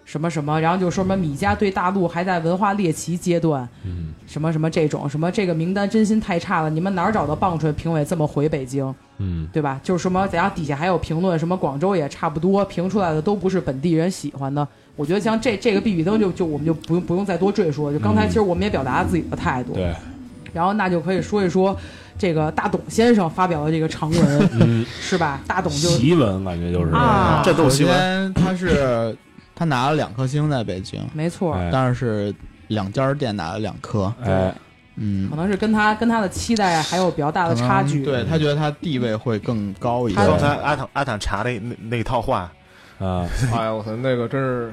E: 什么什么，然后就说什么米家对大陆还在文化猎奇阶段，
D: 嗯
E: 什么什么这种，什么这个名单真心太差了，你们哪儿找到棒槌评委这么回北京？
D: 嗯
E: 对吧？就是什么，然后底下还有评论，什么广州也差不多，评出来的都不是本地人喜欢的。我觉得像这这个避比登就就我们就不用不用再多赘述了。就刚才
D: 嗯
E: 其实我们也表达了自己的态度，
D: 对
E: 然后那就可以说一说这个大董先生发表的这个长文，
D: 嗯，
E: 是吧？大董就
D: 奇闻感觉就是
E: 啊
A: 战斗
C: 首
A: 新闻，
C: 先他是 他拿了两颗星在北京，
E: 没错，
D: 哎
C: 但是两家店拿了两颗，
D: 哎
C: 嗯
E: 可，能是跟他跟他的期待还有比较大的差距。嗯
C: 可能对他觉得他地位会更高一
E: 他
C: 些。
A: 刚才阿坦阿坦查那那那套话，
D: 啊，
B: 哎呀，我操，那个真是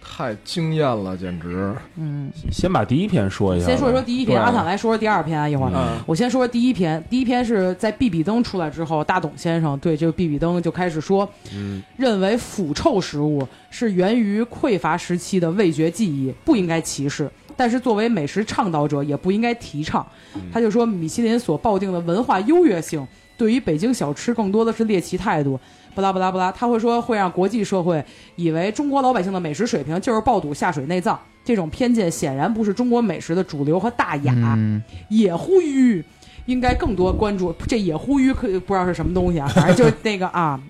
B: 太惊艳了，简直！
E: 嗯，
D: 先把第一篇说一下吧，
E: 先说一说第一
D: 啊
E: 篇，
B: 对
E: 阿坦来说说第二篇啊，一会儿。
D: 嗯
E: 我先说第一篇，第一篇是在毕比登出来之后，大董先生对这个毕比登就开始说，
D: 嗯
E: 认为腐臭食物是源于匮乏时期的味觉记忆，不应该歧视。但是作为美食倡导者，也不应该提倡。
D: 嗯
E: 他就说，米其林所抱定的文化优越性，对于北京小吃更多的是猎奇态度。不拉不拉不拉，他会说会让国际社会以为中国老百姓的美食水平就是爆肚下水内脏，这种偏见显然不是中国美食的主流和大雅。
C: 嗯，
E: 也呼吁应该更多关注这也呼吁可不知道是什么东西啊，反正就是那个 啊，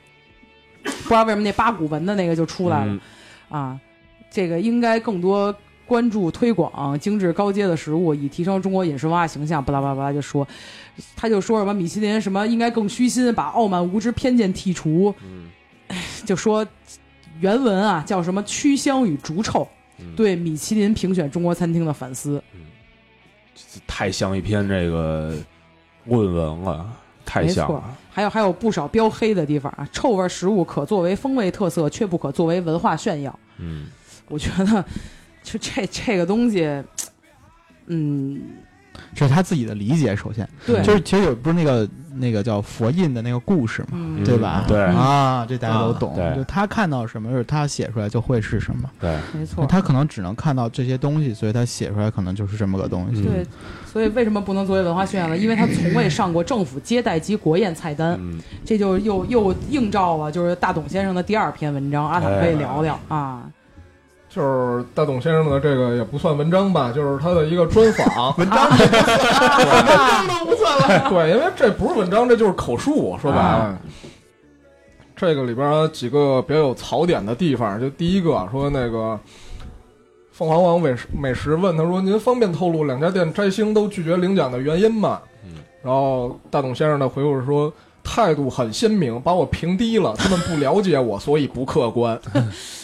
E: 不知道为什么那八股文的那个就出来了、
D: 嗯
E: 啊，这个应该更多。关注推广精致高阶的食物，以提升中国饮食文化形象。巴拉巴拉巴拉就说，他就说什么米其林什么应该更虚心，把傲慢、无知、偏见剔除。
D: 嗯
E: 就说原文啊叫什么“驱香与逐臭”，
D: 嗯
E: 对米其林评选中国餐厅的反思。
D: 太像一篇这个论文了，太
E: 没
D: 像
E: 错
D: 了，
E: 还有还有不少标黑的地方啊，臭味食物可作为风味特色，却不可作为文化炫耀。
D: 嗯
E: 我觉得 就这这个东西，嗯，
C: 这是他自己的理解。首先，
E: 对，
C: 就是其实有不是那个那个叫佛印的那个故事嘛，
E: 嗯
C: 对吧？
D: 对
C: 啊，这大家都懂。
D: 啊对
C: 就他看到什么，就是他写出来就会是什么。
D: 对，
E: 没错，
C: 他可能只能看到这些东西，所以他写出来可能就是这么个东西。
E: 对，所以为什么不能作为文化宣言呢？因为他从未上过政府接待及国宴菜单，
D: 嗯，
E: 这就又又映照了就是大董先生的第二篇文章，阿塔可以聊聊啊。
B: 就是大董先生的这个也不算文章吧，就是他的一个专访，文章
E: 啊
B: 对，因为这不是文章，这就是口述，说白了。这个里边儿几个比较有槽点的地方，就第一个说那个凤凰网美食美食问他说：“您方便透露两家店摘星都拒绝领奖的原因吗？”
D: 嗯，
B: 然后大董先生的回复是说。态度很鲜明，把我评低了。他们不了解我，所以不客观。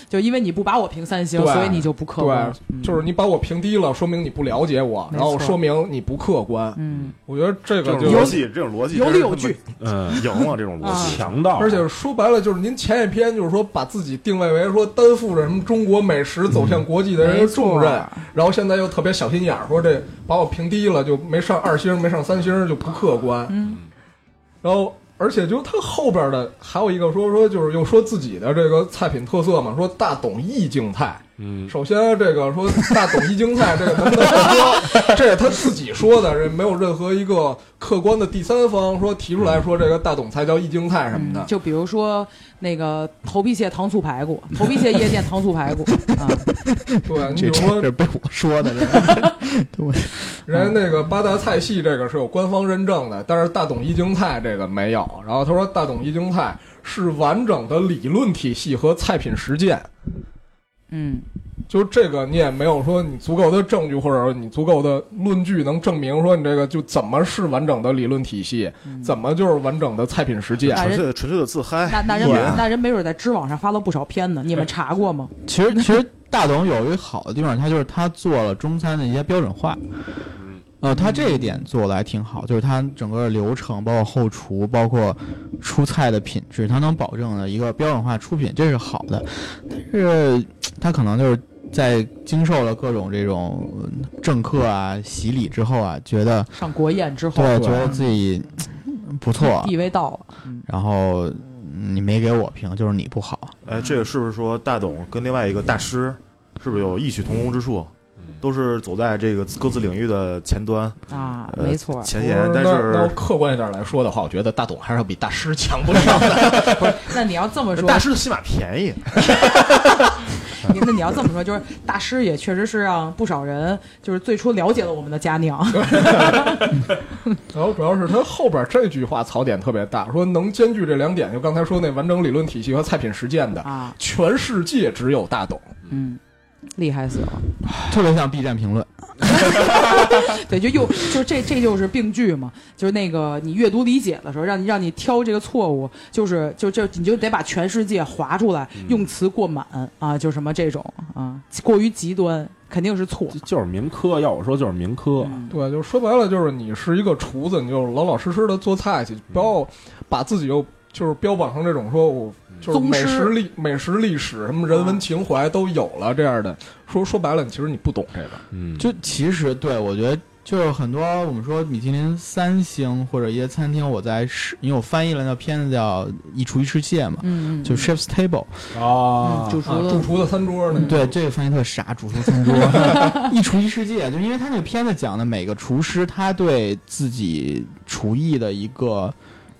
E: 就因为你不把我评三星，
B: 对
E: 所以你就不客观。嗯
B: 就是你把我评低了，说明你不了解我，
E: 没错
B: 然后说明你不客观。
E: 嗯，
B: 我觉得这
A: 这
B: 个
A: 种
B: 就
A: 逻辑，这种逻辑
E: 有理有据，
D: 嗯，
A: 赢了这种逻辑。
D: 强盗，啊
B: 而且说白了，就是您前一篇就是说把自己定位为说担负着什么中国美食走向国际的人
E: 没
B: 的
E: 错
B: 重任，然后现在又特别小心眼儿，说这把我评低了，就没上二星，没上三星就不客观。
E: 嗯，
B: 然后而且就他后边的还有一个说说就是又说自己的这个菜品特色嘛，说大董意境菜。
D: 嗯，
B: 首先，这个说大董一京菜，这个能不能说？这是他自己说的，这没有任何一个客观的第三方说提出来说这个大董菜叫一京菜什么的
E: 嗯。就比如说那个头皮屑糖醋排骨，头皮屑夜店糖醋排骨啊，
B: 对，你
C: 这这
B: 比如
C: 嗯
B: 说
C: 是被我说的，这个对
B: 人家那个八大菜系这个是有官方认证的，但是大董一京菜这个没有。然后他说大董一京菜是完整的理论体系和菜品实践，
E: 嗯，
B: 就这个你也没有说你足够的证据或者你足够的论据能证明说你这个就怎么是完整的理论体系，
C: 嗯
B: 怎么就是完整的菜品实践。
E: 哎
A: 纯粹的纯粹的自嗨，
E: 那那人
A: 一言
E: 那人没准在知网上发了不少片子，你们查过吗？
C: 其实其实大董有一个好的地方，他就是他做了中餐的一些标准化。呃，他这一点做的还挺好，就是他整个流程，包括后厨，包括出菜的品质，他能保证的一个标准化出品，这是好的。但是他可能就是在经受了各种这种呃政客啊洗礼之后啊，觉得
E: 上国宴之后，
C: 对，觉得自己嗯不错，
E: 啊地位到了，嗯
C: 然后嗯你没给我评，就是你不好。
A: 哎，这个是不是说大董跟另外一个大师，是不是有异曲同工之处？都是走在这个各自领域的前端、
E: 啊，
A: 呃
E: 没错，
A: 前沿，
B: 嗯那
A: 但
B: 那要
A: 是
B: 客观一点来说的话，我觉得大董还是要比大师强不 少的。
E: 不是，那你要这么说，
A: 大师的起码便宜，
E: 你那你要这么说，就是大师也确实是让不少人就是最初了解了我们的佳酿，
B: 然后主要是他后边这句话槽点特别大，说能兼具这两点，就刚才说那完整理论体系和菜品实践的，
E: 啊，
B: 全世界只有大董。
E: 嗯，厉害死了。
C: 特别像 B 站评论，
E: 对，就又就这这就是病句嘛，就是那个你阅读理解的时候，让你让你挑这个错误，就是就就你就得把全世界划出来，用词过满啊，就什么这种啊，过于极端肯定是错。
D: 就是民科，要我说就是民科，
E: 嗯
B: 对，就是说白了，就是你是一个厨子，你就老老实实的做菜去，不要把自己又就是标榜成这种说我就是
E: 宗
B: 美
E: 师嗯
B: 食历美食历史什么人文情怀都有了这样的。说说白了，你其实你不懂这个。
D: 嗯，
C: 就其实对我觉得，就是很多我们说米其林三星或者一些餐厅，我在试，因为我翻译了那片子叫《一厨一世界》嘛，
E: 嗯，
C: 就 Chef's Table，、
E: 嗯，
D: 啊
E: 主
B: 啊，
E: 厨
B: 主厨的餐桌呢？
C: 对这个翻译特傻，主厨餐桌， 一厨一世界，就因为他那个片子讲的每个厨师他对自己厨艺的一个。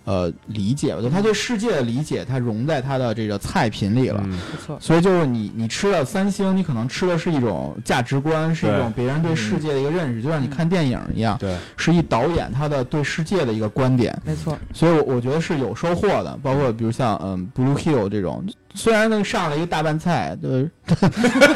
C: 呃，理解，我觉得他对世界的理解，他融在他的这个菜品里了。
D: 嗯
E: 不错，
C: 所以就是你你吃了三星，你可能吃的是一种价值观，是一
D: 对嗯
C: 种别人对世界的一个认识，就像你看电影一样，
D: 对，
C: 是一导演他的对世界的一个观点。
E: 没错，
C: 所以我，我觉得是有收获的。包括比如像嗯，Blue Hill 这种，虽然那个上了一个大拌菜，就是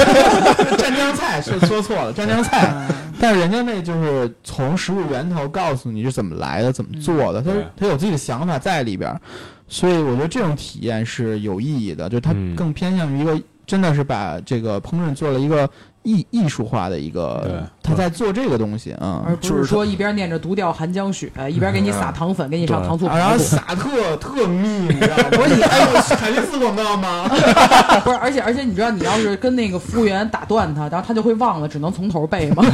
C: 湛江菜，说说错了，湛江菜，
E: 嗯
C: 但是人家那就是从食物源头告诉你是怎么来的、怎么做的，他
D: 嗯对
C: 他有自己的想法在里边儿，所以我觉得这种体验是有意义的，就它
D: 嗯
C: 更偏向于一个真的是把这个烹饪做了一个艺艺术化的一
D: 对
C: 个，他在做这个东西啊。
E: 而
C: 嗯
E: 不是说一边念着独钓寒江雪，一边给你撒糖粉，给你上糖醋排
C: 啊然后
E: 骨。
C: 撒特特密，你知道吗？
E: 不是你
C: 哎呦，凯利斯广告吗？
E: 不是，而且而且你知道，你要是跟那个服务员打断他，然后他就会忘了，只能从头背嘛。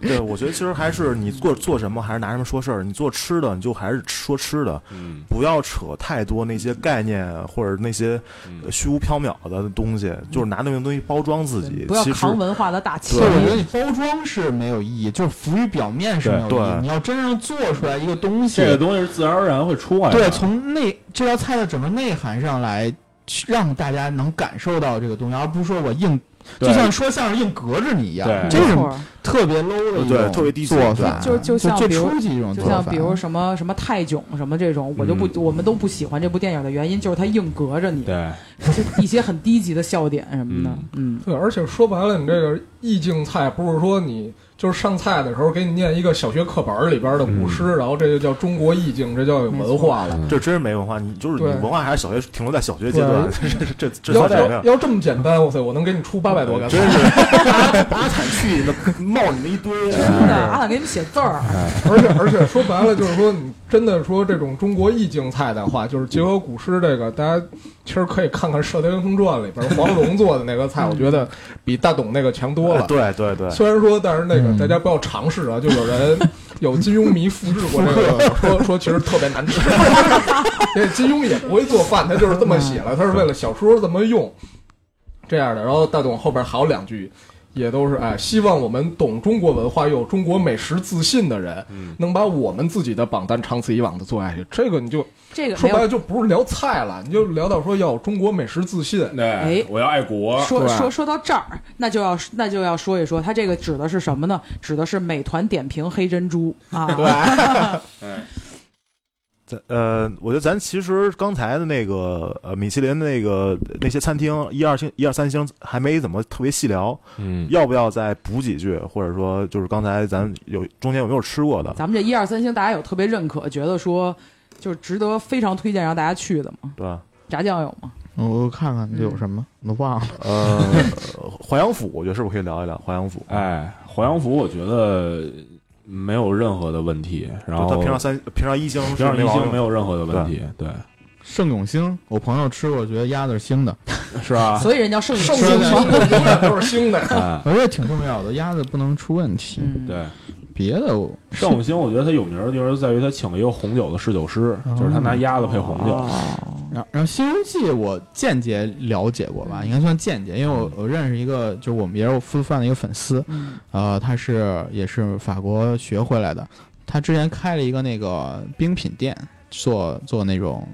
A: 对，我觉得其实还是你做做什么，还是拿什么说事儿。你做吃的，你就还是说吃的，
D: 嗯，
A: 不要扯太多那些概念或者那些呃虚无缥缈的东西，就是拿那个东西包装自己。
E: 不要
A: 其实
E: 扛文化的大旗
C: 对，。我觉得你包装是没有意义，就是浮于表面是没有
A: 对
C: 意义。
A: 对
C: 你要真正做出来一个东西，
D: 这个东西是自然而然会出来的。
C: 对，从内这道菜的整个内涵上来，去让大家能感受到这个东西，而不是说我硬，就
D: 对
C: 像说相声硬隔着你一样，
D: 对
C: 这
E: 没
C: 是
E: 错，
C: 特别 low 的一种
A: 对特别低级
C: 做法，
E: 就就像
C: 最
E: 比如
C: 初级一种
E: 就
C: 做
E: 像
C: 法啊嗯
E: 比。如什么什么泰囧什么这种，我就不、我们都不喜欢这部电影的原因就是它硬隔着你，
D: 对
E: 就一些很低级的笑点什么的，嗯。
B: 对，而且说白了，你这个意境菜不是说你就是上菜的时候给你念一个小学课本儿里边的古诗，然后这就叫中国意境，这叫有文化了。
A: 这真是没文化，你就是你
B: 对
A: 文化还是小学停留在小学阶段，这这这这
B: 要
A: 算什么呀
B: 要？要这么简单，哇塞，我能给你出八百多个字
A: 真。是阿坦去 那冒你们一堆，
C: 哎
E: 真的，阿懒给你们写字儿，
B: 而且而且说白了，就是说你真的说这种中国意境菜的话，就是结合古诗这个，大家其实可以看看《射雕英雄传》里边黄蓉做的那个菜，我觉得比大董那个强多了。
A: 对对对，
B: 虽然说，但是那个大家不要尝试啊，就有人 有金庸迷复制过这个，说说其实特别难吃。 这金庸也不会做饭，他就是这么写了，他是为了小说这么用这样的。然后大董后边还有两句。也都是哎，希望我们懂中国文化、有中国美食自信的人，能把我们自己的榜单长此以往的做下去。这个你就
E: 这个
B: 说
E: 没
B: 白了
E: 有
B: 就不是聊菜了，你就聊到说要有中国美食自信。
D: 对，我要爱国。
E: 说
B: 对吧
E: 说说到这儿，那就要那就要说一说，它这个指的是什么呢？指的是美团点评黑珍珠啊，
A: 咱呃，我觉得咱其实刚才的那个呃米其林那个那些餐厅一二星一二三星还没怎么特别细聊，
D: 嗯，
A: 要不要再补几句？或者说就是刚才咱有中间有没有吃过的？
E: 咱们这一二三星大家有特别认可，觉得说就是值得非常推荐让大家去的吗？
A: 对吧？
E: 炸酱有吗？
C: 我看看有什么，我忘了。
A: 呃，淮扬府，我觉得是不是可以聊一聊淮扬府？
D: 哎，淮扬府我觉得没有任何的问题，然
A: 就它
D: 后
A: 平常三平常一星
D: 平
A: 是
D: 常
A: 没
D: 已
A: 毛
D: 经
A: 病
D: 没有任何的问题，对，
C: 盛永兴，我朋友吃过，觉得鸭子是腥的，
D: 是
C: 啊
D: 吧？
E: 所以人叫圣女
B: 圣
E: 星
B: 经
E: 嘛
B: 永远都是腥的。
D: 哎，
C: 我觉得挺重要的，鸭子不能出问题。
E: 嗯，
D: 对，
C: 别的我
D: 盛永兴，我觉得他有名儿的地方就在于他请了一个红酒的侍酒师，就是他拿鸭子配红
E: 哦
D: 酒。
C: 然后，然后《西游记》我间接了解过吧，应该算间接，因为我我认识一个，就是我们也是 f o o 的一个粉丝，
E: 嗯
C: 呃，他是也是法国学回来的，他之前开了一个那个冰品店，做做那种，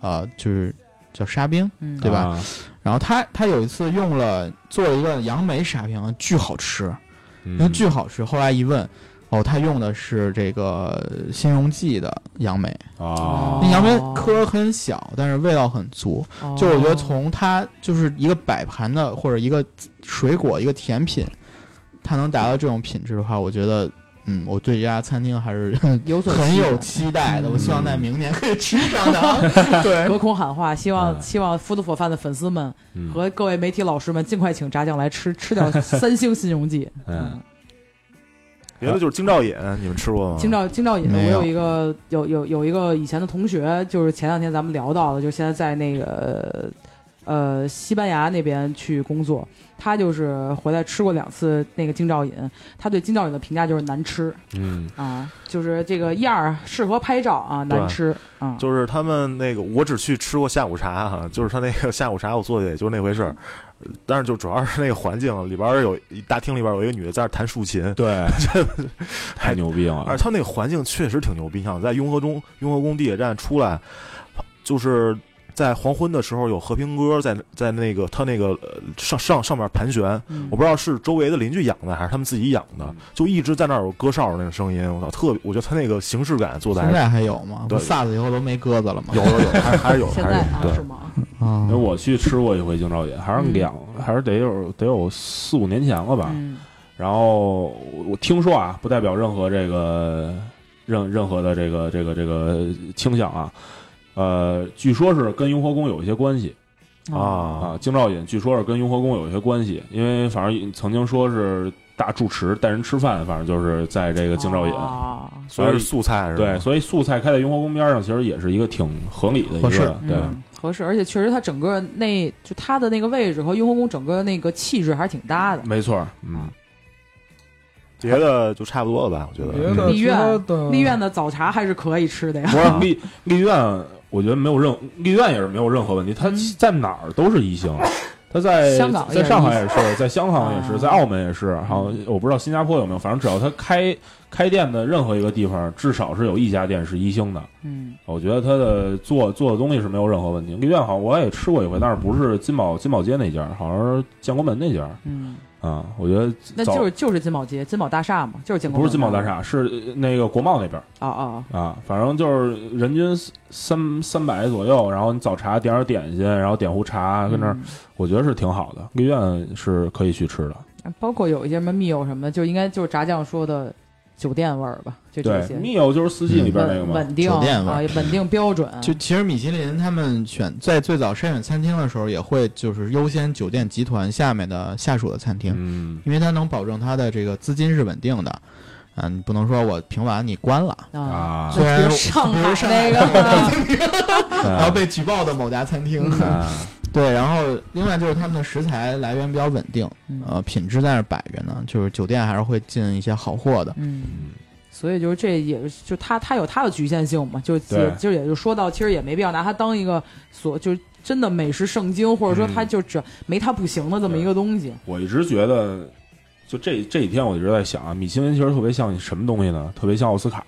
C: 呃，就是叫沙冰，
E: 嗯
C: 对吧
D: 啊？
C: 然后他他有一次用了做了一个杨梅沙冰，巨好吃，
D: 嗯
C: 那巨好吃。后来一问，哦，他用的是这个呃《新荣记》的杨梅，
D: 啊，
C: 那杨梅
E: 哦
C: 颗很小，但是味道很足。就我觉得从它就是一个摆盘的或者一个水果一个甜品，它能达到这种品质的话，我觉得，嗯，我对这家餐厅还 是
E: 有所
C: 很
E: 期
C: 有
E: 待
C: 期待的。我希望在
D: 嗯
C: 明年可以吃上它。
D: 哎
C: 对，
E: 隔空喊话，希望
D: 嗯
E: 希望 Food for Fun 的粉丝们
D: 嗯
E: 和各位媒体老师们尽快请炸酱来吃 吃掉三星新荣记。
D: 嗯，
A: 别的就是京兆尹，你们吃过
D: 哦
A: 吗？
E: 京兆京兆尹，
C: 没
E: 我
C: 有
E: 有一个有有有一个以前的同学，就是前两天咱们聊到的，就是现在在那个呃西班牙那边去工作，他就是回来吃过两次那个京兆尹，他对京兆尹的评价就是难吃
D: 嗯，
E: 啊，就是这个样儿适合拍照啊，
A: 对
E: 难吃啊，
A: 就是他们那个，我只去吃过下午茶哈、就是他那个下午茶，我做的也就那回事儿。但是就主要是那个环境里边儿有一大厅里边儿有一个女的在那儿弹竖琴，
D: 对，太牛逼了
A: 而。且他那个环境确实挺牛逼，你想在雍和中雍和宫地铁站出来，就是在黄昏的时候有和平鸽在在那个他那个呃上上上面盘旋，
E: 嗯
A: 我不知道是周围的邻居养的还是他们自己养的
D: 嗯，
A: 就一直在那儿有歌哨那个声音，我操，特别我觉得他那个形式感做的还
C: 现
A: 是
C: 在还有吗？不
A: 对
C: 萨子以后都没鸽子了吗？
A: 有有有，还是还是有
E: 现
A: 还是
E: 在
A: 有。
E: 啊
D: 对
E: 是吗？
C: 啊
D: 因为，我去吃过一回京兆尹，还是两，还是得有得有四五年前了吧。
E: 嗯
D: 然后我我听说啊，不代表任何这个任任何的这个这个这个倾向啊。呃，据说是跟雍和宫有一些关系，
E: 哦嗯
A: 啊，
D: 啊，京兆尹据说是跟雍和宫有一些关系，因为反正曾经说是大住持带人吃饭，反正就是在这个京兆尹。
E: 哦
A: 所以是素菜是吧？
D: 对，所以素菜开在雍和宫边上，其实也是一个挺合理的一
C: 合适
D: 个对。
E: 嗯，合适，而且确实它整个那就它的那个位置和雍和宫整个那个气质还是挺搭的。
D: 没错儿，
E: 啊
D: 嗯，
A: 别的就差不多了吧？我觉
B: 别
A: 得
B: 的
E: 立
B: 其
E: 院
B: 他的
D: 嗯
E: 丽苑的早茶还是可以吃的呀。
D: 不是立立院，我觉得没有任立院也是没有任何问题，他
E: 嗯
D: 在哪儿都是一星。他在
E: 香港也是
D: 在上海也是，在香港也
E: 啊嗯
D: 是，在澳门也是，好像我不知道新加坡有没有，反正只要他开开店的任何一个地方，至少是有一家店是一星的。
E: 嗯，
D: 我觉得他的做做的东西是没有任何问题。丽苑好像我也吃过一回，但是不是金宝金宝街那家，好像是建国门那家
E: 嗯，
D: 啊。我觉得
E: 那
D: 早
E: 就是就是金宝街、金宝大厦嘛，就是建国
D: 不
E: 门啊
D: 是金宝大厦，是呃那个国贸那边
E: 哦哦，
D: 啊。反正就是人均三三百左右，然后你早茶点点点心，然后点壶茶，跟那儿、我觉得是挺好的。丽苑是可以去吃的，
E: 嗯包括有一些什么密友什么的，就应该就是炸酱说的酒店味儿吧，就这
D: 对
E: 些。
D: 密友就是四
C: 嗯
D: 季里边那个
E: 稳
D: 嘛，
E: 稳定
C: 酒店味儿
E: 啊，稳定标准。
C: 就其实米其林他们选在最早筛选餐厅的时候，也会就是优先酒店集团下面的下属的餐厅，
D: 嗯，
C: 因为它能保证它的这个资金是稳定的。啊，你不能说我评完你关了，
E: 啊，
D: 啊，
C: 虽
E: 那比
C: 然
E: 如上
C: 比如上海
E: 海那个，
C: 然后
D: 啊
C: 被举报的某家餐厅。
D: 啊
C: 对，然后另外就是他们的食材来源比较稳定，
E: 嗯
C: 呃，品质在那儿摆着呢，就是酒店还是会进一些好货的。
E: 嗯，所以就是这也是就它它有它的局限性嘛，就
D: 对
E: 也就也就说到，其实也没必要拿它当一个所就是真的美食圣经，或者说
D: 嗯
E: 它就只没它不行的这么一个东西。
D: 我一直觉得，就这这几天我一直在想啊，米其林其实特别像什么东西呢？特别像奥斯卡，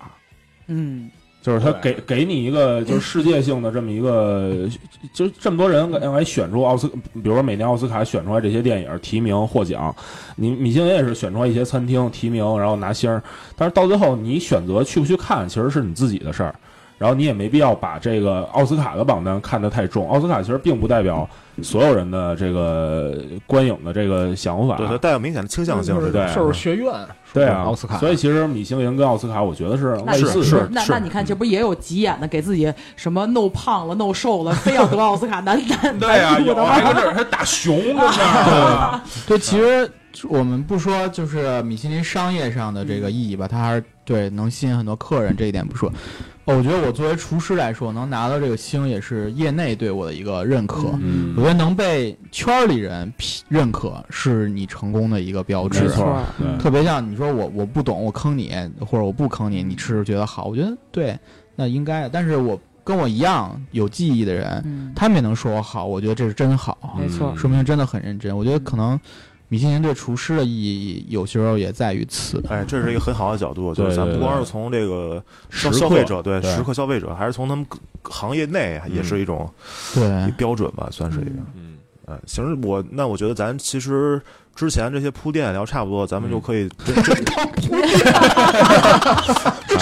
E: 嗯，
D: 就是他给给你一 个就是世界性的这么一个， 就这么多人来来选出奥斯，比如说每年奥斯卡选出来这些电影提名获奖，你米其林也是选出来一些餐厅提名，然后拿星儿，但是到最后你选择去不去看，其实是你自己的事儿。然后你也没必要把这个奥斯卡的榜单看得太重，奥斯卡其实并不代表
B: 嗯
D: 所有人的这个观影的这个想法，
A: 对它带有明显的倾向性，
B: 就是
A: 这种
D: 嗯对
B: 就是学院，
D: 对啊，
B: 奥斯卡
D: 所以其实米其林跟奥斯卡，我觉得是
E: 那
D: 类似的
A: 是
E: 那那你看，这不是也有急眼的，给自己什么弄胖了、弄瘦了，非要得奥斯卡难难
D: 对啊，
E: 难度
D: 有
E: 的
D: 啊，还
E: 吗？
D: 跟这儿还打熊跟这儿，
C: 对，其实我们不说就是米其林商业上的这个意
D: 嗯
C: 义吧，它还是对能吸引很多客人这一点不说。哦我觉得我作为厨师来说，能拿到这个星也是业内对我的一个认可。
E: 嗯
C: 我
D: 嗯，
C: 觉得能被圈儿里人批认可，是你成功的一个标志
D: 没。错，
C: 特别像你说我我不懂，我坑你，或者我不坑你，你吃着觉得好，我觉得对，那应该。但是我跟我一样有记忆的人，
E: 嗯，
C: 他们也能说我好，我觉得这是真好。
E: 没错
D: 嗯
C: 说明真的很认真。我觉得可能米其林对厨师的意义有时候也在于此。
A: 哎，这是一个很好的角度，
D: 对
A: 就是咱
D: 对
A: 不
D: 对
A: 光是从这个消
D: 食客
A: 消费者对
D: 对
A: 食客消费者，还是从他们各行业内啊也是一种
C: 对
A: 一，标准吧，算是一个。
D: 哎嗯，
A: 嗯，行，我那我觉得咱其实之前这些铺垫聊差不多，咱们
D: 嗯
A: 就 可以真真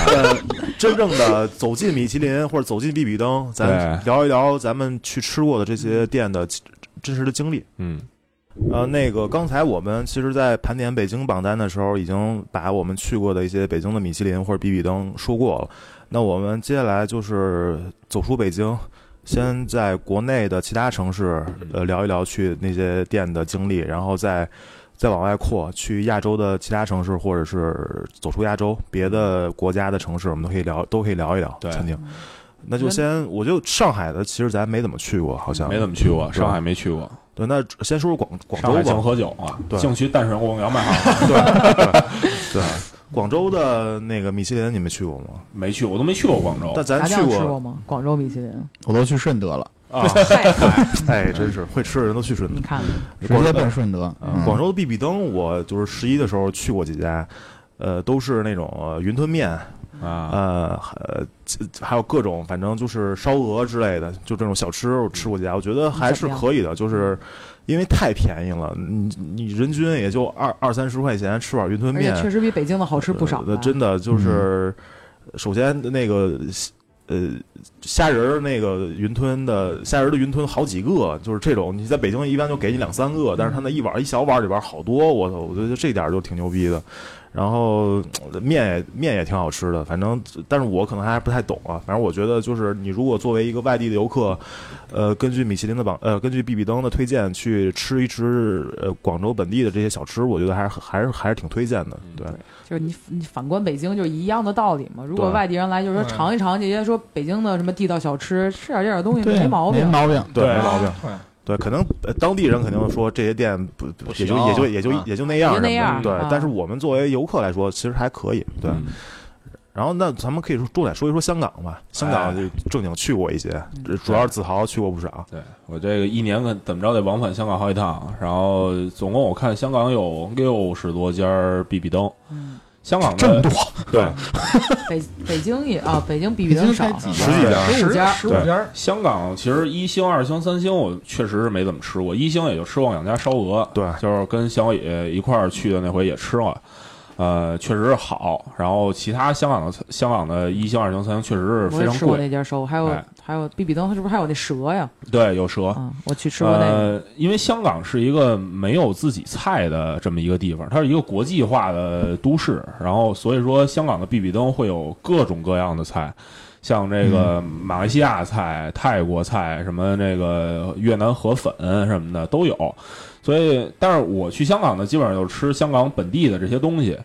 A: 呃真正的走进米其林或者走进比比登，咱
D: 对
A: 聊一聊咱们去吃过的这些店的真真实的经历。
D: 嗯，
A: 呃，那个刚才我们其实，在盘点北京榜单的时候，已经把我们去过的一些北京的米其林或者比比登说过了。那我们接下来就是走出北京，先在国内的其他城市，呃，聊一聊去那些店的经历，然后再再往外扩，去亚洲的其他城市，或者是走出亚洲别的国家的城市，我们都可以聊，都可以聊一聊
D: 对
A: 餐厅。那就先，我就上海的，其实咱没怎么去过，好像
D: 没怎么去过，
A: 对
D: 上海没去过，
A: 对。那先说说广广
D: 上
A: 州
D: 海
A: 吧
D: 净。喝酒啊，
A: 对
D: 净去淡水公园卖好，
A: 对，广州的那个米其林你们去过吗？
D: 没去，我都没去过广州
A: 但咱
E: 炸
A: 去
E: 酱吃
A: 过
E: 过，吗？广州米其林，
C: 我都去顺德了，
D: 啊，
E: 嗨，
A: 哎，真是会吃的人都去顺德
E: 你。看看，
C: 直
A: 广
C: 接
A: 州
C: 奔顺德。嗯
A: 广州的必比登，我就是十一的时候去过几家，呃，都是那种呃云吞面，
D: 啊，
A: 呃，呃还有各种，反正就是烧鹅之类的，就这种小吃我吃过几家，我觉得还是可以的，就是。因为太便宜了，你你人均也就二二三十块钱吃碗云吞
E: 而
A: 面
E: 且，确实比北京的好嗯吃不少啊
A: 呃
E: 吧。
A: 真的就是，首先那个呃虾仁儿那个云吞的虾仁儿的云吞好几个，就是这种你在北京一般就给你两三个，但是他那一碗一小碗里边好多，我操，我觉得这点儿就挺牛逼的。然后呃面也面也挺好吃的，反正但是我可能还不太懂啊。反正我觉得就是你如果作为一个外地的游客，呃，根据米其林的榜呃根据必比登的推荐去吃一吃呃广州本地的这些小吃，我觉得还是还是还是挺推荐的。对，
E: 就是你你反观北京就是一样的道理嘛。如果
A: 对
E: 外地人来，就是说
B: 对
E: 尝一尝这些说北京的什么地道小吃，吃点这点东西
C: 对，
E: 没毛病
C: 没。毛病。
A: 对，
D: 对
A: 没毛病。
B: 对
A: 对，可能呃当地人肯定说这些店不不
D: 不
A: 也就
D: 行
A: 也就也就
D: 啊
A: 也就那样
E: 也
A: 什
E: 就
A: 么
E: 那
A: 的
E: 样
A: 对
E: 啊。
A: 但是我们作为游客来说，其实还可以。对，
D: 嗯
A: 然后那咱们可以说重点说一说香港吧，香港就正经去过一些，这主要是子豪去过不少。
D: 对我这个一年可怎么着得往返香港好几趟，然后总共我看香港有六十多家儿必比登，
E: 嗯，
D: 香港的
C: 这么多，
D: 对
E: 北北京也啊，北京比
C: 北
E: 比
C: 京
E: 登
C: 才
E: 少，
C: 几
A: 十几家
E: 十五家
B: 十五家儿，
D: 香港其实一星、二星、三星我确实是没怎么吃过，一星也就吃过两家烧鹅，
A: 对
D: 就是跟小野一块儿去的那回也吃了，呃，确实是好。然后其他香港的香港的一星、二星、三星确实是
E: 我
D: 非
E: 也
D: 常
E: 吃过
D: 贵，
E: 那家烧，还有、
D: 哎
E: 还有比比登是不是还有那蛇呀？
D: 对，有蛇。
E: 嗯，我去吃过那个。
D: 啊呃，因为香港是一个没有自己菜的这么一个地方，它是一个国际化的都市，然后所以说香港的必比登会有各种各样的菜，像这个
E: 嗯
D: 马来西亚菜、泰国菜，什么那个越南河粉什么的都有。所以，但是我去香港呢，基本上就是吃香港本地的这些东西，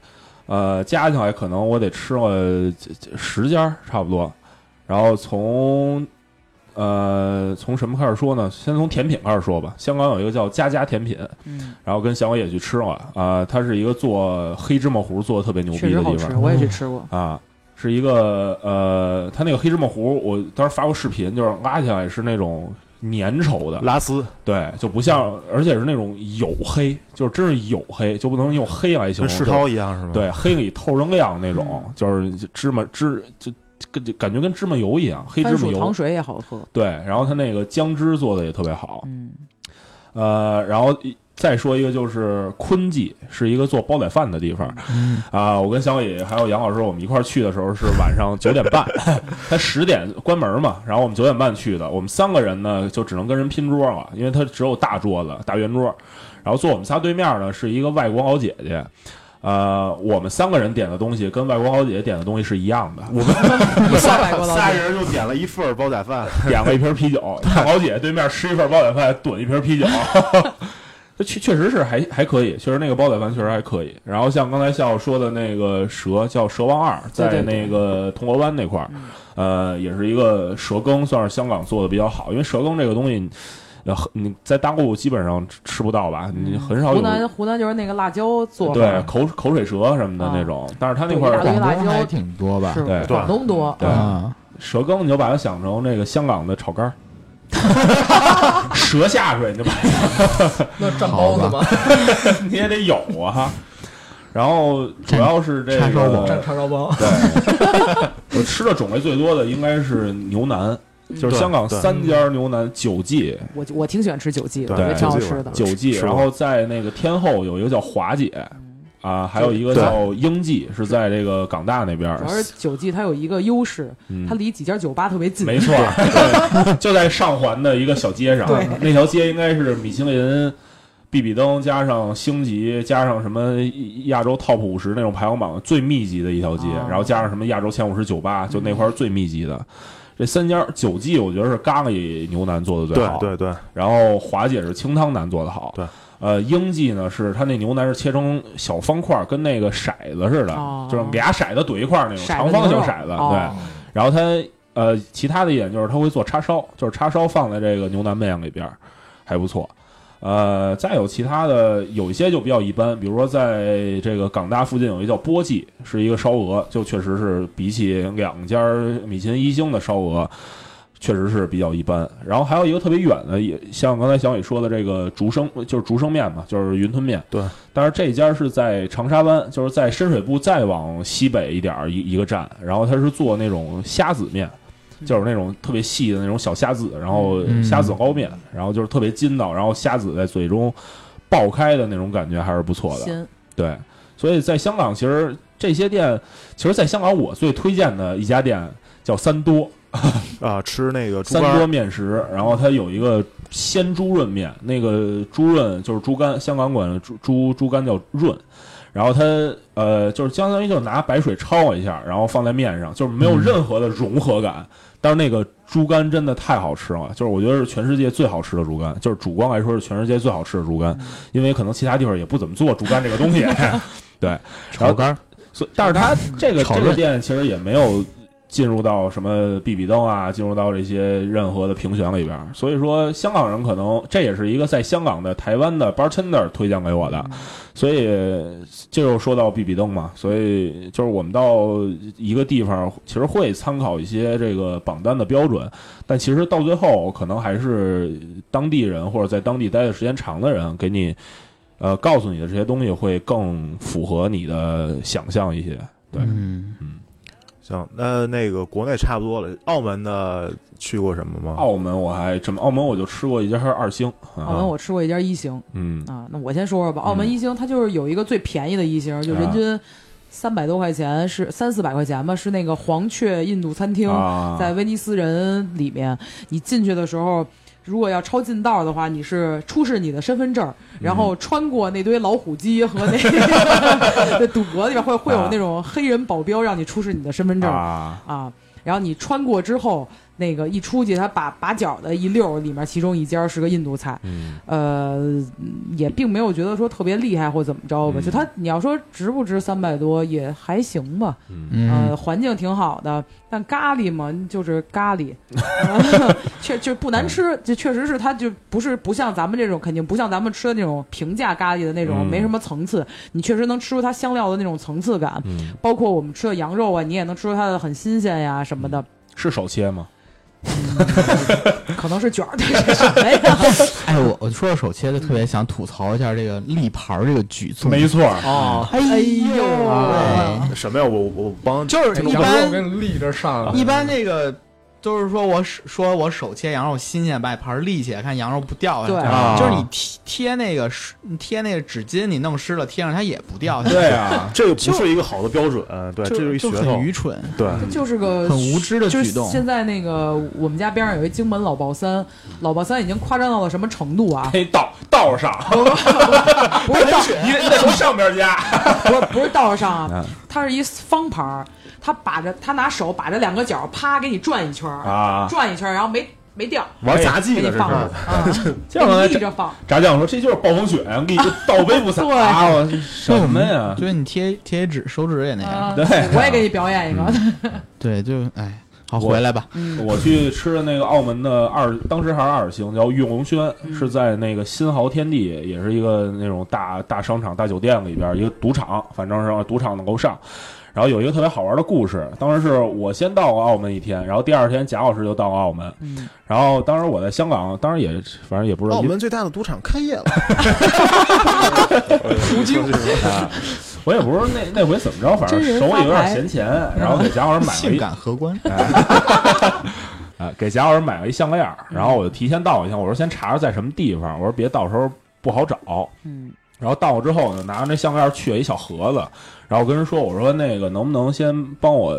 D: 呃，加起来可能我得吃了这这十家儿差不多。然后从呃从什么开始说呢？先从甜品开始说吧。香港有一个叫家家甜品，
E: 嗯，
D: 然后跟小伟也去吃了啊、呃它是一个做呃黑芝麻糊做的特别牛
E: 确
D: 逼
E: 实
D: 的
E: 好
D: 地
E: 吃，
D: 方
E: 我也去吃过。
D: 啊。是一个呃，它那个黑芝麻糊，我当时发过视频，就是拉起来是那种粘稠的，
A: 拉丝
D: 对，就不像，而且是那种黝黑，就是真是黝黑，就不能用黑来形
A: 跟
D: 容。
A: 世
D: 就
A: 涛一样是吗？，
D: 对，黑里透着亮那种，
E: 嗯
D: 就是芝麻芝就跟就感觉跟芝麻油一样，黑芝
E: 番
D: 麻
E: 薯糖
D: 油。
E: 水也好喝。
D: 对，然后它那个姜汁做的也特别好，
E: 嗯，
D: 呃，然后一再说一个就是坤记，是一个做煲仔饭的地方
C: 嗯
D: 啊、我跟小野还有杨老师，我们一块儿去的时候是晚上九点半， 他十点关门嘛，然后我们九点半去的。我们三个人呢，就只能跟人拼桌了，因为他只有大桌子、大圆桌。然后坐我们仨对面呢是一个外国老姐姐，呃，我们三个人点的东西跟外国老姐姐点的东西是一样的，我们
E: 一个 外国老
A: 仨
E: 板，
A: 人就点了一份儿煲仔饭，
D: 点了一瓶啤酒，看老姐对面吃一份煲仔饭，炖一瓶啤酒。 这确确实是还还可以，确实那个煲仔饭确实还可以。然后像刚才笑说的那个蛇叫蛇王二，在
E: 对对对嗯
D: 那个铜锣湾那块儿，呃，也是一个蛇羹，算是香港做的比较好，因为蛇羹这个东西。呃，很你在大陆基本上吃吃不到吧？你很少有
E: 湖南湖南就是那个辣椒做法，
D: 对口口水蛇什么的那种，但是它那块
E: 啊对一大
C: 广
E: 堆辣
D: 儿
C: 东还
E: 椒
C: 挺多吧？
E: 是
D: 对
E: 广东多。
D: 对
C: 啊，
D: 蛇羹，你就把它想成那个香港的炒肝 儿，蛇下水，你就把
B: 那蘸包子吧，
D: 你也得有啊。然后主要是这
C: 叉烧包
B: 蘸
D: 个，
B: 叉烧包。
D: 我吃的种类最多的应该是牛腩，就是
A: 对
D: 香港
A: 对
D: 三家牛腩九记，
E: 我我挺喜欢吃九记的，我
A: 对
E: 觉得挺好
A: 九记
E: 吃的。
D: 九记，
A: 是吧
D: 然后在那个天后有一个叫华姐
E: 嗯
D: 啊，还有一个
A: 对
D: 叫英记，是在这个港大那边儿
E: 主。要是九记它有一个优势，
D: 嗯
E: 它离几家酒吧特别近。
D: 没错，对就在上环的一个小街上
E: 对，
D: 那条街应该是米其林、必比登加上星级加上什么亚洲 TOP 五十那种排行榜最密集的一条街，
E: 哦嗯
D: 然后加上什么亚洲前五十酒吧，就那块儿最密集的。这三家九记，我觉得是咖喱牛腩做的最好，
A: 对对对，
D: 然后华姐是清汤腩做的好，
A: 对。
D: 呃，英记呢是它那牛腩是切成小方块儿，跟那个骰子似的，
E: 哦
D: 就是俩骰子怼一块儿那种
E: 骰子
D: 长方形
E: 牛肉
D: 骰子，
E: 哦
D: 对。然后它呃，其他的一点就是它会做叉烧，就是叉烧放在这个牛腩面里边儿还不错。呃，再有其他的，有一些就比较一般，比如说在这个港大附近有一个叫波记，是一个烧鹅，就确实是比起两家米其林一星的烧鹅，确实是比较一般。然后还有一个特别远的，也像刚才小雨说的这个竹升，就是竹升面嘛，就是云吞面。
A: 对，
D: 但是这家是在长沙湾，就是在深水埗再往西北一点儿一一个站，然后它是做那种虾子面。就是那种特别细的那种小虾子，然后
C: 嗯
D: 虾子捞面，然后就是特别筋道，然后虾子在嘴中爆开的那种感觉还是不错的。嗯
E: 新
D: 对，所以在香港，其实这些店，其实在香港我最推荐的一家店叫三多，
A: 啊，吃那个猪
D: 三
A: 肝
D: 多
A: 儿，
D: 面食，然后它有一个鲜猪润面，那个猪润就是猪肝，香港管猪猪猪肝叫润。然后它呃，就是相当于就拿白水焯一下，然后放在面上，就是没
A: 嗯
D: 有任何的融合感。但是那个猪肝真的太好吃了，就是我觉得是全世界最好吃的猪肝，就是主观来说是全世界最好吃的猪
A: 嗯
D: 肝，因为可能其他地方也不怎么做猪肝这个 东西。对，然后
C: 肝儿，
D: 所以，但是它这个
C: 炒
D: 这
C: 肉
D: 个店其实也没有进入到什么比比登啊，进入到这些任何的评选里边儿。所以说，香港人可能这也是一个在香港的台湾的 bartender 推荐给我的。所以这又说到比比登嘛，所以就是我们到一个地方，其实会参考一些这个榜单的标准，但其实到最后可能还是当地人或者在当地待的时间长的人给你。呃，告诉你的这些东西会更符合你的想象一些。对，
C: 嗯，
A: 行，那那个国内差不多了，澳门的去过什么吗？
D: 澳门我还这么，澳门我就吃过一家二星。啊、
E: 澳门我吃过一家一星
D: 嗯，啊
E: 啊，那我先说说吧。澳门一星它就是有一个最便宜的一星，就人均三百多块钱，是三四百块钱吧，是那个黄雀印度餐厅，
D: 啊，
E: 在威尼斯人里面，你进去的时候。如果要抄近道的话，你是出示你的身份证，然后
D: 嗯
E: 穿过那堆老虎机和那个那 赌博里边会会有那种黑人保镖让你出示你的身份证，
D: 啊，
E: 啊，然后你穿过之后，那个一出去，他把把角的一溜儿里面，其中一家是个印度菜，
D: 嗯，
E: 呃，也并没有觉得说特别厉害或怎么着吧，
D: 嗯
E: 就他你要说值不值三百多也还行吧，
C: 嗯
E: 呃，环境挺好的，但咖喱嘛就是咖 喱，确就不难
D: 嗯
E: 吃，这确实是它就不是不像咱们这种，肯定不像咱们吃的那种平价咖喱的那种，
D: 嗯
E: 没什么层次，你确实能吃出它香料的那种层次感，
D: 嗯，
E: 包括我们吃的羊肉啊，你也能吃出它的很新鲜呀什么的。
D: 是手切吗？嗯
E: 可能是卷儿，对是什么呀？
C: 哎，我我说到手切就特别想吐槽一下这个立牌儿这个举动，
D: 错，
B: 哦，
C: 哎
E: 哎
C: 呦
E: 呦
D: 哎
C: 喂，
A: 什么呀？我我我帮
C: 就是一
B: 羊肉给
C: 般
B: 你立着上，
C: 一般这个都是说我手说我手切羊肉新鲜，把盘儿立起来看羊肉不掉下
E: 对
C: 来。
D: 啊
C: 就是你贴贴那个湿贴那个纸巾，你弄湿了贴上它也不掉下来，
D: 对 啊，
A: 这个不是一个好的标准，呃对，这
C: 就是
A: 一
C: 就
A: 噱
C: 很
A: 头
C: 愚，蠢，
A: 对，
E: 这就是个
C: 很无知的
E: 就
C: 举
E: 是
C: 动。
E: 现在那个我们家边上有一荆门老鲍三，老鲍三已经夸张到了什么程度啊？
D: 那道道上，
E: 不是道，
D: 你得从上边加。
E: 不是不是道上
D: 嗯
E: 啊，它是一方盘儿，他把着他拿手把着两个角啪给你转一圈儿
D: 啊
E: 转一圈儿，然后没没掉，
A: 玩杂技
E: 给你
A: 呢，这
E: 放
A: 是
E: 着。啊，
D: 这样
E: 给你立
D: 炸
E: 着放，
D: 炸酱说这就是暴风雪，我给你个倒杯不洒
E: 对
D: 啊！我什么呀？
C: 就是你贴贴纸手指也那样，
E: 啊
D: 对嗯
E: 我也给你表演一个，
C: 对，就哎，好
D: 我
C: 回来吧。
D: 我去吃的那个澳门的二，当时还是二星，叫玉龙轩，是在那个新濠天地，也是一个那种大大商场、大酒店里边儿一个赌场，反正是呃赌场的楼上。然后有一个特别好玩的故事，当时是我先到过澳门一天，然后第二天贾老师就到过澳门，
E: 嗯
D: 然后当时我在香港，当时也反正也不是
G: 澳门最大的赌场开 业了，
A: 途经
D: 我也不是那那回怎么着，反正
E: 真人
D: 手里
E: 发
D: 有点
E: 牌
D: 闲钱，然后 给贾老师买了
C: 性
D: 一
C: 感荷官，
D: 啊，给贾老师买了一项链儿，
E: 嗯
D: 然后我就提前到一下，我说先查查在什么地方，我说别到时候不好找。
E: 嗯，
D: 然后到了之后呢，拿着那项链儿去了一小盒子，然后我跟人说，我说那个能不能先帮我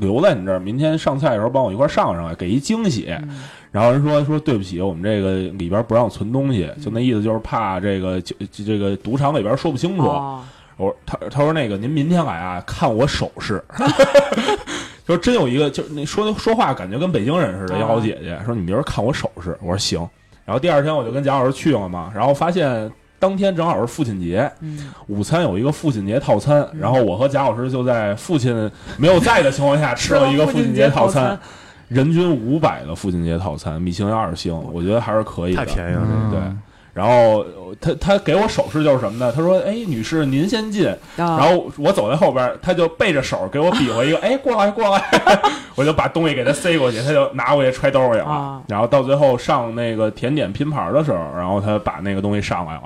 D: 留在你这儿，明天上菜的时候帮我一块儿上上来，给一惊喜。
E: 嗯
D: 然后人说说对不起，我们这个里边不让存东西，就那意思就是怕这个就就这个赌场里边说不清楚。
E: 哦，
D: 我说他他说那个您明天来啊，看我手势。 说真有一个就是那说说话感觉跟北京人似的，
E: 啊
D: 一老姐姐
A: 嗯
D: 说你明儿看我手势。我说行。然后第二天我就跟贾老师去了嘛，然后发现当天正好是父亲节，
E: 嗯，
D: 午餐有一个父亲节套餐，
A: 嗯
D: 然后我和贾老师就在父亲没有在的情况下吃了一个父亲节 套餐，人均五百的父亲节套餐，米其林二星，我觉得还是可以的，
A: 太便宜了，
C: 嗯
A: 嗯
D: 对。然后呃他他给我手势就是什么呢？他说：“哎，女士，您先进。”
E: 然
D: 然后我走在后边，他就背着手给我比划一个，哎，过来过来，我就把东西给他塞过去，他就拿回去揣兜里了。
E: 啊
D: 然后到最后上那个甜点拼盘的时候，然后他把那个东西上来了，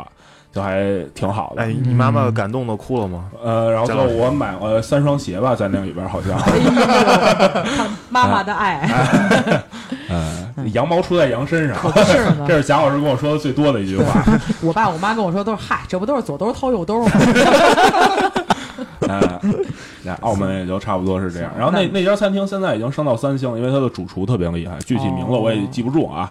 D: 就还挺好的。
A: 哎，你
C: 嗯
A: 妈妈感动的哭了吗？
D: 呃，然后
A: 张
D: 就
A: 老师
D: 我买了三双鞋吧，在那里边好像，
E: 哎妈妈的爱，
D: 嗯，羊毛出在羊身上，
E: 是呢。
D: 这是贾老师跟我说的最多的一句话。
E: 我爸我妈跟我说都是嗨，这不都是左兜掏右兜吗？
D: 嗯，那澳门也就差不多是这样。然后那那家餐厅现在已经升到三星了，因为它的主厨特别厉害，具体名字我也记不住啊。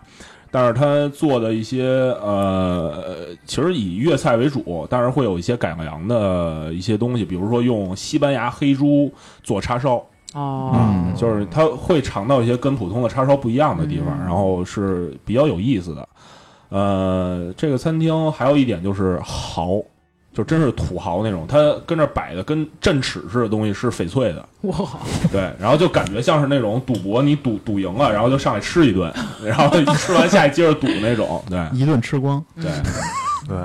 D: 但是它做的一些呃，其实以粤菜为主，但是会有一些改良的一些东西，比如说用西班牙黑猪做叉烧，
E: 哦，
D: 就是它会尝到一些跟普通的叉烧不一样的地方，然后是比较有意思的。呃，这个餐厅还有一点就是豪，就真是土豪那种，它跟这儿摆的跟镇尺似的东西是翡翠的，
E: 哇，
D: 对，然后就感觉像是那种赌博，你赌赌赢了，然后就上来吃一顿，然后吃完下去接着赌那种，对
C: 嗯一顿吃光。
D: 对，
A: 对，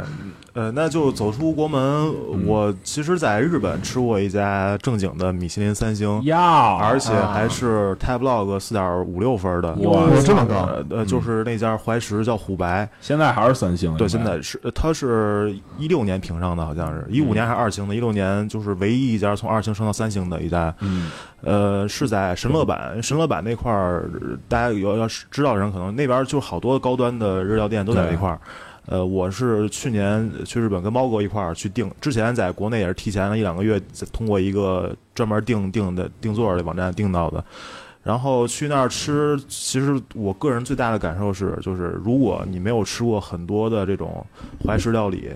A: 呃，那就走出国门。我其实在日本吃过一家正经的米其林三星，
D: 呀，
A: 而且还是 Tablog 四点五六分的。
D: 哇
C: 我这么高
A: 呃呃，就是那家怀石叫虎白，
D: 现在还是三星，
A: 对，
D: 应
A: 现
D: 该
A: 在是呃它是一六年评上的，好像是一五年还是二星的，一六年就是唯一一家从二星升到三星的一家，
D: 嗯
A: 呃，是在神乐坂，神乐坂那块儿，呃大家有要是知道的人，可能那边儿就是好多高端的日料店都在那块儿。呃，我是去年去日本跟猫哥一块儿去订，之前在国内也是提前了一两个月，通过一个专门订订的订座的网站订到的。然后去那儿吃，其实我个人最大的感受是，就是如果你没有吃过很多的这种怀石料理，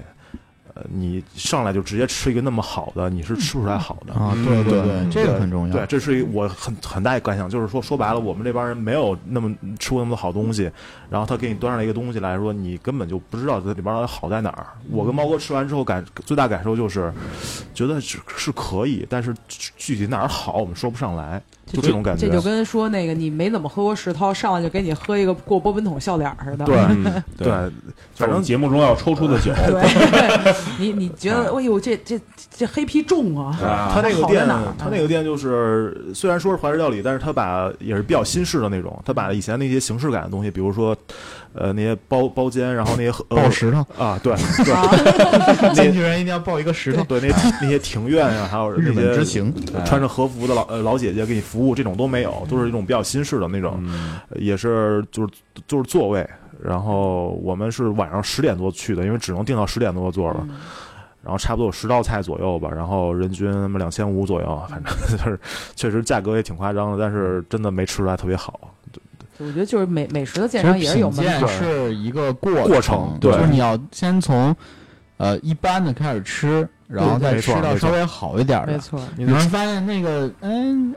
A: 呃，你上来就直接吃一个那么好的，你是吃不出来好的。
C: 啊，
D: 嗯
C: 对
D: 对
C: 对，这个很重要。
A: 对，这是一我很很大一感想，就是说说白了，我们这帮人没有那么吃过那么多好东西，然后他给你端上来一个东西来说，你根本就不知道这里边到底好在哪儿。我跟猫哥吃完之后感最大感受就是，觉得是是可以，但是具体哪儿好我们说不上来，就这种感觉
E: 这。就跟说那个你没怎么喝过世涛，上来就给你喝一个过波本桶笑脸儿似 的。
A: 对
D: 嗯
A: 对，
D: 就是
A: 反正
D: 节目中要抽出的酒，
E: 对，你你觉得，哎呦，这这这黑啤重啊！
A: 他那个
E: 好在
A: 店
E: 哪儿，
A: 他那个店就是虽然说是怀石料理，但是他把也是比较新式的那种，他把以前那些形式感的东西，比如说，呃，那些包包间，然后那些呃
C: 抱石 头，
A: 啊，对对，
C: 进去人一定要抱一个石头。
A: 对，那那些庭院啊，还有
C: 日
A: 那
C: 本
A: 些
C: 之行，
A: 穿着和服的老呃老姐姐给你服务，这种都没有，都是一种比较新式的那种，
D: 嗯
A: 呃也是就是就是座位。然后我们是晚上十点多去的，因为只能订到十点多的座
C: 嗯
A: 了。然后差不多有十道菜左右吧，然后人均两千五左右，啊反正 就是确实价格也挺夸张的，但是真的没吃出来特别好。
E: 我觉得就是美美食的
C: 其
E: 鉴
C: 实
E: 赏也是有
C: 品
E: 门槛
C: 鉴
E: 儿的。
C: 是一个过
A: 过
C: 程
A: 程，对
C: 就是你要先从呃一般的开始吃，然后
A: 对对
C: 再
A: 没
C: 吃
A: 错
C: 到
A: 没错
C: 稍微好一点
E: 没
C: 的，
E: 错，
C: 你会发现那个嗯，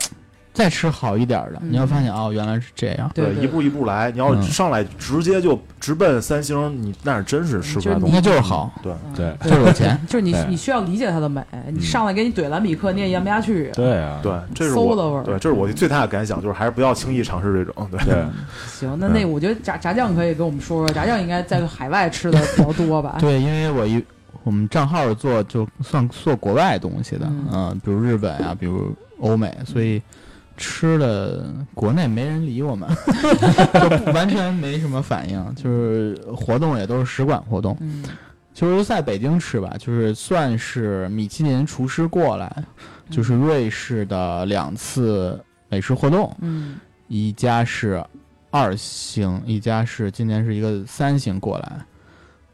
C: 再吃好一点的，
E: 嗯
C: 你会发现哦，原来是这样。
E: 对
A: 一步一步来，你要
C: 嗯
A: 上来直接就直奔三星，你那真是吃不来东
C: 那
A: 西。
C: 就是好，
A: 对，
E: 嗯
D: 对
C: 就是有钱。
E: 就是你
D: 对
E: 你需要理解它的美，你上来给你怼蓝比克，你也咽不下去。
D: 对啊，
A: 对，这是
E: 馊的味
A: 我
E: 儿
A: 对，这是我最大的感想，就是还是不要轻易尝试这种。对，
D: 对，啊
E: 行，那那我觉得炸炸酱可以跟我们说说，炸酱应该在海外吃的比较多吧？
C: 对，因为我一我们账号是做就算做国外东西的，
E: 嗯
C: 嗯、比如日本啊，比如欧美，所以吃的国内没人理我们， 就不完全没什么反应，就是活动也都是使馆活动，
E: 嗯，
C: 就是在北京吃吧，就是算是米其林厨师过来，就是瑞士的两次美食活动，
E: 嗯
C: 一家是二星，一家是今年是一个三星过来，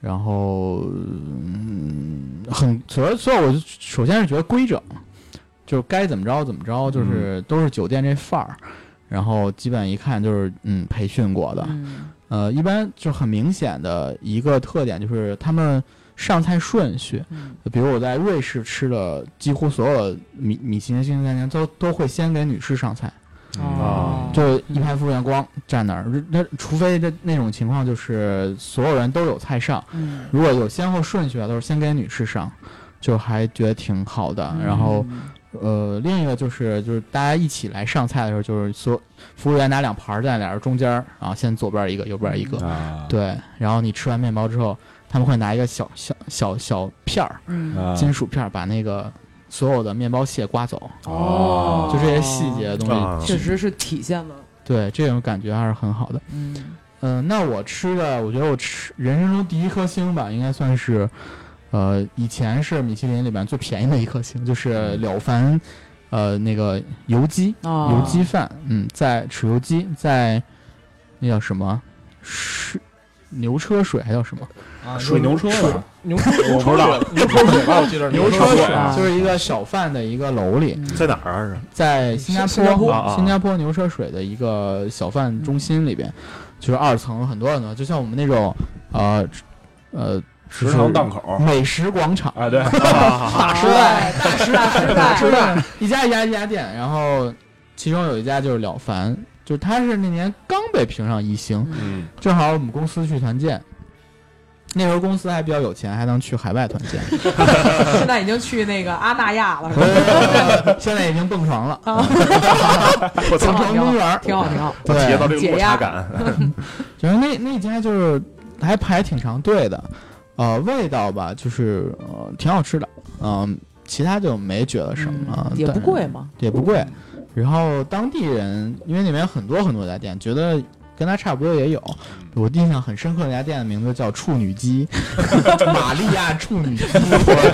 C: 然后嗯，很所以所以我就首先是觉得规整，就是该怎么着怎么着，就是都是酒店这范儿，然后基本一看就是嗯培训过的，
E: 嗯
C: 呃，一般就很明显的一个特点就是他们上菜顺序，
E: 嗯
C: 比如我在瑞士吃的几乎所有米米其林星级餐厅都都会先给女士上菜。
E: 哦，
C: 就啊一排服务员光站那儿，那除非这那种情况就是所有人都有菜上，
E: 嗯，
C: 如果有先后顺序啊，都是先给女士上，就还觉得挺好的。
E: 嗯
C: 然后呃，另一个就是就是大家一起来上菜的时候，就是所服务员拿两盘儿在俩人中间儿，然后先左边一个，右边一个，
D: 啊，
C: 对，然后你吃完面包之后，他们会拿一个小小小小片儿
E: 嗯
D: 啊
C: 金属片儿把那个所有的面包屑刮走，
E: 哦，
C: 就这些细节的东西，
A: 啊
E: 确实是体现了，
C: 对这种感觉还是很好的。
E: 嗯
C: 嗯、那我吃的，我觉得我吃人生中第一颗星吧，应该算是，呃，以前是米其林里面最便宜的一颗星，就是了凡，呃，那个油鸡
E: 哦，
C: 油鸡饭，嗯，在豉油鸡，在那叫什么是牛车水还叫什么？
B: 啊
D: 水牛车
B: 水
D: 吧
B: 牛车
D: 我不知道，
B: 牛车水吧，我记得是
C: 牛车
E: 车
C: 水
E: 水啊
C: 就是一个小贩的一个楼里，
E: 嗯
A: 在哪儿啊？
C: 在新加坡
B: 新加坡
A: 啊啊
C: 新加坡牛车水的一个小贩中心里边，就是二层很多很多，就像我们那种呃呃
D: 食堂档口
C: 美食广场，
D: 嗯啊，对，
C: 大时代，
E: 哎， 大时代，时代，
C: 知道，一家一家一家店，然后其中有一家就是了凡，就是他是那年刚被评上一星，
D: 嗯，
C: 正好我们公司去团建，那时候公司还比较有钱，还能去海外团建，
E: 现在已经去那个阿那亚了，是吧
C: 现在已经蹦床了，
E: 啊，
A: 我操，
E: 挺好，
C: 床公
E: 挺
C: 园
E: 好
C: 儿，
E: 挺好，挺好。
A: 我体验到
C: 对，
A: 这个落差感，
C: 就是那那家就是还排挺长队的，呃，味道吧就是呃挺好吃的，嗯、其他就没觉得什么，呃啊
E: 嗯也不
C: 但
E: 贵嘛，
C: 也不贵。然后当地人，因为那边有很多很多家店，觉得跟他差不多也有。
D: 嗯
C: 我印象很深刻，那家店的名字叫处女 鸡，玛利亚处女鸡。
D: 哎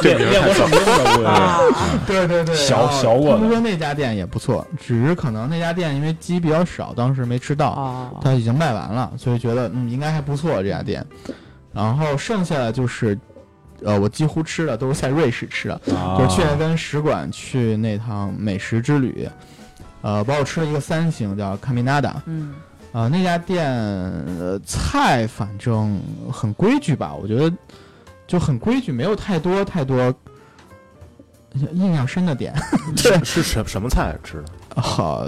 A: 这名
D: 练
A: 儿太
D: 过圣经的，对
E: 啊，
C: 对对对，
D: 小
C: 然后
D: 小沃
C: 他们
D: 的
C: 说那家店也不错，只是可能那家店因为鸡比较少，当时没吃到。
E: 哦，
C: 它已经卖完了，所以觉得嗯应该还不错这家店。然后剩下的就是，呃，我几乎吃的都是在瑞士吃的，
D: 啊
C: 就是去年跟使馆去那趟美食之旅，呃，包括吃了一个三星叫 Caminada，
E: 嗯，
C: 呃，那家店呃菜反正很规矩吧，我觉得就很规矩，没有太多太多印象深的点。
A: 是是什什么菜吃的
C: 好，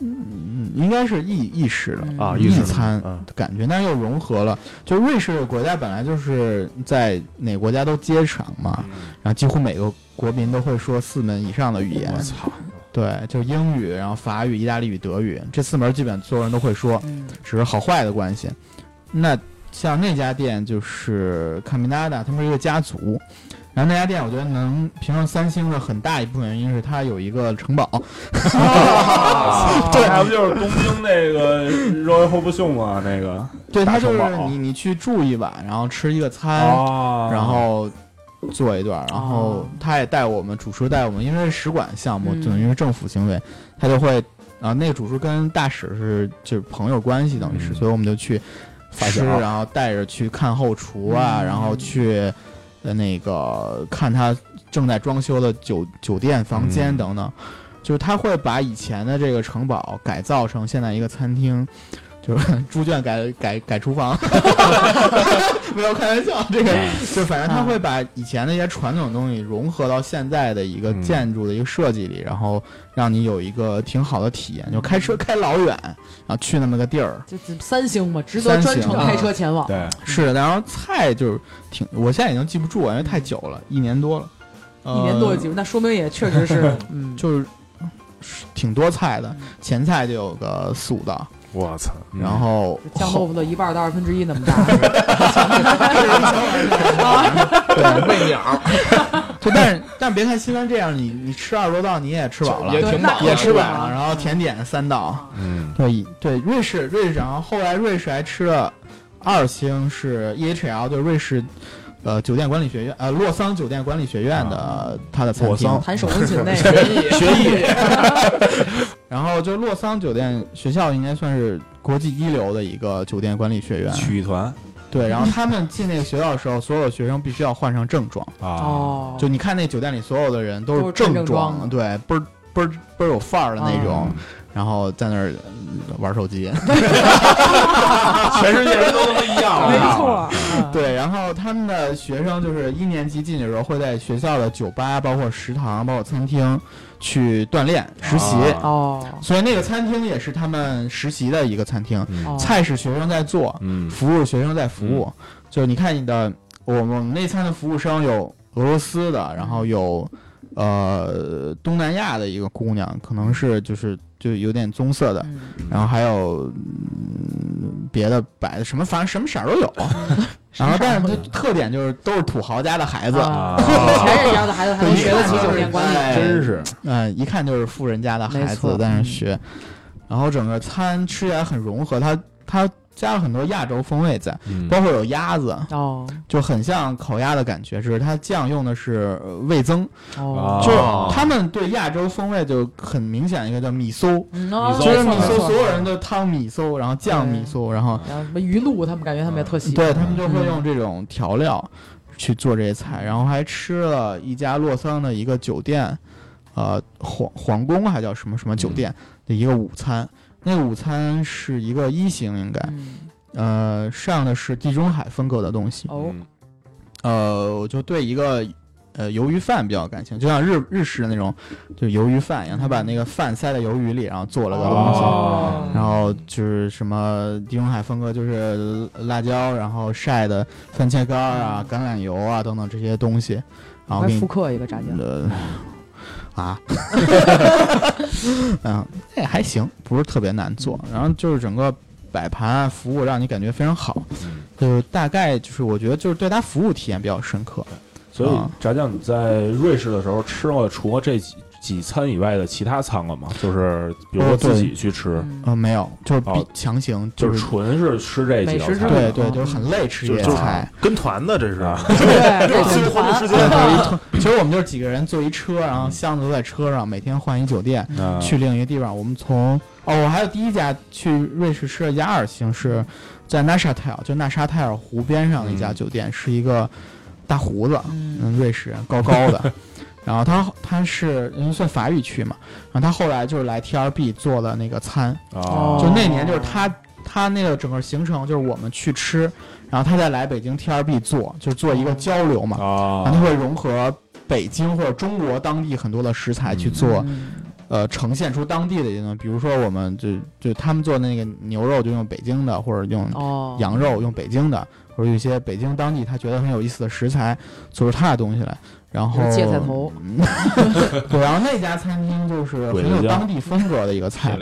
C: 嗯，应该是意意式的，
E: 嗯
A: 啊？
C: 意
A: 意式
C: 餐
A: 嗯，
C: 感觉，但是又融合了。就瑞士这个国家本来就是在哪国家都接壤嘛，
D: 嗯
C: 然后几乎每个国民都会说四门以上的语言。
D: 操，
C: 对，就英语，然后法语、意大利语、德语这四门基本所有人都会说，
E: 嗯
C: 只是好坏的关系。那像那家店就是卡米纳达，他们是一个家族。然后那家店，我觉得能评上三星的很大一部分原因是它有一个城堡，
E: 啊
C: 啊
D: 这还不就是东京那个 Roy h o b s o n 吗？那个
C: 对，
D: 大
C: 它就
D: 城
C: 是
D: 堡
C: 你你去住一晚，然后吃一个餐，
D: 啊
C: 哎然后做一段，然后
E: 哦
C: 他也带我们，主厨带我们，因为是使馆项目，
E: 嗯
C: 等于是政府行为，他就会啊，那个主厨跟大使是就是朋友关系，等于是，
D: 嗯
C: 所以我们就去
D: 发
C: 吃，
D: 小
C: 然后带着去看后厨啊，
E: 啊嗯
C: 然后去呃那个看他正在装修的酒酒店房间
D: 嗯
C: 等等，就是他会把以前的这个城堡改造成现在一个餐厅。就是猪圈改改改厨 房，没有开玩笑，这个
D: 嗯
C: 就反正他会把以前那些传统的东西融合到现在的一个
D: 嗯
C: 建筑的一个设计里，然后让你有一个挺好的体验。就开
D: 嗯
C: 车开老远，然后去那么个地儿，
E: 这这三星嘛，值得专程
C: 三星啊
E: 开车前往。
D: 对，
C: 是的。然后菜就是挺，我现在已经记不住了，因为太久了，一年多了，呃、
E: 一年多的节目，那说明也确实是， 嗯，
C: 就是是挺多菜的，前菜就有个四五道，
A: 我操，
D: 嗯
C: 然后
E: 酱
C: 后
E: 豆腐的一半到二分之一那么 大。
B: 喂鸟
C: 就但是但别看西餐这样，你你吃二十多道你也吃饱了，
B: 也
E: 对
B: 挺
E: 那
B: 饱的
C: 也吃饱
E: 是吧
C: 了，然后甜点三道。
D: 嗯，
C: 对对，瑞士瑞士，然后后来瑞士还吃了二星是 EHL，就是瑞士呃酒店管理学院呃洛桑酒店管理学院的它的餐
D: 啊洛
C: 厅
D: 桑，
E: 弹手风琴那个，
C: 学艺。然后就洛桑酒店学校应该算是国际一流的一个酒店管理学院，
D: 曲艺团
C: 对。然后他们进那个学校的时候，所有学生必须要换上正装，
D: 啊，
E: 哦，
C: 就你看那酒店里所有的人
E: 都
C: 都
E: 是
C: 是
E: 正
C: 正
E: 装
C: 装，
E: 嗯
C: 对，倍儿倍儿倍儿有范儿的那种
D: 哦，
C: 然后在那儿呃玩手机。
D: 全世界人都他妈一样，
E: 没错，嗯，
C: 对，然后他们的学生就是一年级进去的时候，会在学校的酒吧、包括食堂、包括餐厅去锻炼实习，
D: 啊
E: 哦，
C: 所以那个餐厅也是他们实习的一个餐厅，
D: 嗯
E: 哦嗯
C: 菜是学生在做，
D: 嗯
C: 服务是学生在服务。就是你看你的，我们我们那餐的服务生有俄罗斯的，然后有呃东南亚的一个姑娘，可能是就是就有点棕色的，
E: 嗯
C: 然后还有、嗯、别的白的什么，反正什么色儿都有。然后，但是它特点就是都是土豪家的孩子，
E: 啊， 全是这样的孩子，还能学得起酒店管理，
C: 哎
D: 真是
C: 嗯，一看就是富人家的孩
E: 没
C: 子
E: 错嗯
C: 在那学。然后整个餐吃起来很融合，它它加了很多亚洲风味在，
D: 嗯
C: 包括有鸭子，
E: 哦
C: 就很像烤鸭的感觉，只是它酱用的是呃味增，
E: 哦，
C: 就是
D: 哦
C: 他们对亚洲风味就很明显一个叫米馊，
E: 嗯，
D: 哦
C: 就是米
D: 没
C: 馊，
D: 错
C: 所有人都汤米馊，然后酱米馊，然后
E: 然嗯后什么鱼露，他们感觉他们也特喜欢，
C: 对他们就会
E: 嗯
C: 用这种调料去做这些菜，然后还吃了一家洛桑的一个酒店，呃，皇皇宫还叫什么什么酒店的一个午餐，那个午餐是一个一星应该，
E: 嗯，
C: 呃，上的是地中海风格的东西，
E: 哦，
D: 嗯
C: 呃，我就对一个呃鱿鱼饭比较感兴趣，就像日日式的那种，就鱿鱼饭一样，他把那个饭塞在鱿鱼里，然后做了个东西，
D: 哦
C: 然后就是什么地中海风格，就是辣椒，然后晒的番茄干儿啊、橄榄油啊等等这些东西，然后
E: 快
C: 给你
E: 复刻一个炸酱，
C: 呃啊，嗯，那也还行，不是特别难做。然后就是整个摆盘啊服务让你感觉非常好，
A: 嗯
C: 就大概就是我觉得就是对他服务体验比较深刻。
D: 所以
C: 啊
D: 炸酱，你在瑞士的时候吃过除了这几几餐以外的其他餐了吗？就是比如说
C: 哦对
D: 自己去吃，
E: 嗯
C: 呃，没有，就是比
D: 哦
C: 强行
D: 就
C: 就是是
D: 纯是吃这几道
E: 美食之
D: 菜。
C: 对
E: 旅
C: 对，
E: 嗯
C: 就是很累吃
A: 哦就
C: 野
A: 就是
C: 菜。
A: 跟团的这是，
D: 啊
E: 对，这
A: 自
E: 挺
A: 由活动
E: 烦
A: 时
C: 对，
A: 间，
C: 就是一 通其实我们就是几个人坐一车，然后箱子都在车上，每天换一酒店。
D: 嗯
C: 去另一个地方。我们从哦，我还有第一家去瑞士吃了一家二星，是在纳沙泰尔，就纳沙泰尔湖边上的一家
D: 嗯
C: 酒店，是一个大胡子，
E: 嗯
C: 嗯，瑞士人，高高的。 然后他他是因为算法语区嘛，然后他后来就是来 TRB 做了那个餐，
D: 啊，
C: 就那年就是他他那个整个行程就是我们去吃，然后他再来北京 TRB 做，就是做
D: 哦
C: 一个交流嘛，然后
D: 啊
C: 他会融合北京或者中国当地很多的食材去
D: 嗯
C: 做
E: 嗯
C: 呃呈现出当地的一些东西，比如说我们就就他们做那个牛肉就用北京的，或者用
E: 哦，
C: 羊肉用北京的，或者有一些北京当地他觉得很有意思的食材，做出他的东西来。然后
E: 有芥菜头
C: 嗯对，然后那家餐厅就是
D: 鬼
C: 很
D: 子
C: 有
D: 酱
C: 当地风格的一个
F: 啊
C: 菜，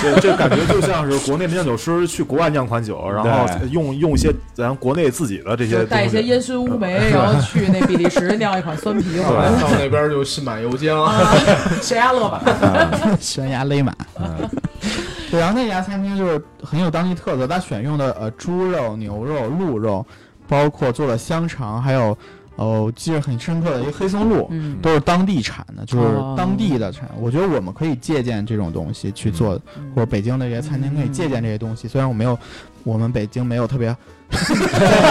A: 这这感觉就像是国内的酿酒师去国外酿款酒，然后
D: 对
A: 用用一些咱国内自己的这
E: 就
A: 些
E: 带一
A: 东
E: 些
A: 西。
E: 烟熏乌梅，然后去那比利时酿一款酸啤，我们
F: 到那边就心满油江。
B: 啊
E: 悬崖勒马，
C: 悬崖勒马。 对，然后那家餐厅就是很有当地特色，它选用的呃猪肉、牛肉、鹿肉，包括做的香肠，还有哦、我记得很深刻的一个黑松露，
E: 嗯
C: 都是当地产的，就是
E: 哦
C: 当地的产。我觉得我们可以借鉴这种东西去做，
E: 嗯
C: 或者北京的这些餐厅可以借鉴这些东西。虽然我没有，我们北京没有特 别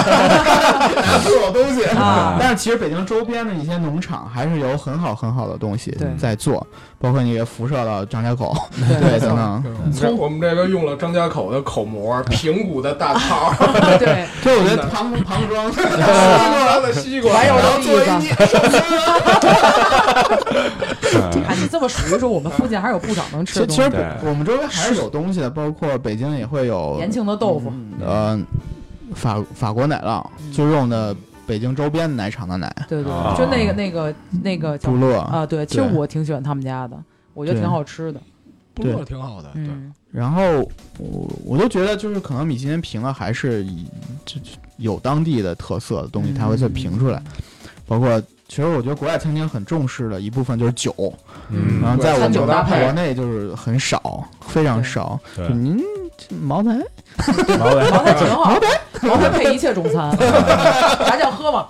C: 出手东 西，
E: 啊
C: 但是其实北京周边的一些农场还是有很好很好的东西
E: 对
C: 在做，包括你给辐射到张家口，
E: 对
C: 对等等。
F: 嗯我们这个用了张家口的口膜，平谷的 大套，
E: 啊对，
C: 就我觉得庞庞庄，
F: 西瓜的西瓜，啊
E: 还有
F: 然
E: 的
F: 后做一
E: 地方。 哎
D: 嗯
E: 看你这么数一数，我们附近还是有不少能吃
C: 其
E: 的
C: 实其
E: 东西
C: 实
E: 的。
C: 北我们周围还是有东西的，包括北京也会有
E: 延庆的豆腐，
C: 呃，法法国奶酪，就用的北京周边奶厂的奶，
E: 对对
D: 啊
E: 对，就那个那个那个叫
C: 布乐。
E: 啊，对，其实
C: 对
E: 我挺喜欢他们家的，我觉得
C: 对
E: 挺好吃的。
B: 不过挺好的，对，
E: 嗯，
C: 然后我我就觉得，就是可能米其林评了还是以这这有当地的特色的东西，
E: 嗯
C: 它会再评出来。包括其实我觉得国外餐厅很重视的一部分就是酒，
D: 嗯
C: 然后在我
E: 餐
C: 们
E: 酒搭配
C: 国内就是很少，非常少。
D: 对
C: 就您这茅台
D: 好嘞
E: 茅台挺好，茅台配一切中 餐，炸酱喝嘛，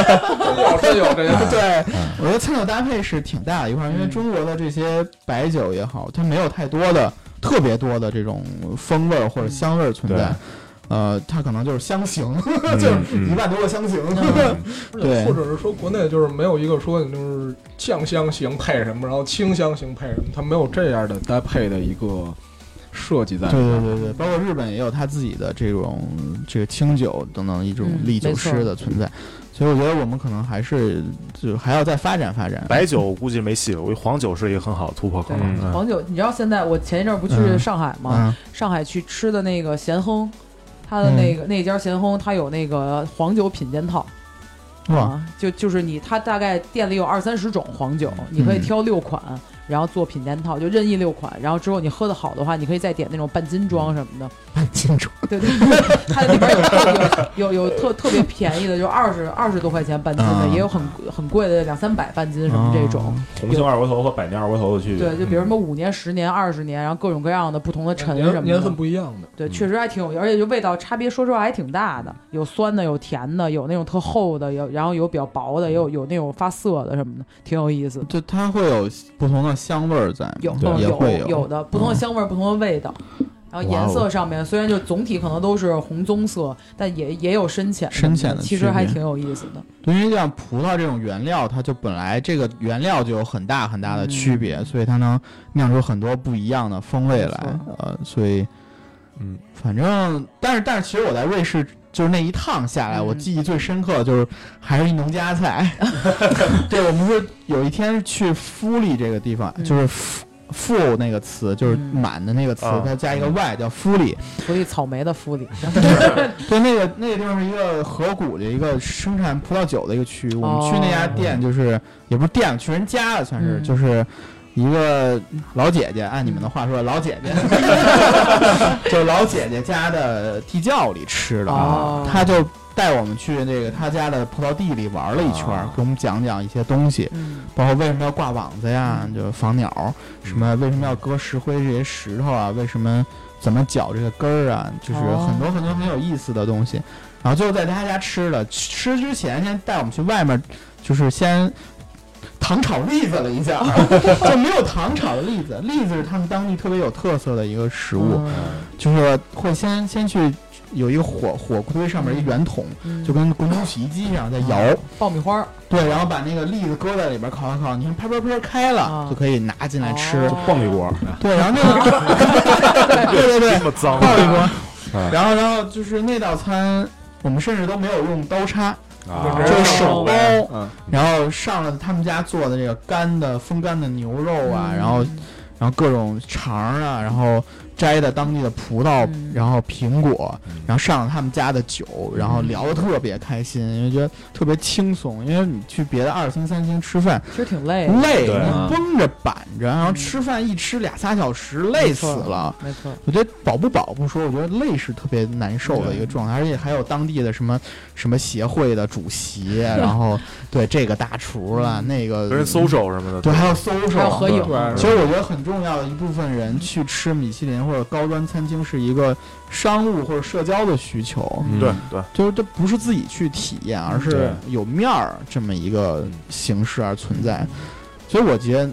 F: 有真有这个。
C: 对，我觉得餐酒搭配是挺大的一块儿，因为
E: 嗯
C: 中国的这些白酒也好，它没有太多的特别多的这种风味儿
E: 嗯
C: 或者香味儿存在。呃，它可能就是香型， 就是一万多个香型。
E: 嗯
C: 对
F: 或者是说国内就是没有一个说你就是酱香型配什么，然后清香型配什么，它没有这样的搭配的一个设计在。
C: 对对对对，包括日本也有它自己的这种这个清酒等等一种
E: 嗯
C: 利酒
E: 没错
C: 师的存在，所以我觉得我们可能还是就还要再发展发展。
A: 白酒估计没戏，我觉得黄酒是一个很好的突破口
E: 对。
D: 嗯
E: 黄酒，你知道现在我前一阵儿不去
C: 嗯
E: 上海吗？
C: 嗯，
E: 上海去吃的那个咸亨，他的那个、那家咸亨，他有那个黄酒品鉴套。
C: 哇，
E: 啊，就就是你，他大概店里有二三十种黄酒，你可以挑六款，然后做品鉴套，就任意六款。然后之后你喝的好的话，你可以再点那种半斤装什么的。
C: 清楚，
E: 对对，它里边有有有有特特别便宜的，就二十二十多块钱半斤的，
C: 嗯
E: 也有很很贵的两三百半斤什么这种。
D: 红星二锅头和百年二锅头的区别，
E: 对，就比如什么五年、十年、二十年，然后各种各样的不同的陈什么
F: 年年份
E: 的。
F: 不一样的，
C: 嗯
E: 对，确实还挺有，而且就味道差别，说实话还挺大的，有酸的，有甜的，有那种特厚的，有然后有比较薄的，
C: 嗯
E: 也有有那种发涩的什么的，挺有意思的。
C: 就它会有不同的香味儿在吗，
E: 有
D: 对
E: 嗯
C: 也
E: 有
C: 会嗯
E: 有的不同的香味儿，不同的味道，然后颜
C: 哦
E: 色上面虽然就总体可能都是红棕色，但也也有深浅
C: 深浅
E: 的，
C: 的
E: 其实还
C: 区别
E: 挺有意思 的。
C: 对，因为像葡萄这种原料，它就本来这个原料就有很大很大的
E: 嗯
C: 区别，所以它能酿出很多不一样的风味来
E: 没。
C: 呃，所以
D: 嗯，
C: 反正，但是但是，其实我在瑞士就是那一趟下来，
E: 嗯
C: 我记忆最深刻的就是还是一农家 菜。对，我们是有一天去富利这个地方，
E: 嗯
C: 就是富富那个词，就是
E: 嗯
C: 满的那个词，
A: 啊
C: 它加一个 y 叫富利。
E: 福利草莓的福利，
C: 对，那个那个地方是一个河谷的一个生产葡萄酒的一个区，我们去那家店就是、也不是店，去人家了算是，
E: 哦嗯
C: 就是一个老姐姐，按你们的话说，老 姐姐，就老姐姐家的地窖里吃的，
E: 哦
C: 她就带我们去那个她家的葡萄地里玩了一圈儿，
D: 哦
C: 给我们讲讲一些东西，
E: 嗯
C: 包括为什么要挂网子呀，就是防鸟，什么为什么要割石灰这些石头啊，为什么怎么搅这个根儿啊，就是
E: 哦
C: 很多很多很有意思的东西。然后最后在他家吃了，吃之前先带我们去外面，就是先。糖炒栗子了一下，就没有糖炒的栗子。栗子是他们当地特别有特色的一个食物，
E: 嗯
C: 就是会先先去有一个火火堆上面一圆筒，
E: 嗯
C: 就跟滚筒洗衣机一样在摇，
E: 爆米花儿
C: 对，然后把那个栗子搁在里边烤一烤，你看啪啪啪开了、
E: 啊
C: 就可以拿进来吃。
E: 哦
D: 蹦一锅，
C: 对，然后 那个，对对对
A: 这，么脏，
C: 爆一锅。
D: 啊
C: 然后然后就是那道餐，我们甚至都没有用刀叉，
D: 啊
E: 哦
C: 就是手包。
F: 嗯
C: 然后上了他们家做的这个干的风干的牛肉啊，
E: 嗯
C: 然后然后各种肠儿啊，然后摘的当地的葡萄，
E: 嗯
C: 然后苹果
D: 嗯，
C: 然后上了他们家的酒，然后聊得特别开心，因为觉得特别轻松。因为你去别的二星三星吃饭。
E: 其实挺累的，
C: 累，
A: 对
C: 你绷着板着，然后
E: 嗯
C: 吃饭一吃俩仨小时，累死了。
E: 没错，
C: 我觉得饱不饱不说，我觉得累是特别难受的一个
E: 嗯
C: 状态，而且还有当地的什么什么协会的主 席，然后对这个大厨了，那个
A: 跟人 social 什么的，
C: 对，还有
E: 嗯还有合
C: social。
E: 影，
F: 对
C: 其实我觉得很重要的一部分人去吃米其林或者高端餐厅是一个商务或者社交的需求，
D: 嗯
A: 对对，
C: 就是这不是自己去体验，而是有面儿这么一个形式而存在。所以我觉得，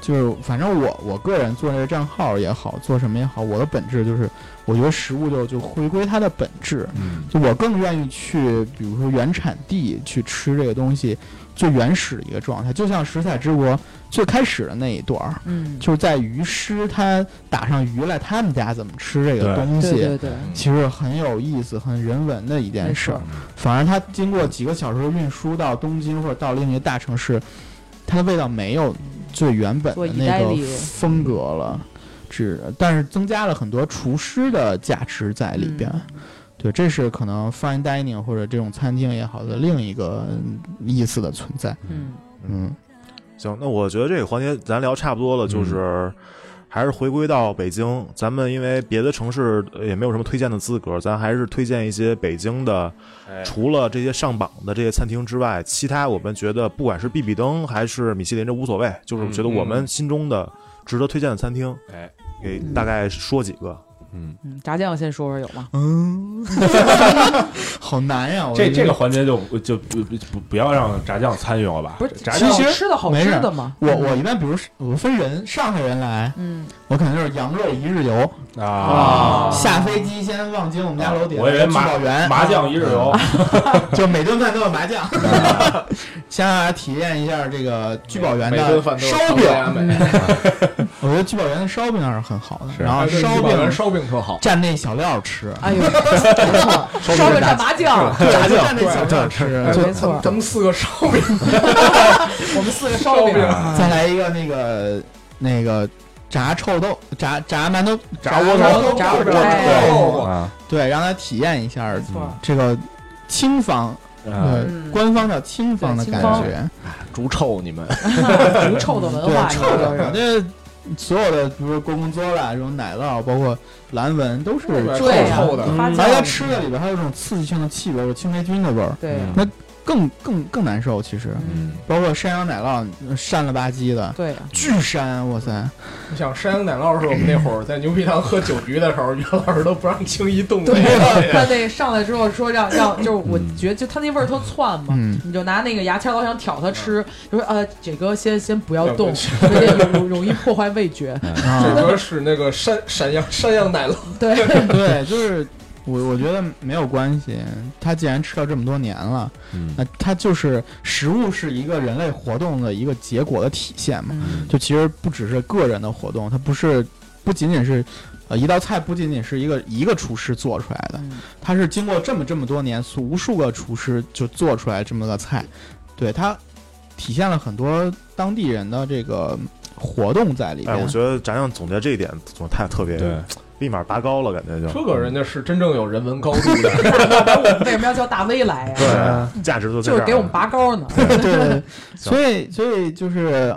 C: 就是反正我我个人做这个账号也好，做什么也好，我的本质就是，我觉得食物就就回归它的本质。
D: 嗯
C: 就我更愿意去，比如说原产地去吃这个东西最原始的一个状态，就像食彩之国最开始的那一段儿，
E: 嗯，
C: 就是在鱼师他打上鱼来，他们家怎么吃这个
D: 对
C: 东西。
E: 对对对，
C: 其实很有意思、很人文的一件事儿
E: 没。
C: 反而它经过几个小时的运输到东京或者到另一个大城市，它的味道没有最原本
E: 做
C: 的
E: 意大
C: 那个
E: 利
C: 风格了，只但是增加了很多厨师的价值在里边。
E: 嗯
C: 对，这是可能 fine dining 或者这种餐厅也好的另一个嗯意思的存在。
E: 嗯，
C: 嗯，
A: 行，那我觉得这个环节咱聊差不多了，
E: 嗯
A: 就是还是回归到北京。咱们因为别的城市呃也没有什么推荐的资格，咱还是推荐一些北京的，
E: 哎
A: 除了这些上榜的这些餐厅之外，其他我们觉得不管是必比登还是米其林，这无所谓，就是
E: 嗯
A: 我觉得我们心中的值得推荐的餐厅，
D: 哎，
A: 给大概说几个。
D: 嗯，
E: 嗯炸酱先说说有吗？
C: 好难呀！我
D: 这
C: 觉
D: 这
C: 得
D: 个环节就不就不不不不要让炸酱参与了吧？
E: 不是
D: 炸
C: 其
D: 酱
C: 实
E: 吃的好
C: 没
E: 吃
C: 事
E: 的嘛，
C: 我我一般比如是我分人，上海人来，
E: 嗯，
C: 我可能就是羊肉一日游。
D: 啊，
C: 下飞机先望京我们家楼底下
D: 我以
C: 聚
D: 为麻
C: 宝园，
D: 麻将一日游，
C: 就每顿饭都有麻将，先让大家体验一下这个聚宝园
F: 每顿
C: 的
F: 饭都有
C: 烧
F: 糖
C: 饼。
F: 加美
C: 我觉得聚宝园的烧饼还是很好的，
D: 是
C: 然后
F: 哎 对
C: 烧
F: 一碗
C: 饼
F: 烧饼特好，
C: 蘸那小料吃，
E: 哎呦， 没错烧饼蘸麻酱，
C: 对，就蘸那小料吃，
E: 对
C: 就
E: 没错，
F: 咱们四个烧饼
E: 我们四个烧饼，
C: 啊
E: 啊
C: 再来一个那个那个炸臭豆、炸炸馒头、
D: 炸窝头
E: 头炸窝头
C: 对
F: 哦
D: 啊，
C: 对，让他体验一下
E: 没错，
C: 这个清房，对，
D: 嗯
E: 嗯
C: 官方叫清房的
E: 对
C: 感
E: 清
D: 房
C: 觉。
F: 逐臭你们，
E: 不臭的文
C: 嗯
E: 化，
C: 对，臭
E: 的
C: 的，反正所有的，比如说公公作啦，这种奶酪，包括蓝纹，都是
F: 对
C: 臭
E: 对呀啊嗯
C: 的。嗯
F: 臭的
E: 发
C: 而且
E: 酵
C: 吃的里边还有这种刺激性的气味，有青霉菌的味儿。
E: 对呀
D: 嗯
C: 那更更更难受。其实，
D: 嗯，
C: 包括山羊奶酪膻了吧唧的，
E: 对，
C: 巨膻，哇 塞！啊
F: 你想山羊奶酪是我们那会儿在牛皮糖喝酒局的时候，袁老师都不让轻易动那个。
E: 他那上来之后说让让，就是我觉得就他那味儿特窜嘛，
C: 嗯
E: 你就拿那个牙签老想挑它吃，就说呃，这哥先先不要动，有点容容易破坏味觉。
F: 这
C: 啊，
F: 歌是那个山山羊山羊奶酪，
E: 对，
C: 对，就是我我觉得没有关系。他既然吃了这么多年了，
D: 嗯
C: 那哎它就是食物是一个人类活动的一个结果的体现嘛。
E: 嗯
C: 就其实不只是个人的活动，它不是不仅仅是。呃，一道菜不仅仅是一个一个厨师做出来的，
E: 嗯
C: 它是经过这么这么多年，无数个厨师就做出来这么个菜，对它体现了很多当地人的这个活动在里
G: 哎，
C: 边。
G: 我觉得展亮总结这一点总太特别，
D: 对，
G: 立马拔高了，感觉就
F: 这个人家是真正有人文高度 的。
E: 为什么要叫大 V 来呀？
G: 对价值就在
E: 就
G: 这
E: 是
G: 儿，
E: 给我们拔高呢。
C: 对 对，所以所以就是，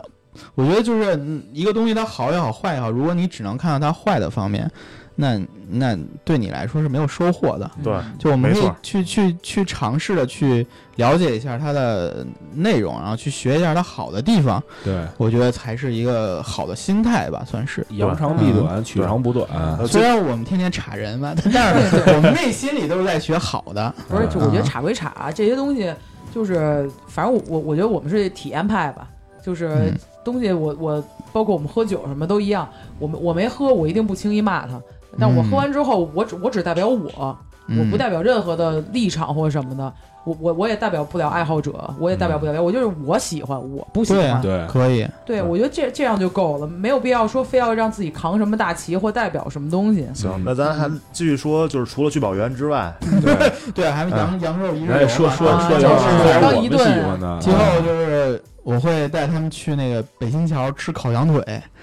C: 我觉得就是嗯一个东西它好也好，坏也好，如果你只能看到它坏的方面，那那对你来说是没有收获的。
G: 对
E: 嗯
C: 就我们可
G: 没
C: 以
G: 错
C: 去去去尝试的去了解一下它的内容，然后去学一下它好的地方，
D: 对，
C: 我觉得才是一个好的心态吧，算是。
D: 扬长避短，取长补短。
G: 呃
C: 虽
G: 最
C: 然我们天天查人吧， 但是我们内心里都是在学好的。
E: 不是，就我觉得
C: 嗯
E: 查归查，这些东西就是，反正我我我觉得我们是体验派吧，就是
C: 嗯
E: 东西我我包括我们喝酒什么都一样，我们我没喝，我一定不轻易骂他。但我喝完之后，我只我只代表我，我
C: 嗯
E: 不代表任何的立场或者什么的，我我我也代表不了爱好者，我也代表不了，我就是我喜欢，我不
C: 嗯
E: 喜
C: 对啊
E: 欢。
D: 对
C: 可以，
E: 对，我觉得这这样就够了，没有必要说非要让自己扛什么大旗或代表什么东西。
D: 嗯
G: 行，那咱还继续说，就是除了聚宝源之外，
C: 对，啊还有羊羊肉一
D: 咱也
C: 日
D: 哎说说
E: 啊
D: 说
E: 就
D: 羊
E: 是
D: 肉还
E: 当
D: 是我
E: 一
D: 们
E: 顿
D: 喜欢的
C: 今后就是我会带他们去那个北新桥吃烤羊腿，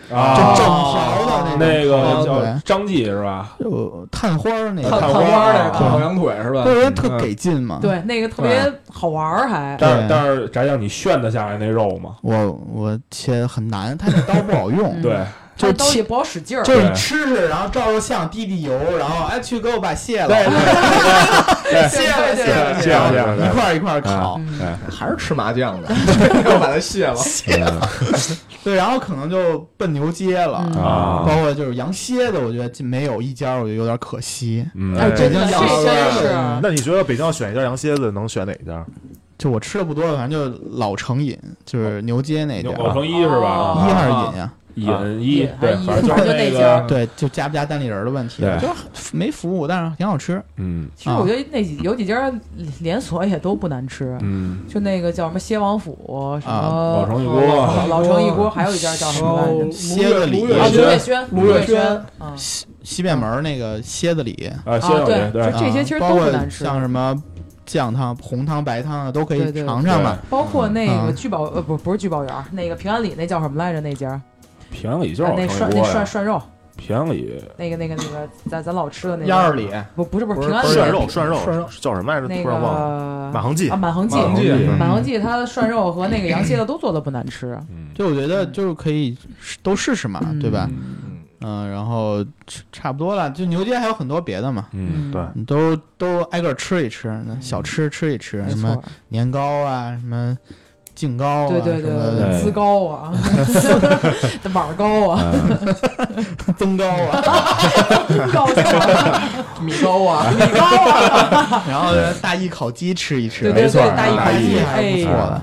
C: 就
D: 啊
C: 整，条的
D: 那
C: 种烤
D: 个
C: 羊
D: 叫
C: 腿，
D: 张记是吧？
C: 就炭花儿那
F: 看
C: 个，
D: 看
F: 看
D: 花
F: 花
D: 儿啊
F: 那个烤啊羊腿是吧？
C: 对，特
D: 嗯
C: 给劲嘛。，
E: 对，那个特别好玩儿，还
D: 但是但是，炸酱你炫得下来那肉吗？
C: 我我切很难，他那刀不好用，
D: 对，
C: 就
E: 它刀
C: 切
E: 也不好使劲儿。
C: 就是
D: 对
C: 你吃吃，然后照照相，滴滴油，然后哎去给我把蟹了，
D: 对
C: 蟹了
E: 对
C: 蟹了
D: 对
C: 蟹了
D: 对对对
C: 一块儿一块儿烤。
E: 嗯
F: 还是吃麻酱 的，要把它卸了。
C: 对，然后可能就奔牛街了，
E: 嗯
D: 啊
C: 包括就是羊蝎子，我觉得进没有一家，我觉得有点可惜。
D: 嗯，
E: 哎，真的，
C: 北京
E: 这
C: 小
E: 真
C: 吃
A: 嗯
E: 是
G: 那你觉得北京要选一家羊蝎子，能选哪家？
C: 就我吃的不多，反正就老成瘾，就是牛街那家，
D: 老成一是吧？
C: 一还是瘾呀？
D: 引一，对，
E: 啊
D: 反正就是
E: 就那
D: 那
E: 家
D: 个，
C: 对，就加不加单立人的问题，
D: 对
C: 就是没服务，但是挺好吃。
D: 嗯
E: 其实我觉得那几有几家连锁也都不难吃，
D: 嗯，
E: 就那个叫什么蝎王府，什
D: 老
E: 么啊
D: 成一锅，
E: 老城一锅，还有一家叫什么来着？
C: 蝎子里
F: 卢月
E: 啊，
D: 哦
E: 卢
D: 卢
E: 月
D: 月
E: 轩，
F: 卢
E: 卢
F: 月
E: 月
F: 轩
E: 啊
C: 西西便门那个蝎子里，
D: 啊，
E: 啊
D: 先，有
E: 对，就
D: 这，对，
E: 这些
C: 啊
E: 其实
C: 包
E: 都不
C: 括
E: 难吃。
C: 像什么酱汤、红汤、白汤啊的都可
E: 对
C: 以
E: 对
C: 尝尝嘛。
E: 包括那个
C: 啊
E: 聚宝呃不不是聚宝园儿，那个平安里那叫什么来着？那家儿
D: 平安里就
E: 啊
D: 是老
E: 那
D: 成
E: 涮
D: 一
E: 那
D: 锅
E: 涮
D: 呀，
E: 涮肉，
D: 平安里
E: 那个那个那个咱咱老吃的那
F: 鸭
E: 个
F: 二里，
E: 不不是不是
F: 不是
E: 平安里
G: 涮肉，涮肉，
F: 涮肉
G: 叫什么来着？
E: 那
G: 突
E: 个
G: 然忘了。马
E: 啊
G: 恒记，
E: 满恒记
F: 马恒记
D: 嗯
E: 满恒记它涮肉和那个羊蝎子都做的不难吃。啊
D: 嗯，
C: 就我觉得就是可以试都试试嘛，
E: 嗯
C: 对吧？
D: 嗯
C: 嗯，然后差差不多了。就牛街还有很多别的嘛，
D: 嗯，
G: 对
C: 你都都挨个吃一吃，那小吃吃一吃，
E: 嗯没
C: 什么
E: 错，
C: 年糕啊，什么净糕啊，
E: 对对
C: 什么
E: 对，滋高 啊，碗儿高
D: 嗯
E: 啊，
C: 增糕啊，
G: 嗯
E: 高啊，
F: 米糕啊，
E: 米糕啊，
C: 然后大义烤鸡吃一吃，
E: 对对
D: 没错
E: 对，
D: 儿
E: 大一
C: 大
E: 大
C: 义
E: 一，
C: 还是不错
E: 哎，
C: 的。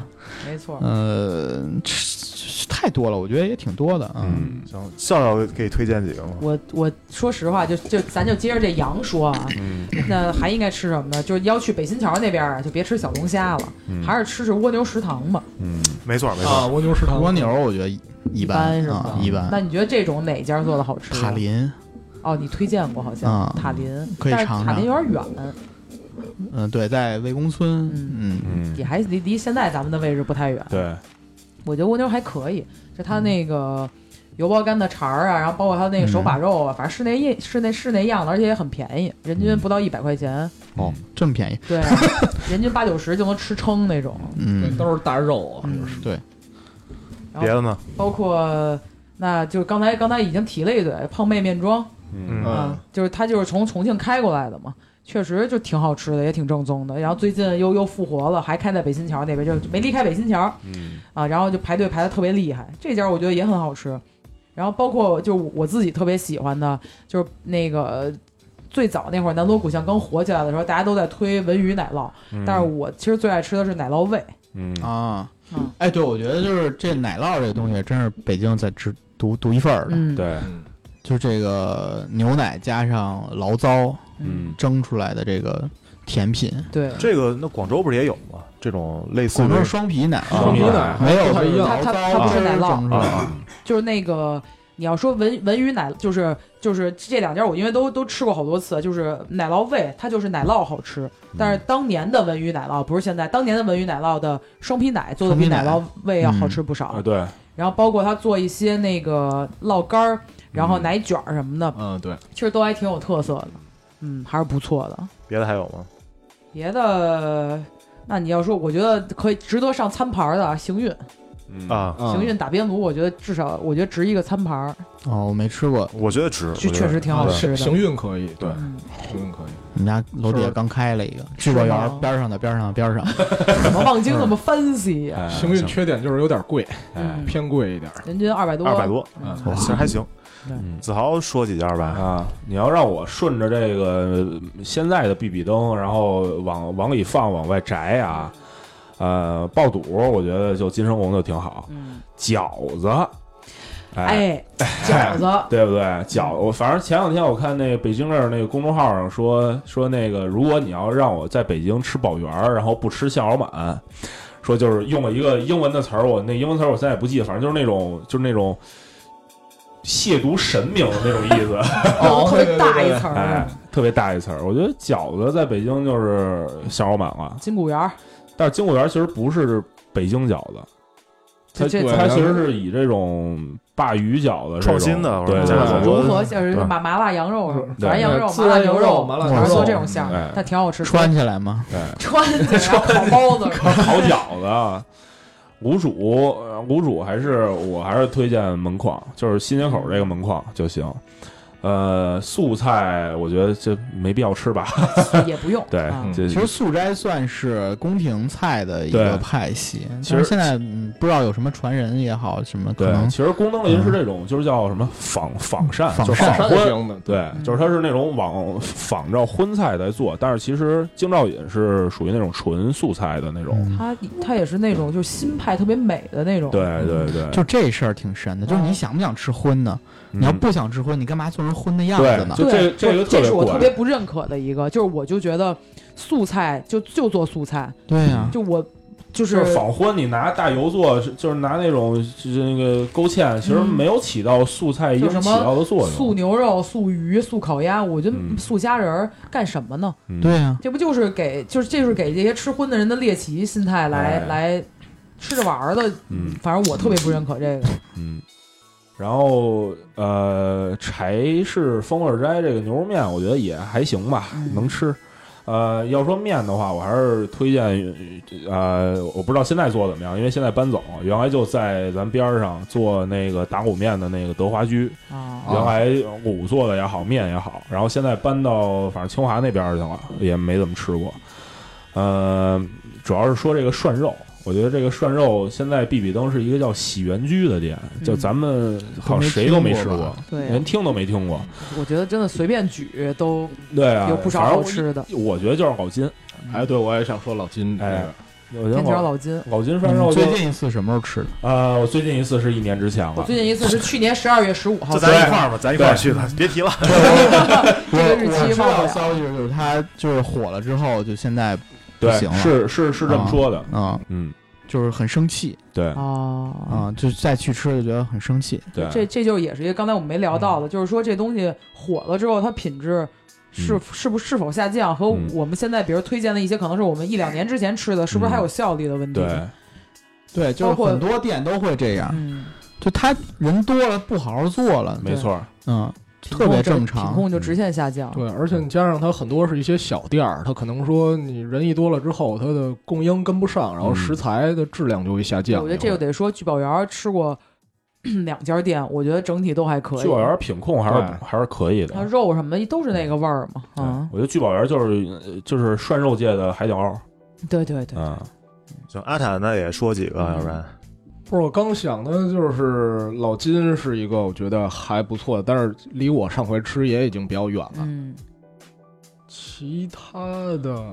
E: 没错，
C: 呃，吃太多了，我觉得也挺多的啊。
D: 嗯，
G: 行，笑笑给推荐几个吗？
E: 我我说实话，就就咱就接着这羊说啊，
D: 嗯
E: 那还应该吃什么呢？就是要去北新桥那边儿啊，就别吃小龙虾了，
C: 嗯
E: 还是吃吃蜗牛食堂吧。
D: 嗯，
G: 没错，没
F: 啊，
G: 错，
F: 蜗牛食堂，
C: 蜗牛我觉得一般
E: 是吧
C: 啊，？一般。
E: 那你觉得这种哪家做的好吃？啊
C: 塔。林，
E: 哦，你推荐过好像
C: 啊
E: 塔林，
C: 可以
E: 但是
C: 尝尝
E: 塔林有点远，
C: 嗯，对，在魏公村，
E: 嗯
C: 嗯，
E: 也还离离现在咱们的位置不太远。
D: 对，
E: 我觉得蜗牛还可以，就它那个油包干的肠儿啊，然后包括它那个手把肉啊，反正是那一是那是那样的，而且也很便宜，人均不到一百块钱，
D: 嗯
C: 哦，这么便宜，
E: 嗯对， 人均八九十就能吃撑那种。
C: 嗯，
F: 都是大肉啊。
E: 嗯，
C: 对，
E: 然
G: 别
E: 后
G: 的呢？
E: 包括那就是刚才刚才已经提了一嘴胖妹面庄，
D: 嗯
E: 啊，就是它就是从重庆开过来的嘛。确实就挺好吃的，也挺正宗的。然后最近又又复活了，还开在北新桥那边，就没离开北新桥
D: 嗯，
E: 啊。然后就排队排的特别厉害，这家我觉得也很好吃。然后包括就我自己特别喜欢的，就是那个呃最早那会儿南锣鼓巷刚火起来的时候，大家都在推文娱奶酪，但是我其实最爱吃的是奶酪味。
D: 嗯
C: 啊
E: 嗯，
C: 哎，对，我觉得就是这奶酪这个东西，真是北京在独独独一份儿的，
E: 嗯，
D: 对，
C: 就是这个牛奶加上醪糟
D: 嗯
C: 蒸出来的这个甜品，
E: 对，
G: 这个那广州不是也有吗？这种类似
C: 广州
G: 的
C: 是双皮奶啊，
D: 双皮
B: 奶
C: 没有
B: 不太一样
E: 它它
C: 醪糟
E: 它不是奶酪
C: 蒸出来的
G: 啊，
E: 就是那个你要说文文娱奶，就是就是这两家我因为都都吃过好多次，就是奶酪味，它就是奶酪好吃。但是当年的文娱奶酪不是现在，当年的文娱奶酪的双皮奶做的比
C: 双皮
E: 奶
C: 奶
E: 酪味要好吃不少。
D: 啊对，
E: 然后包括它做一些那个酪干儿，然后
D: 嗯
E: 奶卷儿什么的，
B: 嗯，
F: 啊
B: 对，
E: 其实都还挺有特色的，嗯，还是不错的。
G: 别的还有
D: 嗯
G: 吗？
E: 别的，那你要说，我觉得可以值得上餐盘儿的啊行运，
D: 嗯
G: 啊，
C: 嗯
E: 行运打边炉，我觉得至少我觉得值一个餐盘儿，
C: 哦，我没吃过，
G: 我觉得值，
E: 确
G: 我觉
E: 确
G: 得嗯
E: 实挺好吃的。
B: 行运可以，对，
E: 嗯，
B: 行运可
C: 我
B: 以。
C: 们家楼底下刚开了一个聚宝
E: 是吗
C: 园，边上的边上的边上，
E: 怎么望京那么 fancy 呀、
D: 哎
B: 行运缺点就是有点贵，
D: 哎
B: 偏贵一点。
E: 人均二百多，
G: 二百多，
E: 嗯，
G: 其实还行。
D: 嗯
G: 子豪说几家吧，
D: 啊，你要让我顺着这个呃现在的 BB 灯，然后往往里放，往外摘啊，呃，爆肚，我觉得就金生红就挺好，
E: 嗯，
D: 饺子，哎，哦
E: 哎，饺 子，
D: 对不对？饺，我反正前两天我看那北京这儿那个公众号上说说那个，如果你要让我在北京吃宝源儿，然后不吃象老板，说就是用了一个英文的词儿，我那英文词儿我现在也不记，反正就是那种就是那种亵渎神明那种意思。
E: 弄得特别大一层儿，
D: 哎，特别大一层儿。我觉得饺子在北京就是小老板了，
E: 金骨园儿，
D: 但是金骨园其实不是北京饺子，它
E: 这这
D: 它其实是以这种鲅鱼饺子这种
G: 创新的
D: 对
G: 我觉
D: 对
G: 得
D: 对
G: 很
D: 对
G: 多
E: 融合就是
G: 对
E: 麻麻辣羊肉什么，
D: 对
E: 麻辣羊肉、麻
B: 孜
E: 辣
B: 然
E: 牛
B: 羊
E: 肉、
B: 麻辣
E: 全
B: 牛
E: 是做
B: 肉，
E: 这种馅
D: 哎
E: 儿，但挺好吃。
C: 穿起来吗？
E: 穿 起来烤包子，
D: 烤饺子。 五煮，呃五煮还是我还是推荐门框，就是新街口这个门框就行。呃，素菜我觉得这没必要吃吧，
E: 也不用。
D: 对嗯
E: 啊，
D: 这
C: 其实素斋算是宫廷菜的一
D: 呃对
C: 个派系，但
D: 其实
C: 是现在嗯不知道有什么传人也好，什么可
D: 对，
C: 能嗯
D: 其实宫灯林是这种，就是叫什么仿仿膳，
C: 仿
D: 就是
C: 膳
D: 仿
B: 山
D: 荤，
B: 型的，
D: 对，
C: 嗯
D: 就是它是那种往仿照荤菜在做，但是其实京兆尹是属于那种纯素菜的那种。
C: 嗯
E: 它它也是那种就是新派特别美的那种，
D: 对对对，
C: 就这事儿挺神的，就是
E: 嗯
C: 你想不想吃荤呢？
D: 嗯
C: 你要不想吃荤，你干嘛做成荤的样子
D: 对，
C: 呢？
D: 就这
E: 对
D: 这个
E: 这是我特
D: 怪
E: 别不认可的一个，就是我就觉得素菜就就做素菜，
C: 对呀，
E: 就我就
D: 就是是仿荤，你拿大油做，是就是拿那种就是那个勾芡，其实没有起到素菜应
E: 嗯就什
D: 起
E: 么
D: 到的作
E: 素
D: 用。
E: 牛肉、素鱼、素烤鸭，我觉得
D: 嗯
E: 素虾仁儿干什么呢？
D: 嗯
C: 对呀，
E: 这不就是给就是这就是给这些吃荤的人的猎奇心态来、
D: 哎
E: 来吃着玩儿的。
D: 嗯
E: 反正我特别不认可这个。
D: 嗯。然后呃，柴氏风味斋这个牛肉面，我觉得也还行吧，
E: 嗯
D: 能吃。呃，要说面的话，我还是推荐呃，我不知道现在做怎么样，因为现在搬走，原来就在咱边儿上做那个打骨面的那个德华居，
E: 啊，
D: 原来骨做的也好，面也好，然后现在搬到反正清华那边儿去了，也没怎么吃过。呃，主要是说这个涮肉，我觉得这个涮肉现在必比登是一个叫喜园居的店，就咱们好像谁都没吃
C: 都没听过
D: 过
C: 吧，
E: 对啊
D: 连听都没听过。
E: 我觉得真的随便举都
D: 对啊，
E: 有不少
D: 反正
E: 好
D: 我
E: 吃的，
D: 我觉得就是老金，
B: 哎，对，我也想说老金这
D: 哎
B: 个，，
D: 我觉得
E: 天桥
D: 老
E: 老金。
D: 老金涮
C: 嗯
D: 肉就
C: 最近一次什么时候吃的？
D: 呃，我最近一次是一年之前了，
E: 我最近一次是去年十二月十五号
G: 就
E: 吃
G: 咱
E: 的，
G: 一块儿吧，咱一块儿去的，别提了。
E: 这个日
C: 我
E: 期
C: 知
E: 忘不
C: 道
E: 了。啊
C: 消息就是他就是火了之后，就现在不
D: 对
C: 行了，
D: 是是是这么说的，
C: 啊，
D: 嗯，
C: 就是很生气
D: 对
E: 哦，
C: 啊，
D: 嗯
C: 就再去吃就觉得很生气。
D: 对，
E: 这这就也是一个刚才我们没聊到的，就是说这东西火了之后，它品质是、
D: 嗯
E: 是不是否下降，和
D: 嗯
E: 我们现在比如推荐的一些可能是我们一两年之前吃的，是不是还有效力的问题？
D: 对。
C: 对，就是
E: 包括
C: 很多店都会这样，
E: 嗯，
C: 就他人多了不好好做了，
D: 没错儿，
C: 嗯，
E: 品
C: 特别
E: 控这
C: 正常
E: 品控就直线下降。
B: 对，而且你加上它很多是一些小店儿，它可能说你人一多了之后，它的供应跟不上，然后
D: 嗯
B: 食材的质量就会下降。
E: 我觉得这个得说聚宝园儿吃过 两家店，我觉得整体都还可以
D: 聚。宝园品控还
H: 对
D: 是还是可以的
E: 它。肉什么的都是那个味儿嘛，
D: 对
E: 嗯，
D: 我觉得聚宝园就是呃就是涮肉界的海底捞，
E: 对对对，
D: 嗯，
A: 行，阿坦那也说几个，要不然
B: 不是我刚想的，就是老金是一个我觉得还不错的，但是离我上回吃也已经比较远了。
E: 嗯，
B: 其他的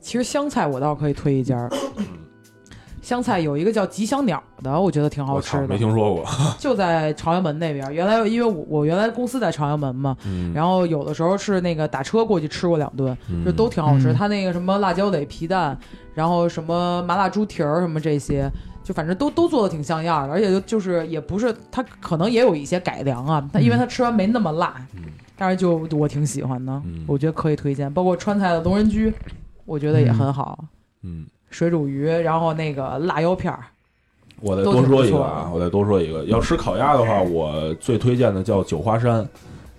E: 其实香菜我倒可以推一家儿，
D: 嗯
E: 香菜有一个叫吉祥鸟的，我觉得挺好
D: 我
E: 吃
D: 操，没
E: 的，
D: 听说过。
E: 就在朝阳门那边儿。原来因为我我原来公司在朝阳门嘛，
D: 嗯，
E: 然后有的时候是那个打车过去吃过两顿，
D: 嗯
E: 就都挺好吃。
C: 嗯
E: 它那个什么辣椒垒皮蛋，然后什么麻辣猪蹄儿什么这些，就反正都都做的挺像样儿的，而且就就是也不是它可能也有一些改良啊，它因为它吃完没那么辣，
D: 嗯
E: 但是就我挺喜欢的，
D: 嗯
E: 我觉得可以推荐。包括川菜的龙人居，我觉得也很好，
D: 嗯，
E: 水煮鱼，然后那个辣椒片儿，
D: 我再
E: 都
D: 多
E: 挺
D: 说
E: 不
D: 一个
E: 错
D: 啊
E: 的，嗯
D: 我再多说一个。要吃烤鸭的话，我最推荐的叫九华
E: 哦
D: 山，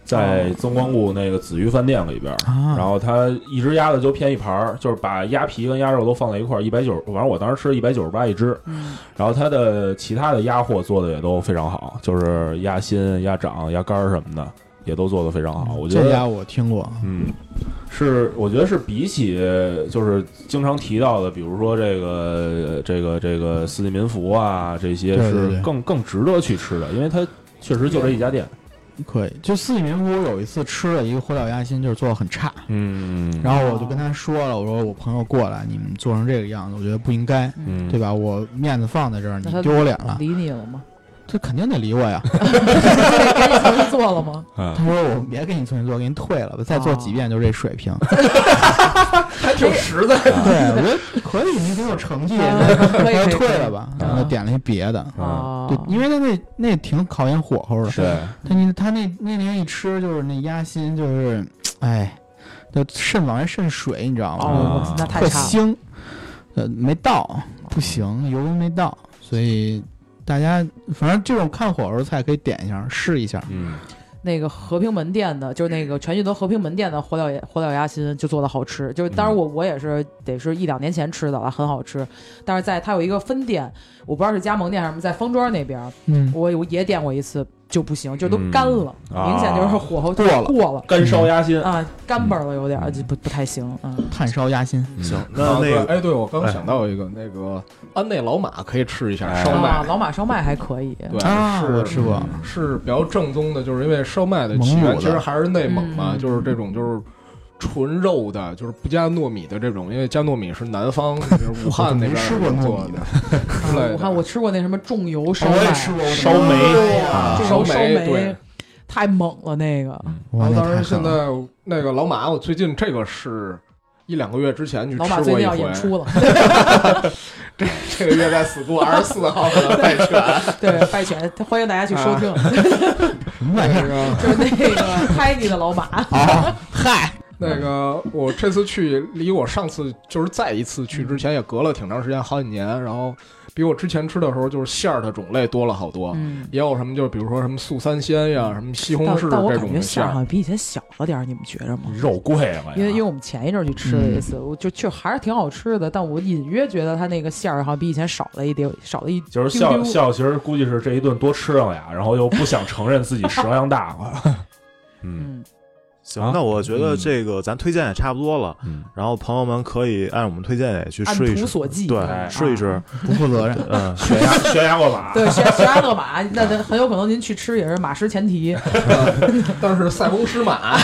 D: 在增光路那个紫玉饭店里边儿。
E: 嗯
D: 然
C: 啊，
D: 后它一只鸭子就骗一盘儿，就是把鸭皮跟鸭肉都放在一块儿，一百九，反正我当时吃一百九十八一只。
E: 嗯，
D: 然后它的其他的鸭货做的也都非常好，就是鸭心、鸭掌、鸭肝儿什么的也都做的非常好。
E: 嗯
D: 我觉
C: 这
D: 得，
C: 家我听过，
D: 嗯，是我觉得是比起就是经常提到的，比如说这个这个这个四季民福啊这些
C: 对对
D: 是
C: 对
D: 更更值得去吃的，因为它确实就这一家店。
C: 可以。就四季民福有一次吃了一个火脚鸭心，就是做的很差，
D: 嗯，
C: 然后我就跟他说了，我说我朋友过来，你们做成这个样子，我觉得不应该，
D: 嗯
C: 对吧？我面子放在这儿，
E: 那
C: 你
E: 他
C: 丢脸了，
E: 理你了吗？
C: 这肯定得理我 呀。
E: 给你重新做了 吗？
D: 嗯
C: 他说我别给你重新做，给你退了吧，再
E: 哦
C: 做几遍就这水 平。
B: 还挺实在的，
C: 对，我觉得可以，你挺有 成绩，那
E: 啊可以可以，
C: 退了吧。然后点了一别的，
E: 啊
B: 哦
C: 对，，因为他那那挺考验火候的。
D: 对，
C: 他那他那那天一吃就是那鸭心就是，哎，就渗往外渗水，你知道吗？嗯
E: 哦，那太
C: 啊特
E: 差了，
C: 腥，呃，没到，不行，油温没到，所以大家反正这种看火候菜可以点一下试一下。
D: 嗯。
E: 那个和平门店的，就是那个全聚德和平门店的火脚火脚鸭心就做的好吃，就是
C: 嗯
E: 当然我我也是得是一两年前吃的了，很好吃。但是在它有一个分店，我不知道是加盟店还是什么，在方庄那边，
C: 嗯，
E: 我我也点过一次就不行，就都
D: 嗯
E: 干了，
D: 啊
E: 明显就是火候
C: 过了嗯
E: 过了
D: 干烧鸭心，
E: 啊，干巴了有点儿就不不太行，嗯，
C: 炭烧鸭心，
A: 行，
B: 啊
A: 那那
B: 对
A: 个
B: 哎，对我刚想到一个，那个安内老马可以吃一下
D: 哎
B: 烧
E: 啊
B: 麦，，
E: 老马烧麦还可以，
B: 对，
C: 啊
B: 嗯是嗯
C: 我吃过
B: 是比较正宗的，就是因为烧麦的
C: 蒙
B: 起
C: 古
B: 源
C: 的
B: 其实还是内蒙嘛，
E: 嗯
B: 就是这种就是。纯肉的，就是不加糯米的这种，因为加糯米是南方，就是武汉那边
C: 我没吃过糯米
B: 做的，
E: 啊
B: 之类的
E: 我看我吃过那什么重油烧
C: 哦
E: 麦，
C: 过
D: 烧梅啊，
E: 这
B: 烧
E: 种
B: 嗯
E: 烧
B: 梅对
E: 太猛了那个。
C: 哇
B: 然后
C: 那
B: 当
C: 太
B: 时现
C: 狠了
B: 在那个老马，我最近这个是一两个月之前去
E: 老马
B: 吃
E: 最
B: 过
E: 近
B: 一
E: 要
B: 回
E: 演， 出了，
B: 这个月在死库二十四号可 能在选
E: 对，拜犬，欢迎大家去
B: 啊
E: 收听，
C: 什么玩意
B: 那
C: 儿
B: 个
E: 就是那个拍你的老马，
C: 啊？嗨，
B: 那个我这次去离我上次就是再一次去之前也隔了挺长时间，好几年，然后比我之前吃的时候就是馅儿的种类多了好多，
E: 嗯，
B: 也有什么就是比如说什么素三鲜呀、什么西红
E: 但
B: 柿
E: 但我
B: 这
E: 感
B: 种
E: 觉
B: 的
E: 馅
B: 馅
E: 儿好 像
B: 儿。
E: 啊比以前小了点儿，你们觉着吗？
D: 肉贵了呀，
E: 因为因为我们前一阵儿去吃了一次，
B: 嗯
E: 我就就还是挺好吃的，但我隐约觉得它那个馅儿好像比以前少了一丢，少了一丢
D: 就是
E: 丢
D: 笑。笑，其实估计是这一顿多吃上了呀，然后又不想承认自己食 量大了。嗯
E: 嗯，
A: 行
D: 啊，
A: 那我觉得
D: 嗯
A: 这个咱推荐也差不多了，
D: 嗯，
A: 然后朋友们可以按我们推荐也去
E: 按
A: 试一
E: 图
A: 试，
E: 索骥，
A: 对，
E: 啊
A: 试一试，
C: 不负 责任，
A: 嗯，
D: 悬崖悬崖勒马，
E: 对，悬悬崖勒马，那那很有可能您去吃也是马失前蹄，
B: 啊 但是塞翁失 马，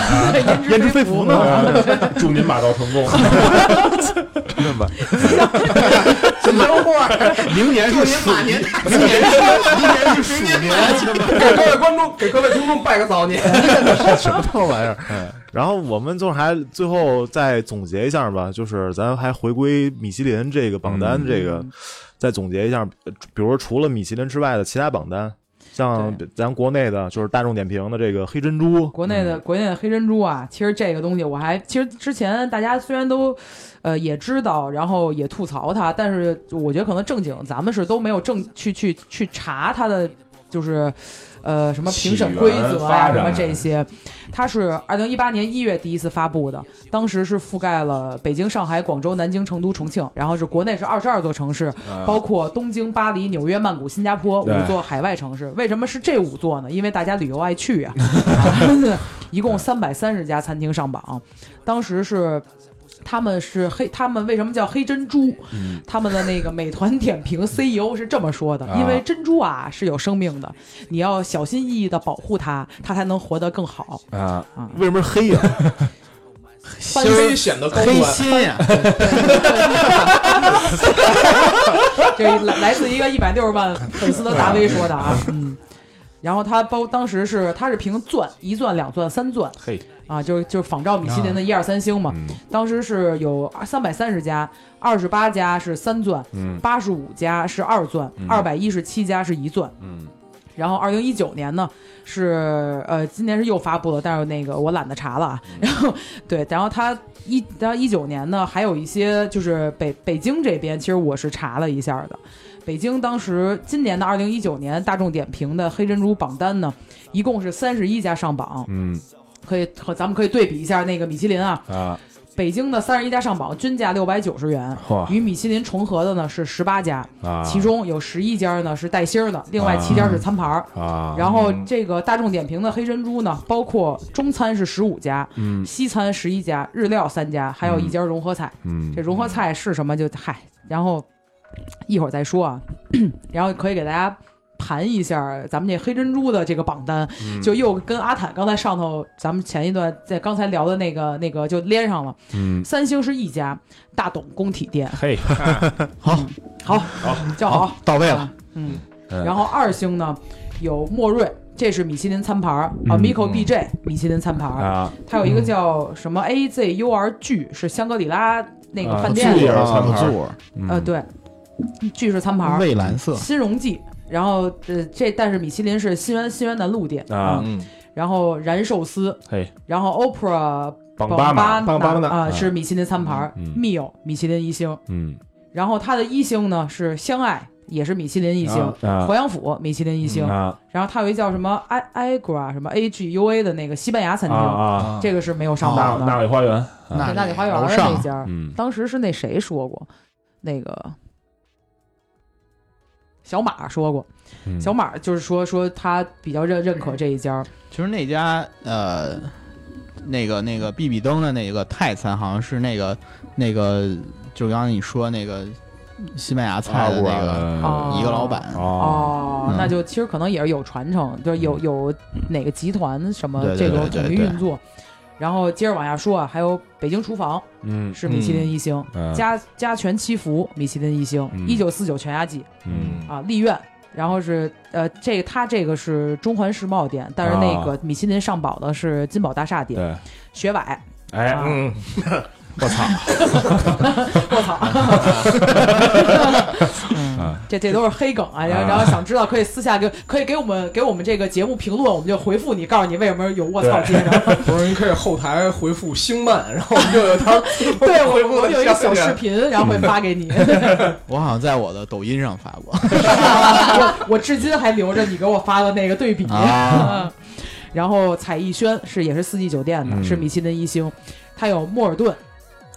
E: 焉知非福？
D: 啊 祝您马到成功。
A: 真的吧？
C: 明年是鼠，年，明年是明年是鼠年，
B: 给各位观众、给各位听众拜个早年。
A: 什么破玩意儿？
D: 哎
A: 然后我们就是还最后再总结一下吧，就是咱还回归米其林这个榜单，
D: 嗯
A: 这个再总结一下，呃比如说除了米其林之外的其他榜单，像咱国内的就是大众点评的这个黑珍珠，
E: 国内
D: 嗯
E: 的国内的黑珍珠啊，其实这个东西我还其实之前大家虽然都，呃也知道，然后也吐槽它，但是我觉得可能正经咱们是都没有正去去去查它的就是呃什么评
D: 起
E: 审
D: 源
E: 规则啊
D: 发
E: 什么
D: 展
E: 这些，它是二零一八年一月第一次发布的，当时是覆盖了北京、上海、广州、南京、成都、重庆，然后是国内是二十二座城市，包括东京、巴黎、纽约、曼谷、新加坡五
D: 对
E: 座海外城市。为什么是这五座呢？因为大家旅游爱去呀、一共三百三十家餐厅上榜，当时是。他们是黑，他们为什么叫黑珍珠？他们的那个美团点评 CEO 是这么说的：，因为珍珠啊是有生命的，你要小心翼翼的保护它，它才能活得更好。
D: 啊，
G: 为什么是黑呀？
E: 翻
F: 黑显得高端
C: 黑，心 呀，
E: 这来来自一个一百六十万粉丝的大 V 说的啊，嗯。然后他包当时是他是凭钻一钻两钻三钻
D: 嘿，
E: 啊，就是就是仿照米其林的一二三星嘛，
D: 嗯
E: 当时是有三百三十家，二十八家是三钻，
D: 嗯
E: 八十五家是二钻，二百一十七家是一钻。
D: 嗯
E: 然后二零一九年呢是呃今年是又发布了，但是那个我懒得查了啊。
D: 嗯
E: 然后对，然后他一然后一九年呢还有一些就是北北京这边，其实我是查了一下的。北京当时今年的二零一九年大众点评的黑珍珠榜单呢，一共是三十一家上榜，
D: 嗯
E: 可以和咱们可以对比一下那个米其林啊，
D: 啊，
E: 北京的三十一家上榜均价六百九十元，
D: 嚯
E: 与米其林重合的呢是十八家，
D: 啊，
E: 其中有十一家呢是带星儿的，另外七家是餐牌儿。
D: 啊，
E: 然后这个大众点评的黑珍珠呢，包括中餐是十五家，
D: 嗯
E: 西餐十一家，日料三家，还有一家融合菜。
D: 嗯
E: 这，融合菜是什么就？嗨，然后一会儿再说啊。 然后可以给大家盘一下咱们这黑珍珠的这个榜单，
D: 嗯
E: 就又跟阿坦刚才上头咱们前一段在刚才聊的那个那个就连上了。
D: 嗯
E: 三星是一家，大董工体店，
D: 嘿，
E: 好，好叫好，
C: 到位了，
E: 嗯。
D: 嗯
E: 然后二星呢有莫瑞，这是米其林餐牌儿啊，Miko BJ 米其林餐牌儿，
D: 嗯啊，
E: 它有一个叫什么 AZUR 剧，是香格里拉那个
D: 啊
E: 饭
D: 剧
E: 店
D: 也
E: 的，
D: 是餐牌
C: 座
E: 呃，对，剧是餐牌儿，
C: 蔚蓝色，
E: 新荣记。然后，呃，这但是米其林是新源新源南路店
D: 啊
E: 嗯然后燃寿司，
D: 嘿，
E: 然后 OPRA
D: 邦
E: 巴
D: 巴马，
E: 邦
G: 巴纳
E: 啊
D: 啊
E: 是米其林餐牌儿
D: 嗯
E: ，Mio 米其林一星，
D: 嗯，
E: 然后它的一星呢是相爱，也是米其林一星，
D: 啊
E: 淮扬府米其林一星，
D: 啊
E: 然后它有一叫什么 i i g r a 什么 a g u a 的那个西班牙餐
D: 啊
E: 厅，
D: 啊，
E: 这个是没有上
D: 大
E: 榜的。啊
D: 大理花园，
C: 那
E: 对大理花园儿
C: 啊楼
E: 那
C: 上
E: 家儿，
D: 嗯
E: 当时是那谁说过，那个小马说过，
D: 嗯
E: 小马就是说说他比较认认可这一家儿，
C: 其实那家呃，那个那个比比登的那个泰餐，好像是那个那个，就刚刚你说那个西班牙菜的那个、呃
E: 哦
C: 一个老板，
D: 啊嗯哦，嗯
E: 哦，
C: 嗯
E: 那就其实可能也是有传承，就是有有哪个集团什么
C: 对
E: 这
C: 对
E: 种
C: 对
E: 统一
C: 对
E: 运作。然后接着往下说啊，还有北京厨房
D: 嗯
E: 是米其林一星，
D: 嗯
E: 家家全七福米其林一星
D: 嗯，
E: 一九四九全鸭季
D: 嗯
E: 啊，丽苑。然后是呃，这个它这个是中环世贸店，但是那个米其林上榜的是金宝大厦店，
D: 对，
E: 学伟，
D: 哎，
E: 啊
F: 嗯，
E: 我操！嗯，这这都是黑梗啊！然后然后想知道可以私下给可以给我们给我们这个节目评论，我们就回复你，告诉你为什么有卧槽接着。
F: 不是，你可以后台回复星漫，然后我们就有 条
E: 对我
F: 回复
E: 我
F: 的
E: 们有一个小视频，然后会发给你。
C: 我好像在我的抖音上发过
E: 我我至今还留着你给我发的那个对比。
C: 啊，
E: 然后彩逸轩是也是四季酒店的，
D: 嗯
E: 是米其林一星，它有莫尔顿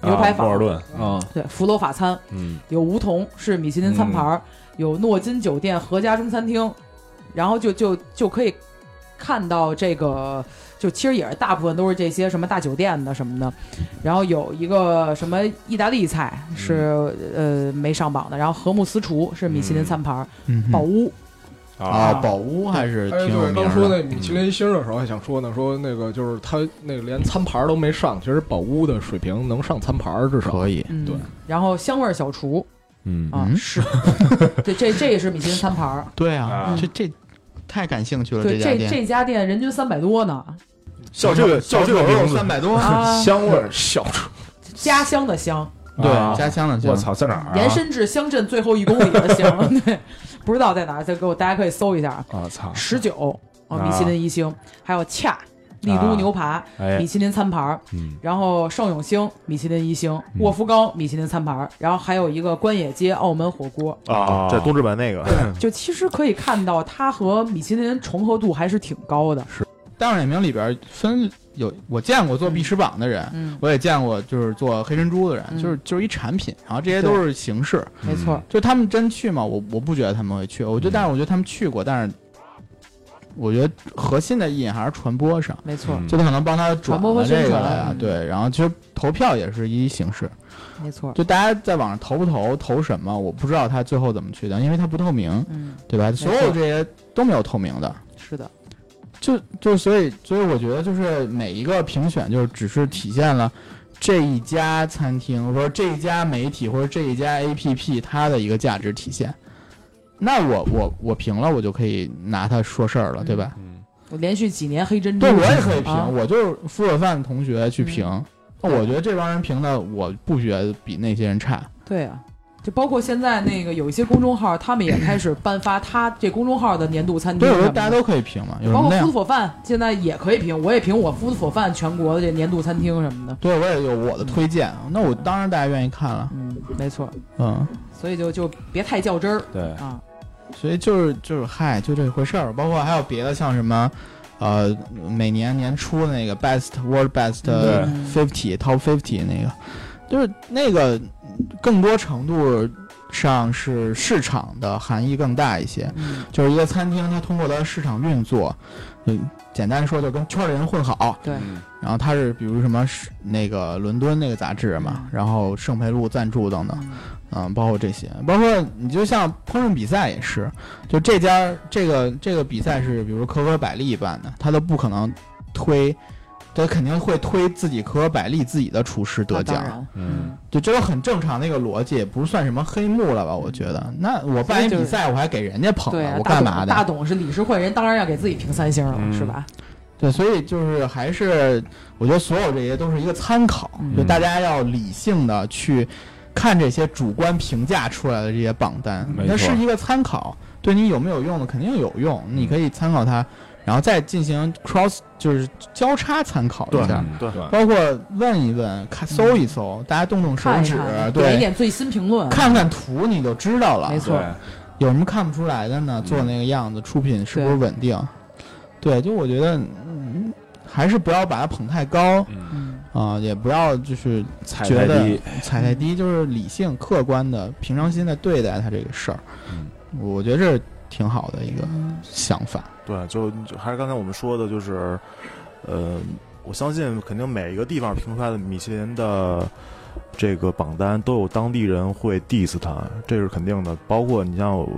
E: 牛排
D: 啊莫
E: 坊，
D: 尔顿，
F: 啊，
E: 对福楼法餐，
D: 嗯
E: 有梧桐是米其林餐牌儿，有诺金酒店合家中餐厅，然后就就就可以看到这个，就其实也是大部分都是这些什么大酒店的什么的，然后有一个什么意大利菜是、
D: 嗯
E: 呃没上榜的，然后和睦私厨是米其林餐牌儿，
C: 嗯
E: 宝屋
C: 啊，宝屋还是
F: 哎，
C: 挺有
F: 对，刚说
C: 名的，
F: 那米其林星的时候还想说呢，说那个就是他那连餐牌都没上，其实宝屋的水平能上餐牌儿至少。
C: 可以，
E: 嗯
F: 对，
E: 然后香味儿小厨
D: 嗯
E: 啊、
C: 嗯
E: 是，对这这也是米其林餐牌儿，
C: 对
D: 啊
C: 啊，这这太感兴趣了，
E: 对
C: 家
E: 这
C: 店
E: 这家店人均三百多呢，
G: 叫这个叫这个名字
C: 三，百多，
E: 啊，
F: 香味儿小厨，
E: 家乡的乡。
D: 啊
C: 对，家乡的家
D: 我，操，在哪儿啊？
E: 延伸至乡镇最后一公里的行，对，不知道在哪儿，再给我大家可以搜一下啊。
D: 啊，操，
E: 十九，哦，
D: 啊
E: 米其林一星，还有恰丽都牛扒、
D: 哎
E: 米，其林餐盘儿，
D: 嗯
E: 然后盛永兴米其林一星，沃夫冈米其林餐盘儿，然后还有一个关野街澳门火锅。
G: 啊，
D: 啊
G: 在东直门那个，
E: 就其实可以看到，它和米其林重合度还是挺高的。
C: 大众点评里边分有我见过做必吃榜的人，
E: 嗯，
C: 我也见过就是做黑珍珠的人，
E: 嗯
C: 就是就是一产品，然后这些都是形式，
E: 没错。
C: 就他们真去吗？我我不觉得他们会去，我觉
E: 嗯
C: 得，但是我觉得他们去过，但是我觉得核心的意义还是传播上，
E: 没错，
D: 嗯
C: 就他可能帮他转
E: 传播和
C: 了
E: 宣
C: 这个
E: 传
C: 来啊，
E: 嗯
C: 对，然后其实投票也是一形式，
E: 没错。
C: 就大家在网上投不投投什么，我不知道他最后怎么去的，因为他不透明，
E: 嗯，
C: 对吧？所有这些都没有透明的，
E: 是的，
C: 就就所以所以我觉得就是每一个评选就是只是体现了这一家餐厅或者这一家媒体或者这一家 APP 它的一个价值体现。那我我我评了，我就可以拿它说事儿了，
E: 嗯
C: 对吧？
D: 嗯
E: 我连续几年黑珍珠，
C: 对，我也可以评，
E: 啊
C: 我就是付了饭同学去评。那
E: 对
C: 我觉得这帮人评的，我不觉得比那些人差。
E: 对啊，就包括现在那个有一些公众号，他们也开始颁发他这公众号的年度餐厅
C: 对，我
E: 什
C: 觉
E: 么
C: 得
E: 的。
C: 大家都可以评嘛，有什
E: 包
C: 么那
E: 括
C: 样
E: Food？for Fun 现在也可以评，我也评我 Food for Fun 全国的这年度餐厅什么的。
C: 对，我也有我的推荐，啊那我当然大家愿意看了。
E: 嗯，没错，
C: 嗯，
E: 所以就就别太较真儿
D: 对，
E: 啊。
C: 所以就是就是嗨，就这回事儿。包括还有别的，像什么，呃，每年年初那个 Best World Best
E: 嗯
C: Fifty Top Fifty 那个，就是那个更多程度上是市场的含义更大一些。
E: 嗯，
C: 就是一个餐厅，它通过它的市场运作，嗯，简单说就跟圈里人混好。
E: 对，
D: 嗯
C: 然后它是比如什么是那个伦敦那个杂志嘛
E: 嗯，
C: 然后圣培路赞助等等。
E: 嗯
C: 嗯，包括这些，包括你就像烹饪比赛也是，就这家这个这个比赛是，比如可可百丽办的，他都不可能推，他肯定会推自己可可百丽自己的厨师得
E: 那啊当
C: 奖，
E: 然，
D: 嗯
C: 就这个很正常的一个逻辑，也不算什么黑幕了吧？我觉得，那我办一
E: 所以就是
C: 比赛，我还给人家捧
E: 对
C: 了，
E: 啊，
C: 我
E: 大
C: 干嘛
E: 董
C: 的？
E: 大董是理事会人，当然要给自己评三星了，
D: 嗯
E: 是吧？
C: 对，所以就是还是我觉得所有这些都是一个参考，
E: 嗯
C: 就大家要理性的去看这些主观评价出来的这些榜单
D: 没，
C: 那
D: 错嗯
C: 是一个参考，对你有没有用的肯定有用，你可以参考它，然后再进行 cross 就是交叉参考一下。
D: 嗯
A: 对
D: 对，
C: 包括问一问，看搜一搜，大家动动手
E: 嗯看一
C: 指，
E: 看，点一
C: 啊对，
E: 点最新评论，
C: 看看图你就知道了。
E: 没错
D: 对
C: 有什么看不出来的
A: 嗯
C: 呢？做那个样子，出品是不是稳定？对，就我觉得，嗯，还是不要把它捧太高
D: 嗯，
E: 嗯，
C: 啊、也不要就是
D: 踩
C: 觉
D: 太
C: 得
D: 低，
C: 踩太低，就是理性、客观的、平常心的对待它这个事儿。
D: 嗯
C: 我觉得这是挺好的一个想法。
A: 对，就就还是刚才我们说的，就是，呃，我相信肯定每一个地方评出来的米其林的这个榜单都有当地人会 diss 它，这是肯定的。包括你像我，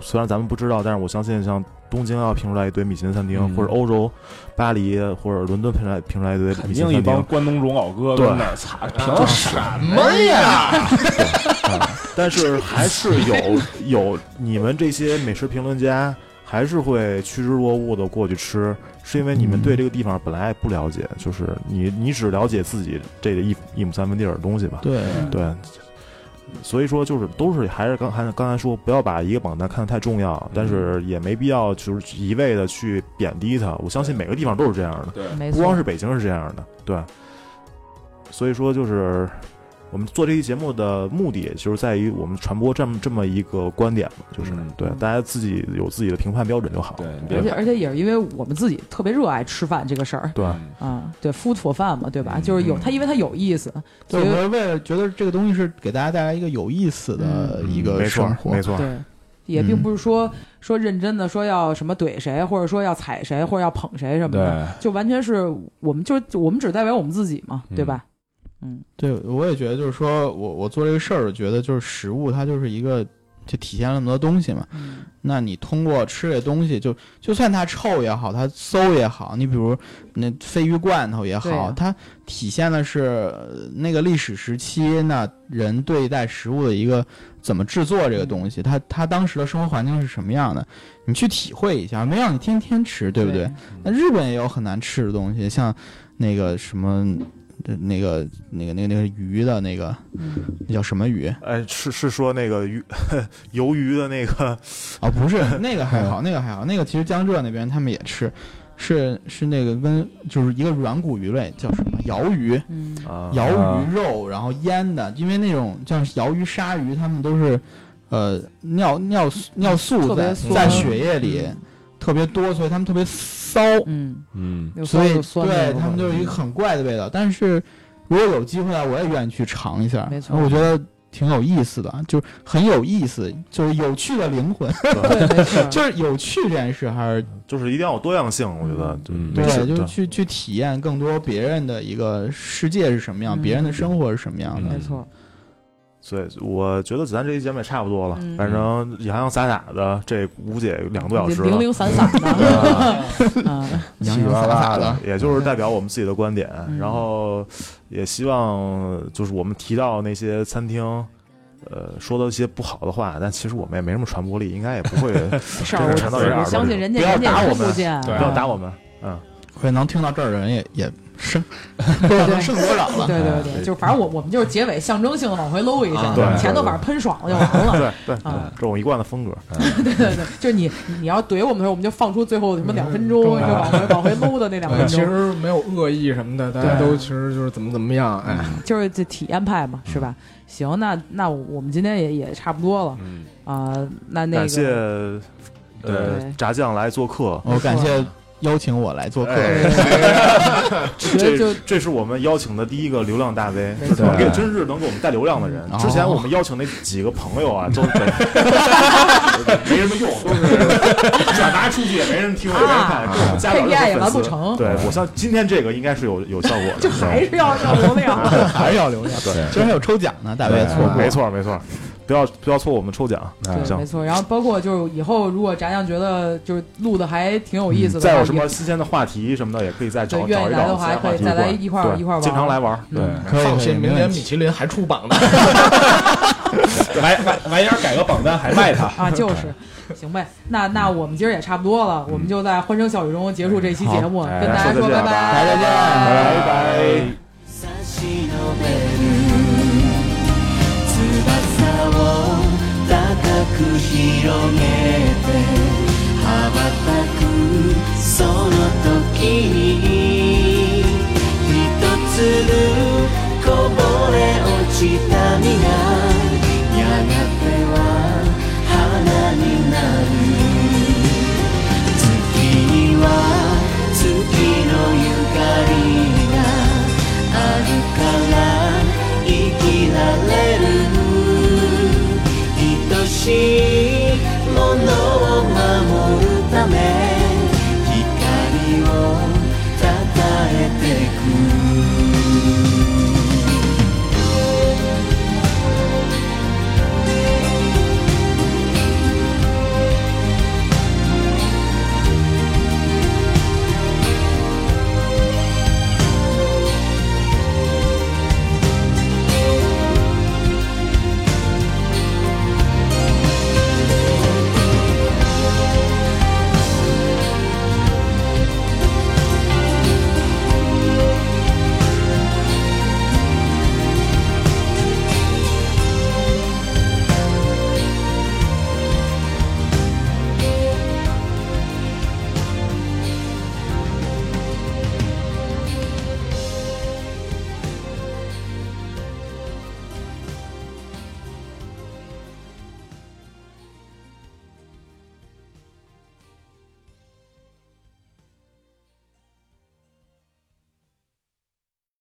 A: 虽然咱们不知道，但是我相信像东京要评出来一堆米其林餐厅，
D: 嗯
A: 或者欧洲巴黎或者伦敦评出来评出来一堆
D: 肯
A: 米其林
D: 定一
A: 餐
D: 帮
A: 厅，
D: 关东荣老哥
A: 对
D: 跟那儿擦，啊凭什么？
A: 但是还是有有你们这些美食评论家还是会趋之若鹜的过去吃，是因为你们
C: 嗯
A: 对这个地方本来也不了解，就是你你只了解自己这一一亩三分地儿的东西吧，
C: 对，
A: 对。所以说，就是都是还是刚还刚才说，不要把一个榜单看得太重要，但是也没必要就是一味的去贬低它。我相信每个地方都是这样的，
D: 对，
E: 没错，
A: 不光是北京是这样的，对。所以说，就是我们做这期节目的目的，就是在于我们传播这么这么一个观点嘛，就是、
D: 嗯
A: 对大家自己有自己的评判标准就好。
D: 对你
E: 而
D: 别
E: 且而且也是因为我们自己特别热爱吃饭这个事儿
A: 对
D: 嗯
E: 啊，对，food for fun 嘛，对吧？
D: 嗯
E: 就是有它，因为它有意思，
C: 对，
E: 所以
C: 我是为了觉得这个东西是给大家带来一个有意思的一
A: 嗯
C: 个
A: 没错
C: 生，活
A: 没。 错，
E: 对，也并不是说说认真的说要什么怼谁，或者说要踩谁，或者要捧谁什么的，
D: 对，
E: 就完全是我们就是我们只代表我们自己嘛，
D: 嗯
E: 对吧？嗯
C: 对，我也觉得，就是说我我做这个事儿，我觉得就是食物它就是一个，就体现了那么多东西嘛。
E: 嗯，
C: 那你通过吃这东西，就就算它臭也好，它馊也好，你比如那鲱鱼罐头也好，
E: 对啊
C: 它体现的是呃那个历史时期那人对待食物的一个怎么制作这个东西，它它当时的生活环境是什么样的，你去体会一下，没让你天天吃，对不对？那日本也有很难吃的东西，像那个什么。呃那个、那个、那个、那个鱼的那个，
E: 嗯
C: 那叫什么鱼？
A: 哎，是是说那个鱼 鱿鱼的那个
C: 哦，不是那个还好，那个还好，那个其实江浙那边他们也吃，是是那个跟就是一个软骨鱼类叫什么鳐鱼，
E: 嗯
A: 啊，
C: 鳐鱼肉然后腌的，因为那种像鳐鱼、鲨鱼，它们都是呃尿尿素尿素
E: 特别
C: 在
E: 素
C: 在血液里
E: 嗯
C: 特别多，所以它们特别骚，
E: 嗯，
D: 嗯，
E: 有
C: 所以
E: 酸有酸的
C: 对
E: 有
C: 它们就是一个很怪的味道。但是如果有机会啊，我也愿意去尝一下，
E: 没错
C: 我觉得挺有意思的，就很有意思，就是有趣的灵魂，，
E: 对，没错
C: 就是有趣这件事还是
A: 就是一定要有多样性，我觉得就
D: 嗯
A: 没事
C: 对，就
A: 对
C: 是去去体验更多别人的一个世界是什么样，
E: 嗯
C: 别人的生活是什么样
A: 嗯
C: 的。
E: 没错，
A: 所以我觉得咱这期节目也差不多了，
E: 嗯
A: 反正洋洋洒洒的，这估计也两个多小时
E: 零
A: 了，
E: 零散散 的，嗯，
C: 洋洋洒洒的，
A: 也就是代表我们自己的观点。
E: 嗯
A: 然后也希望就是我们提到那些餐厅，呃，说到一些不好的话，但其实我们也没什么传播力，应该也不 会不
E: 没事儿，
A: 真是馋
E: 我
A: 到这样
E: 我
A: 了
E: 相信人家
A: 不要
E: 人家
A: 打
E: 也
A: 我
E: 听
A: 们
E: 不见，啊
D: 对
A: 要打我们。嗯，
C: 可能听到这儿的人也也 剩，
E: 对对
C: 能剩多少了？
E: 对对对，就反正我我们就是结尾象征性的往回搂一下，
C: 啊
A: 对对
E: 前头
A: 对
E: 把人喷爽了就完 了。
A: 对对，对
E: 啊
A: 这是我一贯的风格。
E: 对对对，就是你你你要怼我们的时候，我们就放出最后什么两分钟，
A: 嗯
E: 就往回往回搂的那两分
B: 啊其
E: 钟，
B: 实没有恶意什么的，大家都其实就是怎么怎么样，哎，
E: 就是这体验派嘛，是吧？行，那那我们今天也也差不多了
D: 嗯，
E: 啊、那那
A: 感谢
E: 个
A: 呃
E: 对
A: 炸酱来做客，
C: 我感谢邀请我来做客，
A: 哎
E: 觉
A: 这
E: 就
A: 这是我们邀请的第一个流量大 V，
E: 没错
A: 能给真是能给我们带流量的人
C: 哦。
A: 之前我们邀请那几个朋友 啊，都是没什么用，都是转达出去也没人听，也没人
E: 啊
A: 看，跟我们加不了任
E: KPI 也
A: 何
E: 完不
A: 粉丝。
E: 成，
A: 对，我像今天这个应该是有有效果的，
E: 就还是要 要流量。
C: 还是要留下。
A: 对，
C: 其实还有抽奖呢，大卫也错过
A: 没。错没错，不要不要错过我们抽奖，哎
E: 对，没
A: 行。
E: 错。然后包括就是以后如果炸酱觉得就是录的还挺有意思的话，
A: 再有嗯什
E: 也
A: 么新鲜的话题什么的，也可以再找
E: 对愿意
A: 找一
E: 来的
A: 找
E: 话
A: 其他
E: 可以
A: 题
E: 再来
A: 过
E: 一块儿
A: 对
E: 一块儿玩
A: 经常来玩儿，对，
C: 可以，
B: 放
C: 可以
B: 心，明
C: 没
B: 年
C: 问
B: 米
C: 题
B: 其林还出榜呢。
D: 晚晚晚点儿改个榜单还卖它。
E: 啊，就是，行呗。那那我们今儿也差不多了，我们就在欢声笑语中结束这期节目，
A: 嗯哎
E: 跟大家
A: 说
E: 说
A: 再见
E: 拜
A: 吧
E: 拜，
A: 大
E: 再见，
A: 拜拜。
I: 差し伸べる翼を高く広げて